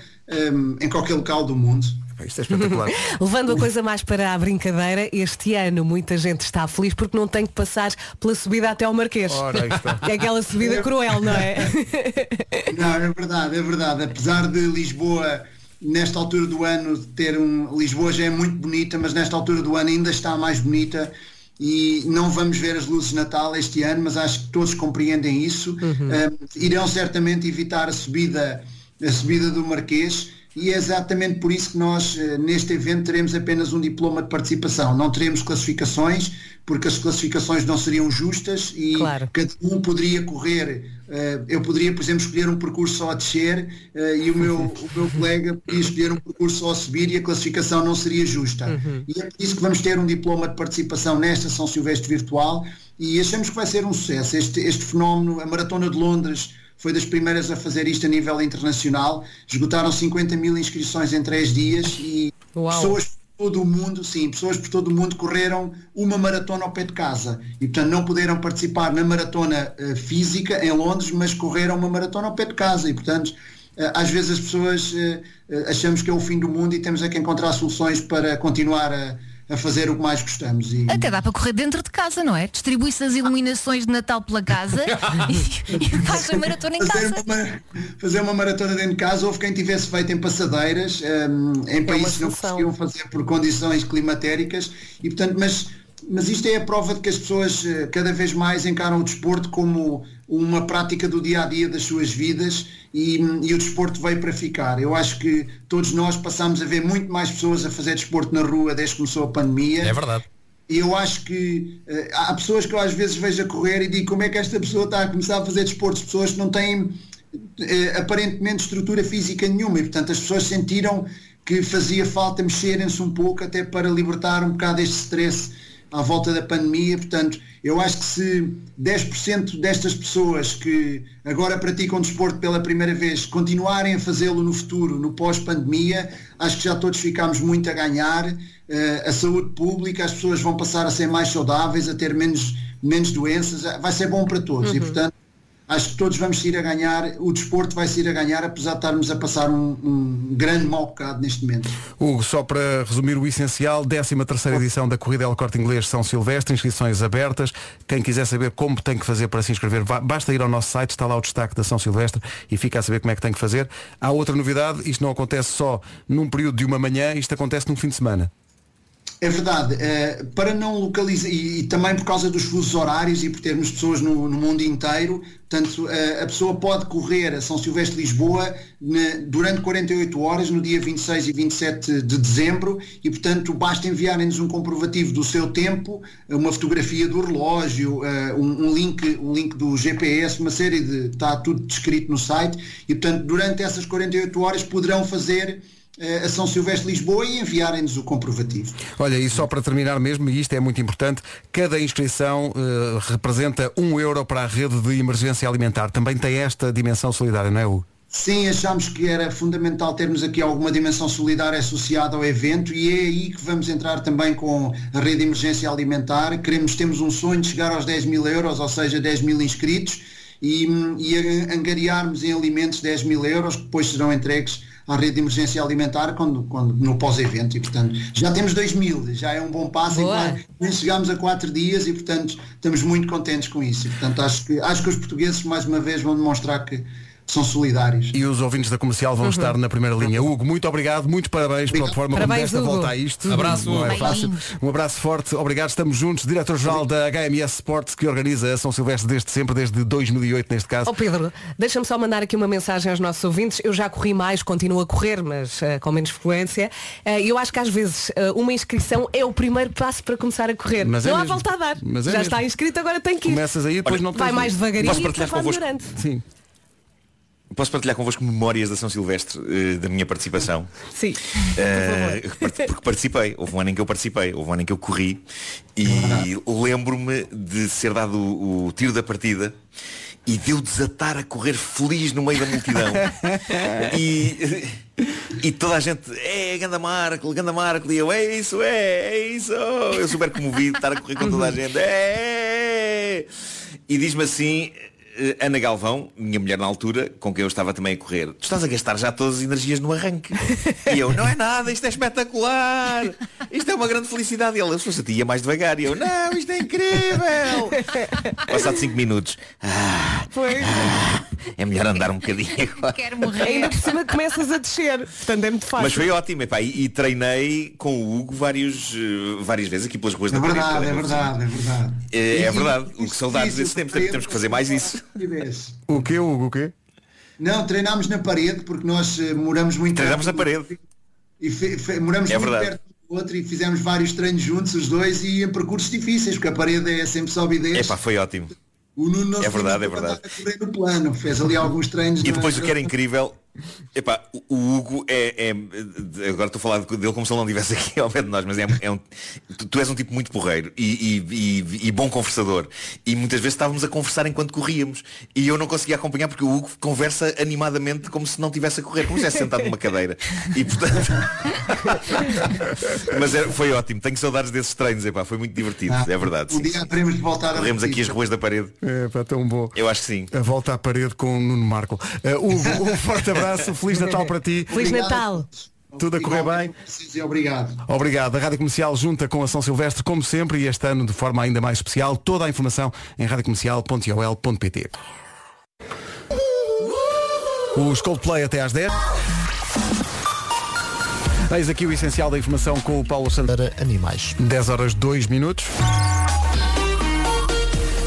[SPEAKER 23] hum, em qualquer local do mundo.
[SPEAKER 2] Isto é espetacular.
[SPEAKER 4] (laughs) Levando a coisa mais para a brincadeira, este ano muita gente está feliz porque não tem que passar pela subida até ao Marquês.
[SPEAKER 23] Ora, aí está.
[SPEAKER 4] É aquela subida cruel, não é?
[SPEAKER 23] (laughs) Não, é verdade, é verdade. Apesar de Lisboa, nesta altura do ano, ter um. Lisboa já é muito bonita, mas nesta altura do ano ainda está mais bonita. E não vamos ver as luzes de Natal este ano, mas acho que todos compreendem isso.
[SPEAKER 4] Uhum.
[SPEAKER 23] Um, irão certamente evitar a subida, a subida do Marquês. E é exatamente por isso que nós, eh, neste evento, teremos apenas um diploma de participação. Não teremos classificações, porque as classificações não seriam justas e cada um poderia correr. eh, eu poderia, por exemplo, escolher um percurso só a descer eh, e o meu, o meu colega podia escolher um percurso só a subir e a classificação não seria justa. E é por isso que vamos ter um diploma de participação nesta São Silvestre Virtual e achamos que vai ser um sucesso. Este, este fenómeno, a Maratona de Londres foi das primeiras a fazer isto a nível internacional. Esgotaram 50 mil inscrições em três dias e pessoas todo o mundo, sim, pessoas por todo o mundo correram uma maratona ao pé de casa e portanto não puderam participar na maratona eh, física em Londres, mas correram uma maratona ao pé de casa e portanto eh, às vezes as pessoas eh, eh, achamos que é o fim do mundo e temos é que encontrar soluções para continuar a, a fazer o que mais gostamos e
[SPEAKER 6] Até dá para correr dentro de casa, não é? Distribui-se as iluminações de Natal pela casa
[SPEAKER 2] (laughs)
[SPEAKER 6] (laughs) e, e faz a maratona em
[SPEAKER 23] fazer
[SPEAKER 6] casa.
[SPEAKER 23] uma, mara- fazer uma maratona dentro de casa, houve quem tivesse feito em passadeiras, hum,
[SPEAKER 6] É
[SPEAKER 23] em países que não conseguiam fazer por condições climatéricas, e portanto, mas, mas isto é a prova de que as pessoas eh, cada vez mais encaram o desporto como uma prática do dia a dia das suas vidas e, hum, e o desporto veio para ficar. Eu acho que todos nós passámos a ver muito mais pessoas a fazer desporto na rua desde que começou a pandemia.
[SPEAKER 9] É verdade.
[SPEAKER 23] E eu acho que eh, há pessoas que eu às vezes vejo a correr e digo como é que esta pessoa está a começar a fazer desportos, pessoas que não têm eh, aparentemente estrutura física nenhuma e portanto as pessoas sentiram que fazia falta mexerem-se um pouco até para libertar um bocado este stress à volta da pandemia, portanto eu acho que se 10% destas pessoas que agora praticam desporto pela primeira vez continuarem a fazê-lo no futuro, no pós-pandemia, acho que já todos ficámos muito a ganhar, eh, a saúde pública, as pessoas vão passar a ser mais saudáveis, a ter menos, menos doenças, vai ser bom para todos e
[SPEAKER 5] Uhum.
[SPEAKER 23] portanto acho que todos vamos ir a ganhar, o desporto vai ir a ganhar, apesar de estarmos a passar um, um grande mau bocado neste momento.
[SPEAKER 10] Hugo, só para resumir o essencial, 13ª edição da Corrida El Corte Inglês São Silvestre, inscrições abertas. Quem quiser saber como tem que fazer para se inscrever, va- basta ir ao nosso site, está lá o destaque da São Silvestre e fica a saber como é que tem que fazer. Há outra novidade, isto não acontece só num período de uma manhã, isto acontece num fim de semana.
[SPEAKER 23] É verdade, eh, para não localizar, e, e também por causa dos fusos horários e por termos pessoas no, no mundo inteiro, portanto, eh, a pessoa pode correr a São Silvestre de Lisboa na- durante 48 horas, no dia 26 e 27 de dezembro, e portanto basta enviarem-nos um comprovativo do seu tempo, uma fotografia do relógio, eh, um, um link, um link do GPS, uma série de. está tudo descrito no site, e portanto, durante essas 48 horas poderão fazer. eh, A São Silvestre de Lisboa e enviarem-nos o comprovativo.
[SPEAKER 10] Olha, e só para terminar mesmo, e isto é muito importante, cada inscrição eh, representa um euro para a rede de emergência alimentar. Também tem esta dimensão solidária, não é, Hugo?
[SPEAKER 23] Sim, achámos que era fundamental termos aqui alguma dimensão solidária associada ao evento e é aí que vamos entrar também com a rede de emergência alimentar. Queremos, temos um sonho de chegar aos 10 mil euros, ou seja, 10 mil inscritos e, e angariarmos em alimentos 10 mil euros que depois serão entregues à rede de emergência alimentar quando, quando, no pós-evento e portanto já temos 2 mil, já é um bom passo
[SPEAKER 4] Boa.
[SPEAKER 23] e claro, nem chegámos a 4 dias e portanto estamos muito contentes com isso e portanto acho que, acho que os portugueses mais uma vez vão demonstrar que são solidários.
[SPEAKER 10] E os ouvintes da comercial vão
[SPEAKER 23] Uhum.
[SPEAKER 10] estar na primeira linha. Hugo, muito obrigado, muito parabéns pela forma como
[SPEAKER 23] Parabéns,
[SPEAKER 10] desta
[SPEAKER 23] Hugo.
[SPEAKER 10] volta a isto.
[SPEAKER 9] Abraço,
[SPEAKER 10] Não é
[SPEAKER 9] Hugo.
[SPEAKER 10] fácil. Um abraço forte, obrigado, estamos juntos. Diretor-geral da HMS Sports, que organiza a São Silvestre desde sempre, desde 2008 neste caso.
[SPEAKER 4] Ó Oh, Pedro, deixa-me só mandar aqui uma mensagem aos nossos ouvintes. Eu já corri mais, continuo a correr, mas eh, com menos frequência. Eh, eu acho que às vezes eh, uma inscrição é o primeiro passo para começar a correr.
[SPEAKER 10] Mas é
[SPEAKER 4] não há
[SPEAKER 10] mesmo.
[SPEAKER 4] volta a dar.
[SPEAKER 10] Mas é
[SPEAKER 4] já
[SPEAKER 10] mesmo.
[SPEAKER 4] está inscrito, agora tem que ir.
[SPEAKER 10] Começas aí, depois não tens um.
[SPEAKER 4] Vai mais
[SPEAKER 10] jeito.
[SPEAKER 3] um-
[SPEAKER 4] devagarinho
[SPEAKER 3] Posso
[SPEAKER 4] e
[SPEAKER 3] partilhar
[SPEAKER 4] vai
[SPEAKER 3] convosco?
[SPEAKER 4] melhorando.
[SPEAKER 10] Sim.
[SPEAKER 3] Posso partilhar convosco memórias da São Silvestre, eh, da minha participação?
[SPEAKER 4] Sim.
[SPEAKER 3] Eh, part- porque participei, houve um ano em que eu participei, houve um ano em que eu corri e lembro-me de ser dado o, o tiro da partida e de eu desatar a correr feliz no meio da multidão. e, e toda a gente, é ganda Marco, ganda Marco, e eu, é isso, é, é isso, eu super comovido, estar a correr com toda a gente, é. E diz-me assim, eh, Ana Galvão, minha mulher na altura, com quem eu estava também a correr, tu estás a gastar já todas as energias no arranque. E eu, não é nada, isto é espetacular, isto é uma grande felicidade. E ela, se fosse a ti, ia mais devagar. E eu, não, isto é incrível. Passado 5 minutos, "Ah,
[SPEAKER 4] Pois.
[SPEAKER 3] é melhor andar um bocadinho agora.
[SPEAKER 6] Quero
[SPEAKER 4] Ainda por cima começas a descer. Portanto é muito fácil.
[SPEAKER 3] Mas foi ótimo, epá, e, e treinei com o Hugo vários, eh, várias vezes aqui pelas ruas
[SPEAKER 23] É
[SPEAKER 3] da Corrente,
[SPEAKER 23] verdade, é
[SPEAKER 3] lembro-me.
[SPEAKER 23] verdade, é verdade.
[SPEAKER 3] É, é verdade, o que saudades desse tempo, temos, temos que fazer mais isso.
[SPEAKER 23] Tivesse.
[SPEAKER 10] O quê, Hugo? O quê?
[SPEAKER 23] Não, treinámos na parede porque nós eh, moramos muito
[SPEAKER 3] Treinámos na
[SPEAKER 23] perto um
[SPEAKER 3] parede.
[SPEAKER 23] e fe- fe- moramos
[SPEAKER 3] É
[SPEAKER 23] muito
[SPEAKER 3] verdade.
[SPEAKER 23] perto um do outro e fizemos vários treinos juntos os dois e em percursos difíceis, porque a parede é sempre sobe e desce.
[SPEAKER 3] Epá, foi ótimo.
[SPEAKER 23] O Nuno não
[SPEAKER 3] É
[SPEAKER 23] se
[SPEAKER 3] verdade, é verdade.
[SPEAKER 23] a correr no plano, fez ali alguns treinos. é?
[SPEAKER 3] E
[SPEAKER 23] na-
[SPEAKER 3] depois o que era incrível Epá, o- o Hugo é, é- Agora estou a falar dele como se ele não estivesse aqui ao pé de nós, mas é, é um, tu, tu és um tipo muito porreiro e, e- e- e bom conversador. E muitas vezes estávamos a conversar enquanto corríamos. E eu não conseguia acompanhar porque o Hugo conversa animadamente como se não estivesse a correr, como se estivesse sentado numa cadeira. E portanto. mas é- foi ótimo. Tenho saudades desses treinos, epá, foi muito divertido, é verdade.
[SPEAKER 23] Um
[SPEAKER 3] sim.
[SPEAKER 23] dia teremos de voltar a
[SPEAKER 3] Corremos aqui as
[SPEAKER 23] repetir.
[SPEAKER 3] ruas da parede.
[SPEAKER 2] É pá, tão bom.
[SPEAKER 3] Eu acho que sim.
[SPEAKER 2] A volta à parede com o Nuno Marco. Eh,
[SPEAKER 23] (laughs)
[SPEAKER 2] Hugo, um forte abraço, Feliz Natal para ti.
[SPEAKER 4] Feliz Natal.
[SPEAKER 2] Tudo a correr bem.
[SPEAKER 23] E Obrigado.
[SPEAKER 2] Obrigado. A Rádio Comercial junta com a São Silvestre, como sempre, e este ano de forma ainda mais especial. Toda a informação em radiocomercial.ol.pt Os Coldplay até às 10. Eis aqui o essencial da informação com o Paulo Santos.
[SPEAKER 14] Para animais.
[SPEAKER 2] 10 horas 2 minutos.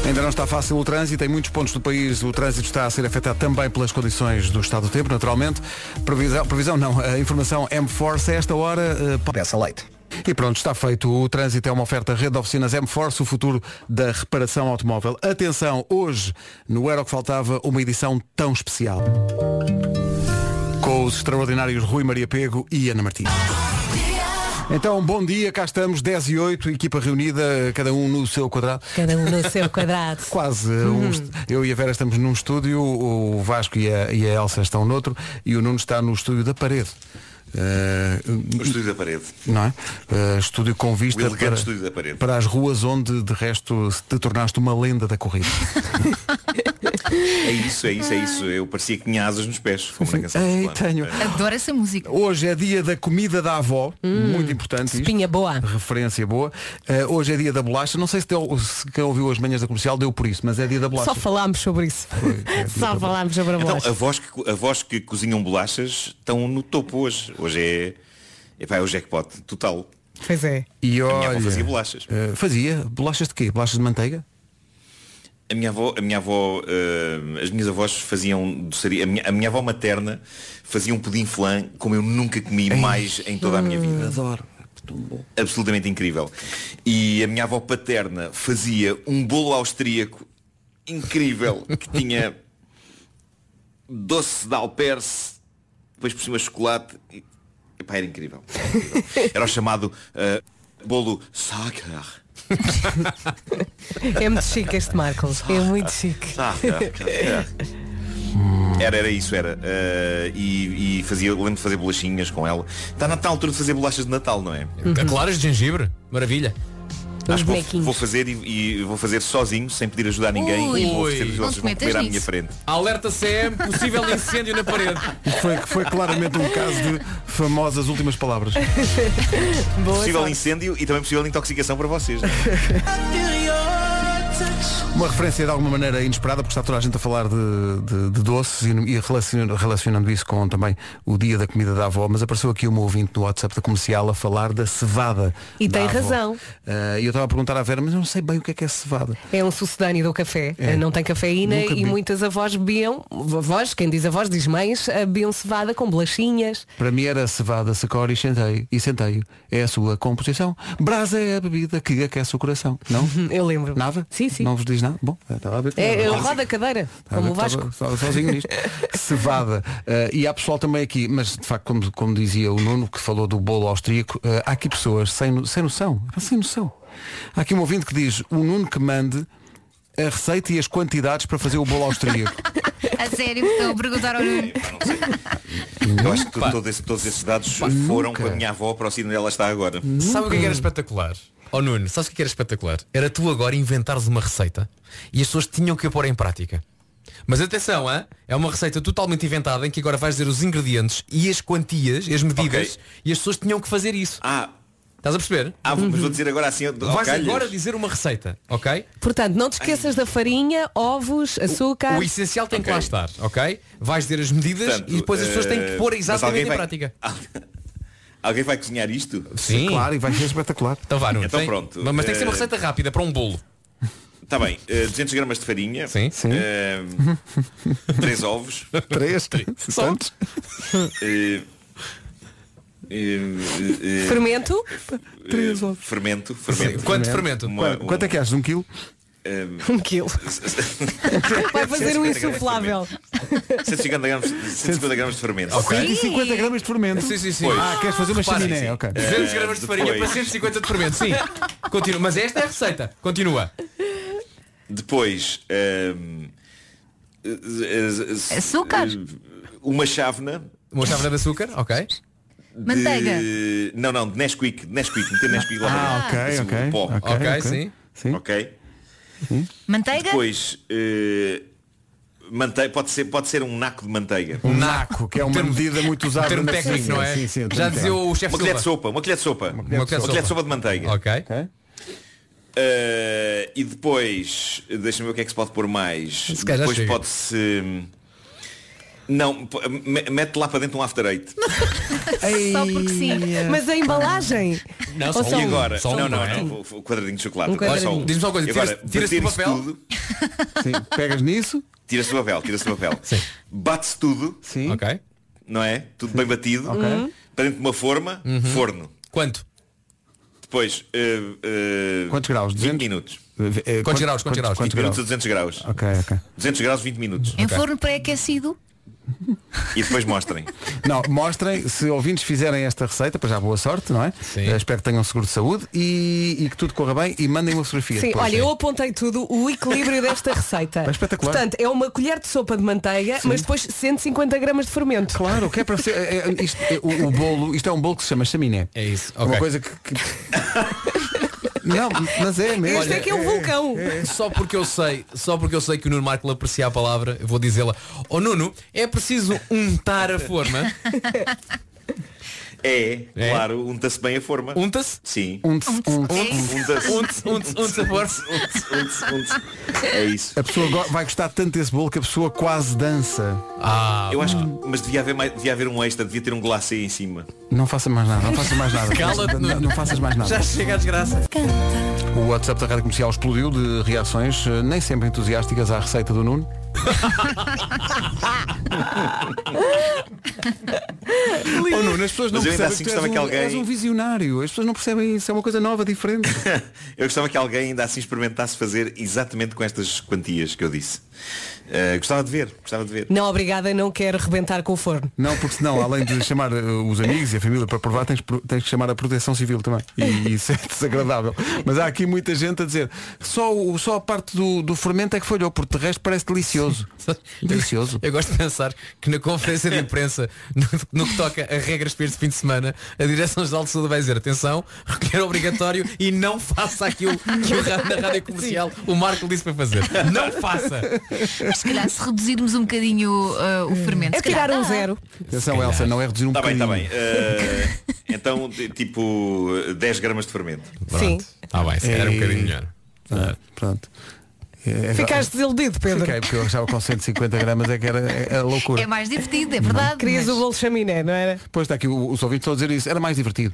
[SPEAKER 2] Ainda não está fácil o trânsito. Em muitos pontos do país o trânsito está a ser afetado também pelas condições do estado do tempo, naturalmente. Previsão, previsão não, a informação M-Force a esta hora. eh,
[SPEAKER 1] Peça leite.
[SPEAKER 2] E pronto, está feito. O trânsito é uma oferta rede de oficinas M-Force, o futuro da reparação automóvel. Atenção, hoje, no Era o que Faltava, uma edição tão especial. Com os extraordinários Rui Maria Pego e Ana Martins. Então, bom dia, cá estamos, 10 e 8, equipa reunida, cada um no seu quadrado.
[SPEAKER 4] Cada um no seu quadrado.
[SPEAKER 2] (laughs)
[SPEAKER 4] Uhum.
[SPEAKER 2] Quase. um est- eu e a Vera estamos num estúdio, o Vasco e a, e a Elsa estão noutro e o Nuno está no estúdio da parede. Eh,
[SPEAKER 3] O estúdio da parede.
[SPEAKER 2] não é? Eh, estúdio com vista
[SPEAKER 3] O elegante
[SPEAKER 2] para,
[SPEAKER 3] estúdio da parede.
[SPEAKER 2] para as ruas onde de resto te tornaste uma lenda da corrida.
[SPEAKER 3] É isso, é isso, é isso. Eu parecia que tinha asas nos pés. Como na canção.
[SPEAKER 2] (laughs)
[SPEAKER 3] É.
[SPEAKER 2] Ei, tenho.
[SPEAKER 6] Adoro essa música.
[SPEAKER 2] Hoje é dia da comida da avó, muito importante. isto.
[SPEAKER 4] Hum. Espinha boa.
[SPEAKER 2] Referência boa. Eh, hoje é dia da bolacha. Não sei se, deu, se quem ouviu as manhãs da comercial deu por isso, mas é dia da bolacha.
[SPEAKER 4] Só falámos sobre isso. Só falámos sobre a
[SPEAKER 3] Então,
[SPEAKER 4] bolacha.
[SPEAKER 3] avós que, avós que cozinham bolachas estão no topo hoje. Hoje é. Epá, é o jackpot total.
[SPEAKER 4] Pois é.
[SPEAKER 2] E
[SPEAKER 3] minha avó
[SPEAKER 2] olha,
[SPEAKER 3] fazia bolachas.
[SPEAKER 2] eh, fazia bolachas de quê? Bolachas de manteiga?
[SPEAKER 3] A minha avó, a minha avó eh, as minhas avós faziam doçaria. A minha, a minha avó materna fazia um pudim flan como eu nunca comi mais em toda a minha vida.
[SPEAKER 2] Adoro.
[SPEAKER 3] Absolutamente incrível. E a minha avó paterna fazia um bolo austríaco incrível
[SPEAKER 4] (laughs)
[SPEAKER 3] que tinha doce de alperce, depois por cima chocolate. E, epá, era
[SPEAKER 4] (laughs)
[SPEAKER 3] incrível. Era, incrível. Era o chamado eh, bolo Sagar.
[SPEAKER 4] É muito chique este Marco. É muito chique.
[SPEAKER 3] Ah, é, Era, era isso, era. Eh, e, e fazia, lembro de fazer bolachinhas com ela. Está na tal altura de fazer bolachas de Natal, não é?
[SPEAKER 9] Claras de gengibre, maravilha. Então,
[SPEAKER 3] Acho que vou, vou fazer e, e vou fazer sozinho, sem pedir ajuda a ninguém.
[SPEAKER 9] Ui.
[SPEAKER 3] e vou oferecer os
[SPEAKER 9] Não
[SPEAKER 3] doces
[SPEAKER 9] te
[SPEAKER 3] vão
[SPEAKER 9] metas
[SPEAKER 3] comer à
[SPEAKER 9] nisso.
[SPEAKER 3] minha frente.
[SPEAKER 9] Alerta CM, possível incêndio na parede.
[SPEAKER 2] Isto Foi, foi claramente um caso de famosas últimas palavras.
[SPEAKER 3] possível incêndio e também possível intoxicação para vocês. né?
[SPEAKER 2] Uma referência de alguma maneira inesperada, porque está toda a gente a falar de, de- de doces e, e relacionando, relacionando isso com também o dia da comida da avó, mas apareceu aqui uma ouvinte no WhatsApp da comercial a falar da cevada.
[SPEAKER 4] E
[SPEAKER 2] da
[SPEAKER 4] tem
[SPEAKER 2] avó.
[SPEAKER 4] razão.
[SPEAKER 2] Eh, E eu estava a perguntar à Vera, mas eu não sei bem o que é que é cevada.
[SPEAKER 4] É um sucedâneo do café. Ah,
[SPEAKER 2] É.
[SPEAKER 4] Não tem cafeína
[SPEAKER 2] Nunca
[SPEAKER 4] e
[SPEAKER 2] vi.
[SPEAKER 4] muitas avós bebiam, avós, quem diz avós diz mães, eh, bebiam cevada com bolachinhas.
[SPEAKER 2] Para mim era cevada, secora e centeio. E centeio é a sua composição. Brasa é a bebida que aquece o coração. Não?
[SPEAKER 4] (laughs) Eu lembro.
[SPEAKER 2] Nada?
[SPEAKER 4] Sim, sim.
[SPEAKER 2] Não vos diz nada? Bom, estava a ver. que
[SPEAKER 4] É,
[SPEAKER 2] nada.
[SPEAKER 4] eu rodo a cadeira,
[SPEAKER 2] Estava-
[SPEAKER 4] como o Vasco.
[SPEAKER 2] estava- estava sozinho
[SPEAKER 4] (laughs)
[SPEAKER 2] nisto. Cevada. Eh, e há pessoal também aqui, mas de facto, como, como dizia o Nuno, que falou do bolo austríaco, eh, há aqui pessoas sem, no- sem noção. Pá, Sem noção. Há aqui um ouvinte que diz, o Nuno que mande a receita e as quantidades para fazer o bolo austríaco.
[SPEAKER 6] A sério, estou a perguntar ao Nuno.
[SPEAKER 3] Eu acho que tu- todo esse- todos esses dados foram com a minha avó para o sítio onde ela está agora.
[SPEAKER 9] Sabe o que é que era espetacular? Oh Nuno, sabes o que é que era espetacular? Era tu agora inventares uma receita e as pessoas tinham que a pôr em prática. Mas atenção, hã? é uma receita totalmente inventada em que agora vais dizer os ingredientes e as quantias, e as medidas, e as pessoas tinham que fazer isso.
[SPEAKER 3] Ah.
[SPEAKER 9] Estás a perceber? Uhum.
[SPEAKER 3] Ah, vou- mas vou dizer agora assim. ao
[SPEAKER 9] Vais
[SPEAKER 3] calhas.
[SPEAKER 9] agora dizer uma receita, ok?
[SPEAKER 4] Portanto, não te esqueças da farinha, ovos, açúcar.
[SPEAKER 9] O essencial tem que lá estar, ok? Vais dizer as medidas
[SPEAKER 3] Portanto,
[SPEAKER 9] e depois as pessoas têm que
[SPEAKER 3] eh,
[SPEAKER 9] pôr
[SPEAKER 3] mas
[SPEAKER 9] exatamente
[SPEAKER 3] alguém
[SPEAKER 9] em
[SPEAKER 3] vai-
[SPEAKER 9] prática.
[SPEAKER 3] Alguém vai cozinhar isto?
[SPEAKER 9] (laughs) Sim. Claro,
[SPEAKER 2] e vai ser espetacular.
[SPEAKER 9] Então vá, Nuno.
[SPEAKER 3] Então
[SPEAKER 9] tem-
[SPEAKER 3] pronto.
[SPEAKER 9] Mas tem que ser uma
[SPEAKER 3] Eh,
[SPEAKER 9] receita rápida para um bolo.
[SPEAKER 3] Está bem, eh, 200 gramas de farinha.
[SPEAKER 9] Sim. Sim.
[SPEAKER 4] (laughs)
[SPEAKER 3] 3 ovos.
[SPEAKER 2] Três?
[SPEAKER 3] Só? Eh, eh, eh,
[SPEAKER 4] Fermento?
[SPEAKER 3] eh, Fermento, fermento.
[SPEAKER 2] Quanto- Quanto é que achas? Um quilo?
[SPEAKER 3] ah, (laughs)
[SPEAKER 4] Um quilo. Vai fazer um
[SPEAKER 3] 150 gramas de
[SPEAKER 4] insuflável.
[SPEAKER 3] 150 gramas, 150 gramas de fermento.
[SPEAKER 2] 150 Ah. gramas de fermento.
[SPEAKER 9] Sim, sim, sim.
[SPEAKER 3] Pois.
[SPEAKER 2] Ah, queres fazer uma
[SPEAKER 9] Reparem,
[SPEAKER 2] chaminé?
[SPEAKER 9] sim.
[SPEAKER 2] Ok.
[SPEAKER 9] 200 gramas de farinha
[SPEAKER 3] Eh, Depois.
[SPEAKER 9] para 150 de fermento, sim. Continua. Mas esta é a receita. Continua.
[SPEAKER 3] Depois, ahm, eh, eh, eh,
[SPEAKER 6] Açúcar?
[SPEAKER 3] uma chávena.
[SPEAKER 9] Uma chávena de açúcar, ok.
[SPEAKER 6] Manteiga?
[SPEAKER 3] De... Não, não, de Nesquik. de Nesquik, meter Nesquik lá
[SPEAKER 2] Ah,
[SPEAKER 3] dentro.
[SPEAKER 2] ok,
[SPEAKER 3] Assim,
[SPEAKER 2] ok,
[SPEAKER 3] o pó.
[SPEAKER 2] ok, Ok, ok. sim.
[SPEAKER 3] Ok.
[SPEAKER 6] Manteiga?
[SPEAKER 3] Depois, eh, mante... pode, ser, pode ser (laughs) um naco de manteiga.
[SPEAKER 2] (laughs) Um naco, que é uma medida muito usada
[SPEAKER 9] termo
[SPEAKER 2] na
[SPEAKER 9] um técnico,
[SPEAKER 2] cozinha.
[SPEAKER 9] não é?
[SPEAKER 2] Sim, sim,
[SPEAKER 9] Já
[SPEAKER 2] termo
[SPEAKER 9] dizia o
[SPEAKER 2] técnico.
[SPEAKER 9] chefe
[SPEAKER 3] uma colher de sopa, uma colher de sopa. Uma
[SPEAKER 9] colher de sopa.
[SPEAKER 3] colher de sopa de manteiga.
[SPEAKER 9] Ok.
[SPEAKER 3] Eh, e depois, deixa-me ver o que é que se pode pôr mais.
[SPEAKER 9] calhar já
[SPEAKER 3] depois
[SPEAKER 9] chega.
[SPEAKER 3] pode-se. hum, Não, p- me- mete lá para dentro um after eight.
[SPEAKER 4] Só porque sim. Mas a embalagem. Ou
[SPEAKER 3] e agora?
[SPEAKER 9] só um,
[SPEAKER 3] não, não,
[SPEAKER 9] não é?
[SPEAKER 3] não. O quadradinho de chocolate.
[SPEAKER 4] Um quadradinho.
[SPEAKER 3] Só um.
[SPEAKER 9] Diz-me só uma coisa,
[SPEAKER 3] E agora,
[SPEAKER 9] tira-se- tira-se do
[SPEAKER 3] bater
[SPEAKER 9] papel?
[SPEAKER 3] isso tudo.
[SPEAKER 2] pegas nisso?
[SPEAKER 3] Tira-se do papel, tira-se do
[SPEAKER 9] (laughs)
[SPEAKER 3] papel. Bate-se tudo.
[SPEAKER 2] Sim.
[SPEAKER 9] Ok.
[SPEAKER 3] Não é? Tudo bem batido.
[SPEAKER 2] Ok. Uhum.
[SPEAKER 3] Para dentro de uma forma,
[SPEAKER 2] Uhum.
[SPEAKER 3] forno.
[SPEAKER 9] Quanto?
[SPEAKER 3] Depois, eh, eh,
[SPEAKER 2] Quantos graus?
[SPEAKER 3] 20 minutos.
[SPEAKER 2] Eh, quanto- Quantos
[SPEAKER 3] 20
[SPEAKER 2] graus?
[SPEAKER 3] minutos a 200 graus.
[SPEAKER 2] Ok, ok.
[SPEAKER 3] 200 graus, 20 minutos.
[SPEAKER 6] Em forno pré-aquecido?
[SPEAKER 3] E depois mostrem.
[SPEAKER 2] Não, mostrem, se ouvintes fizerem esta receita, para já boa sorte, não é? Eh, Espero que tenham seguro de saúde e, e que tudo corra bem e mandem uma fotografia.
[SPEAKER 4] Sim,
[SPEAKER 2] depois.
[SPEAKER 4] olha, eu apontei tudo o equilíbrio
[SPEAKER 2] (laughs)
[SPEAKER 4] desta receita.
[SPEAKER 2] É espetacular.
[SPEAKER 4] Portanto, é uma colher de sopa de manteiga, mas depois 150 gramas de fermento.
[SPEAKER 2] Claro, o que é para ser. é, é, isto, é, o, o bolo, isto é um bolo que se chama chaminé. É isso. Uma
[SPEAKER 9] ok.
[SPEAKER 2] coisa que. que- Não, mas é mesmo.
[SPEAKER 4] Este é que é um vulcão.
[SPEAKER 9] Só porque eu sei, só porque eu sei que o Nuno Marco aprecia a palavra, eu vou dizê-la. Ó Nuno, é preciso untar a forma.
[SPEAKER 3] (laughs) É, claro, unta-se bem a forma.
[SPEAKER 9] Unta-se?
[SPEAKER 3] Sim.
[SPEAKER 2] Unta-se,
[SPEAKER 3] Um unta-se. Unta-se.
[SPEAKER 9] Unta-se, unta-se a forma.
[SPEAKER 3] É isso.
[SPEAKER 2] A pessoa go- vai gostar tanto desse bolo que a pessoa quase dança.
[SPEAKER 9] Ah,
[SPEAKER 3] eu acho que, mas devia haver, mais, devia haver um extra, devia ter um glacê em cima.
[SPEAKER 2] Não faça mais nada, não faça mais nada.
[SPEAKER 3] Cala-te,
[SPEAKER 2] não, não,
[SPEAKER 3] Nuno.
[SPEAKER 2] faças mais nada.
[SPEAKER 9] é? Já chega à desgraça.
[SPEAKER 2] O WhatsApp da Rádio Comercial explodiu de reações eh, nem sempre entusiásticas à receita do Nuno. Ou Nuno, as pessoas não
[SPEAKER 3] Mas eu
[SPEAKER 2] percebem
[SPEAKER 3] ainda assim
[SPEAKER 2] que tu és,
[SPEAKER 3] gostava
[SPEAKER 2] um,
[SPEAKER 3] que alguém-
[SPEAKER 2] és um visionário. As pessoas não percebem isso, é uma coisa nova,
[SPEAKER 3] (laughs)
[SPEAKER 2] diferente.
[SPEAKER 3] eu gostava que alguém ainda assim experimentasse fazer exatamente com estas quantias que eu disse. Eh, gostava de ver, gostava de ver.
[SPEAKER 4] Não, obrigada, não quero rebentar com o forno.
[SPEAKER 2] Não, porque senão, além de chamar eh, os amigos e a família para provar, tens, pro- tens que chamar a proteção civil também. E isso é desagradável. Mas há aqui muita gente a dizer, só, o, só a parte do, do fermento é que falhou, porque de resto parece delicioso. Delicioso.
[SPEAKER 9] Eu gosto de pensar que na conferência de imprensa, no, no que toca a regras para este fim de semana, a Direção-Geral de Saúde vai dizer, atenção, recolher é obrigatório e não faça aquilo que
[SPEAKER 4] (laughs)
[SPEAKER 9] o ra- na rádio comercial o Marco disse para fazer. Não faça!
[SPEAKER 6] Mas se calhar se reduzirmos um bocadinho ah, o fermento.
[SPEAKER 4] É
[SPEAKER 6] se calhar Ah,
[SPEAKER 4] tirar um
[SPEAKER 6] dá.
[SPEAKER 4] zero.
[SPEAKER 2] Atenção, Elsa, não é reduzir um
[SPEAKER 3] Está Tá bem, está bem.
[SPEAKER 2] bocadinho.
[SPEAKER 3] Eh, então, de- tipo, 10 gramas de fermento.
[SPEAKER 4] Sim.
[SPEAKER 9] Está bem, se calhar é um
[SPEAKER 2] E-
[SPEAKER 9] bocadinho melhor.
[SPEAKER 2] Ah, pronto. É,
[SPEAKER 4] Ficaste desiludido, Pedro.
[SPEAKER 2] Fiquei, porque eu achava que com 150 gramas é que era é- era loucura.
[SPEAKER 6] É mais divertido, é verdade.
[SPEAKER 4] Querias
[SPEAKER 6] mas,
[SPEAKER 4] o bolo chaminé, não era?
[SPEAKER 2] Depois está aqui o- os ouvintes estão a dizer isso. Era mais divertido.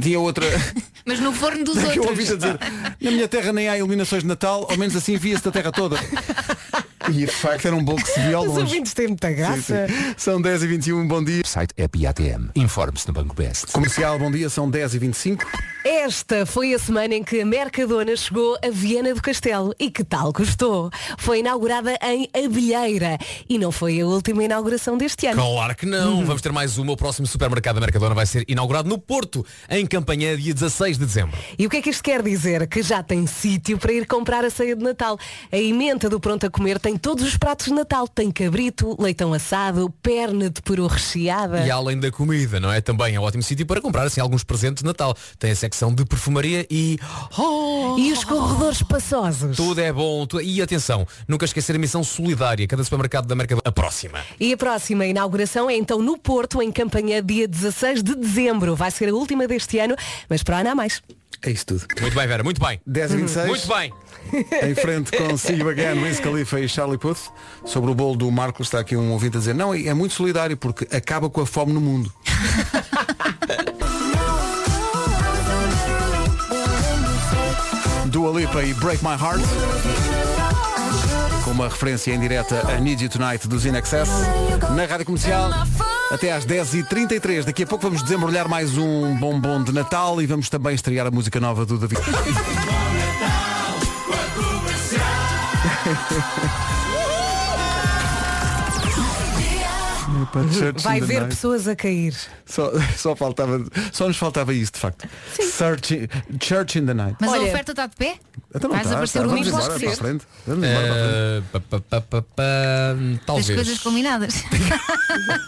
[SPEAKER 2] Tinha outra.
[SPEAKER 6] mas no forno dos
[SPEAKER 2] Está aqui o
[SPEAKER 6] outros.
[SPEAKER 2] ouvinte a dizer, na minha terra nem há iluminações de Natal, ao menos assim via-se da terra toda. E de facto era um bolo que se via ao
[SPEAKER 4] Os
[SPEAKER 2] longe.
[SPEAKER 4] ouvintes têm muita graça.
[SPEAKER 2] Sim, sim. São 10h21, bom dia.
[SPEAKER 24] Site é app e ATM. Informe-se no Banco Best.
[SPEAKER 2] Comercial, bom dia, são 10h25.
[SPEAKER 4] Esta foi a semana em que a Mercadona chegou a Viena do Castelo. E que tal gostou? Foi inaugurada em Abelheira. E não foi a última inauguração deste ano.
[SPEAKER 9] Claro que não. Vamos ter mais uma. O próximo supermercado da Mercadona vai ser inaugurado no Porto, em campanha dia 16 de dezembro.
[SPEAKER 4] E o que é que isto quer dizer? Que já tem sítio para ir comprar a ceia de Natal. A emenda do Pronto a Comer tem todos os pratos de Natal. Tem cabrito, leitão assado, perna de peru recheada.
[SPEAKER 9] E além da comida, não é? Também é um ótimo sítio para comprar assim alguns presentes de Natal. Tem a secção de perfumaria e oh,
[SPEAKER 4] E os corredores passosos.
[SPEAKER 9] tudo é bom. tu- E atenção, nunca esquecer a missão solidária. Cada supermercado da Mercadona. A próxima.
[SPEAKER 4] E a próxima inauguração é então no Porto, em campanha dia 16 de dezembro. Vai ser a última deste ano, mas para ano há mais.
[SPEAKER 2] É isso tudo.
[SPEAKER 9] Muito bem, Vera. Muito bem.
[SPEAKER 2] 10 e 26.
[SPEAKER 9] Muito bem.
[SPEAKER 2] Em
[SPEAKER 4] (laughs)
[SPEAKER 2] frente com Sig Bagan, Wiz Khalifa e Charlie Puth. Sobre o bolo do Marco está aqui um ouvinte a dizer, não, é muito solidário porque acaba com a fome no mundo. (laughs) Dua Lipa e Break My Heart. Com uma referência em direta a Need You Tonight dos In Excess. Na Rádio Comercial, até às 10h33. Daqui a pouco vamos desembrulhar mais um bombom de (laughs) Natal e vamos também estrear a música nova do David. Epá, Church
[SPEAKER 4] Vai
[SPEAKER 2] in the
[SPEAKER 4] ver
[SPEAKER 2] Night.
[SPEAKER 4] pessoas a
[SPEAKER 2] é.
[SPEAKER 4] cair.
[SPEAKER 2] Só, só, faltava, só nos faltava isso, de facto. Search- Church in the Night.
[SPEAKER 6] Mas a oferta está de pé?
[SPEAKER 2] Então não
[SPEAKER 6] Vais
[SPEAKER 2] tá,
[SPEAKER 6] aparecer
[SPEAKER 2] tá,
[SPEAKER 6] o
[SPEAKER 2] vamos
[SPEAKER 6] Nicolas
[SPEAKER 2] embora para a
[SPEAKER 6] Crespo.
[SPEAKER 2] frente. Vamos embora para a frente.
[SPEAKER 9] Eh, pa, pa, pa, pa, pa,
[SPEAKER 6] As
[SPEAKER 9] talvez.
[SPEAKER 6] coisas
[SPEAKER 2] (laughs)
[SPEAKER 6] combinadas.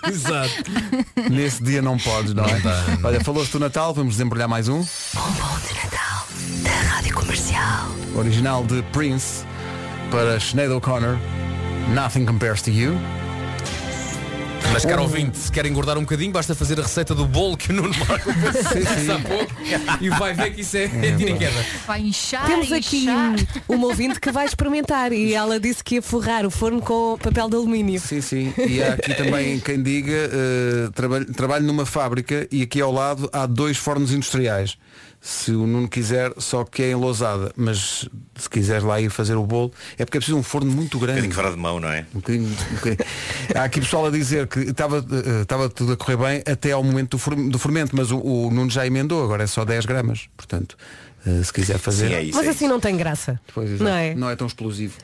[SPEAKER 9] Exato.
[SPEAKER 2] Nesse dia não podes, não é? Olha, falou-se do Natal, vamos desembrulhar mais um.
[SPEAKER 6] Da Rádio Comercial.
[SPEAKER 2] Original de Prince para Sinead O'Connor. Nothing compares to you.
[SPEAKER 9] Mas caro
[SPEAKER 2] Um-
[SPEAKER 9] ouvinte, se quer engordar um bocadinho, basta fazer a receita do bolo que o Nuno
[SPEAKER 2] (laughs)
[SPEAKER 9] Marco fez há pouco e vai ver que isso é, é tiro e queda.
[SPEAKER 6] Vai inchar,
[SPEAKER 4] Temos aqui
[SPEAKER 6] inchar.
[SPEAKER 4] uma ouvinte que vai experimentar e ela disse que ia forrar o forno com papel de alumínio.
[SPEAKER 2] Sim, sim. E há aqui
[SPEAKER 4] (laughs)
[SPEAKER 2] também quem diga, eh, trabalho, trabalho numa fábrica e aqui ao lado há dois fornos industriais. Se o Nuno quiser, só que é em Lousada, mas se quiser lá ir fazer o bolo, é porque é preciso um forno muito grande.
[SPEAKER 3] bocadinho fora de mão, não é?
[SPEAKER 2] Um bocadinho- um bocadinho. Há aqui pessoal a dizer que estava eh, estava tudo a correr bem até ao momento do, form- do fermento, mas o, o Nuno já emendou, agora é só 10 gramas. Portanto, eh, se quiser fazer.
[SPEAKER 3] é
[SPEAKER 4] Mas assim não tem graça.
[SPEAKER 2] é Pois, exato.
[SPEAKER 4] não é?
[SPEAKER 2] Não é tão explosivo.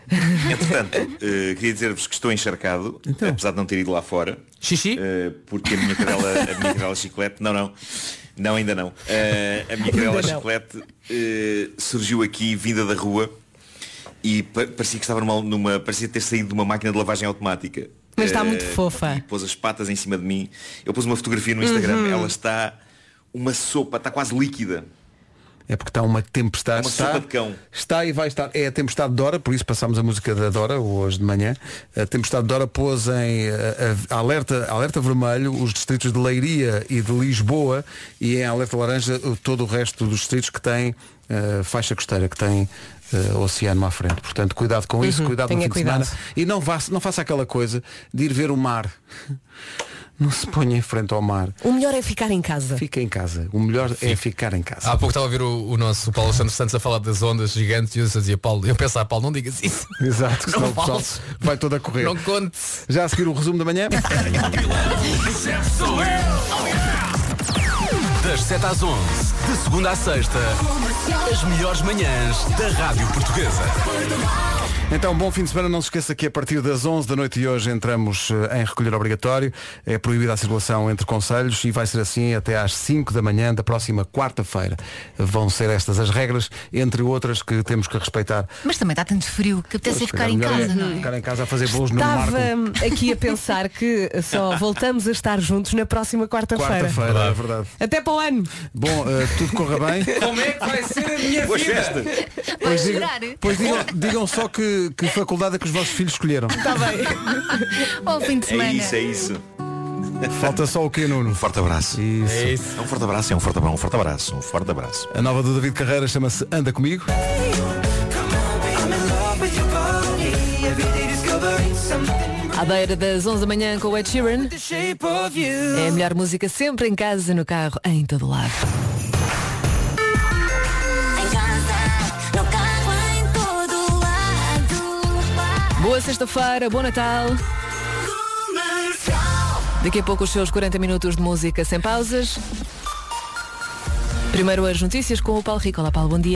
[SPEAKER 3] Entretanto, eh, queria dizer-vos que estou encharcado,
[SPEAKER 4] Então.
[SPEAKER 3] apesar de não ter ido lá fora. eh,
[SPEAKER 9] Xixi?
[SPEAKER 3] porque a minha cadela, a minha cadela chiclete, não, não. Não, ainda não. Eh, a minha cadela
[SPEAKER 9] Ainda não.
[SPEAKER 3] chiclete eh, surgiu aqui vinda da rua e pa- parecia que estava numa, numa- parecia ter saído de uma máquina de lavagem automática.
[SPEAKER 4] Mas está
[SPEAKER 3] Eh,
[SPEAKER 4] muito fofa.
[SPEAKER 3] E pôs as patas em cima de mim. Eu pus uma fotografia no Instagram.
[SPEAKER 4] Uhum.
[SPEAKER 3] Ela está uma sopa, está quase líquida.
[SPEAKER 2] É porque está uma tempestade.
[SPEAKER 3] É uma
[SPEAKER 2] está,
[SPEAKER 3] sopa de cão.
[SPEAKER 2] está e vai estar. É a tempestade de Dora, por isso passámos a música da Dora hoje de manhã. A tempestade de Dora pôs em eh, a- alerta, alerta vermelho os distritos de Leiria e de Lisboa e em alerta laranja eh, todo o resto dos distritos que têm eh, faixa costeira, que têm eh, oceano à frente. Portanto, cuidado com isso,
[SPEAKER 4] Uhum,
[SPEAKER 2] cuidado no
[SPEAKER 4] tenha
[SPEAKER 2] fim
[SPEAKER 4] cuidado.
[SPEAKER 2] de semana. E não, vá, não faça aquela coisa de ir ver o mar. (laughs) Não se ponha em frente ao mar.
[SPEAKER 4] O melhor é ficar em casa.
[SPEAKER 2] Fica em casa. O melhor é ficar em casa.
[SPEAKER 9] Há pouco estava a ouvir o, o nosso Paulo Santos Santos a falar das ondas gigantes e eu dizia, Paulo, eu pensava, Paulo, não digas isso.
[SPEAKER 2] (laughs) Exato, senão
[SPEAKER 9] não
[SPEAKER 2] o pessoal
[SPEAKER 9] fales.
[SPEAKER 2] vai todo a correr.
[SPEAKER 9] Não conte.
[SPEAKER 2] Já a seguir o resumo da
[SPEAKER 9] (laughs)
[SPEAKER 2] manhã.
[SPEAKER 10] O chefe sou eu.
[SPEAKER 25] Das 7 às 11, de segunda à sexta, as melhores manhãs da Rádio Portuguesa.
[SPEAKER 2] Então, bom fim de semana. Não se esqueça que a partir das 11 da noite de hoje entramos eh, em recolher obrigatório. É proibida a circulação entre conselhos e vai ser assim até às 5 da manhã da próxima quarta-feira. Vão ser estas as regras, entre outras que temos que respeitar.
[SPEAKER 6] Mas também está tanto frio que apetece é
[SPEAKER 2] Pois,
[SPEAKER 6] ficar
[SPEAKER 2] calhar
[SPEAKER 6] em
[SPEAKER 2] melhor é
[SPEAKER 6] casa, não é?
[SPEAKER 2] Ficar em casa a fazer bolos no
[SPEAKER 4] Estava
[SPEAKER 2] marco.
[SPEAKER 4] hum, aqui a pensar que
[SPEAKER 2] (laughs)
[SPEAKER 4] só voltamos a estar juntos na próxima quarta-feira.
[SPEAKER 2] Quarta-feira, é verdade.
[SPEAKER 4] Até para o ano.
[SPEAKER 2] Bom, eh, tudo corra bem.
[SPEAKER 9] (laughs) Como é que vai ser a minha
[SPEAKER 2] Boas
[SPEAKER 9] vida?
[SPEAKER 2] festas. Pois, digam, pois digam, digam só que, que faculdade é que os vossos filhos escolheram.
[SPEAKER 26] Tá
[SPEAKER 6] Está bem. (laughs) Bom fim de semana.
[SPEAKER 3] É isso, é isso.
[SPEAKER 2] Falta só o que, Nuno? Um
[SPEAKER 3] forte abraço.
[SPEAKER 2] É
[SPEAKER 3] isso. É um forte abraço, é um forte abraço, um forte abraço, um forte abraço.
[SPEAKER 2] A nova do David Carreira chama-se Anda Comigo.
[SPEAKER 26] À beira das 11 da manhã com o Ed Sheeran. É a melhor música sempre em casa, no carro, em todo lado. Boa sexta-feira, bom Natal. Daqui a pouco os seus 40 minutos de música sem pausas. Primeiro as notícias com o Paulo Rico. Olá Paulo, bom dia.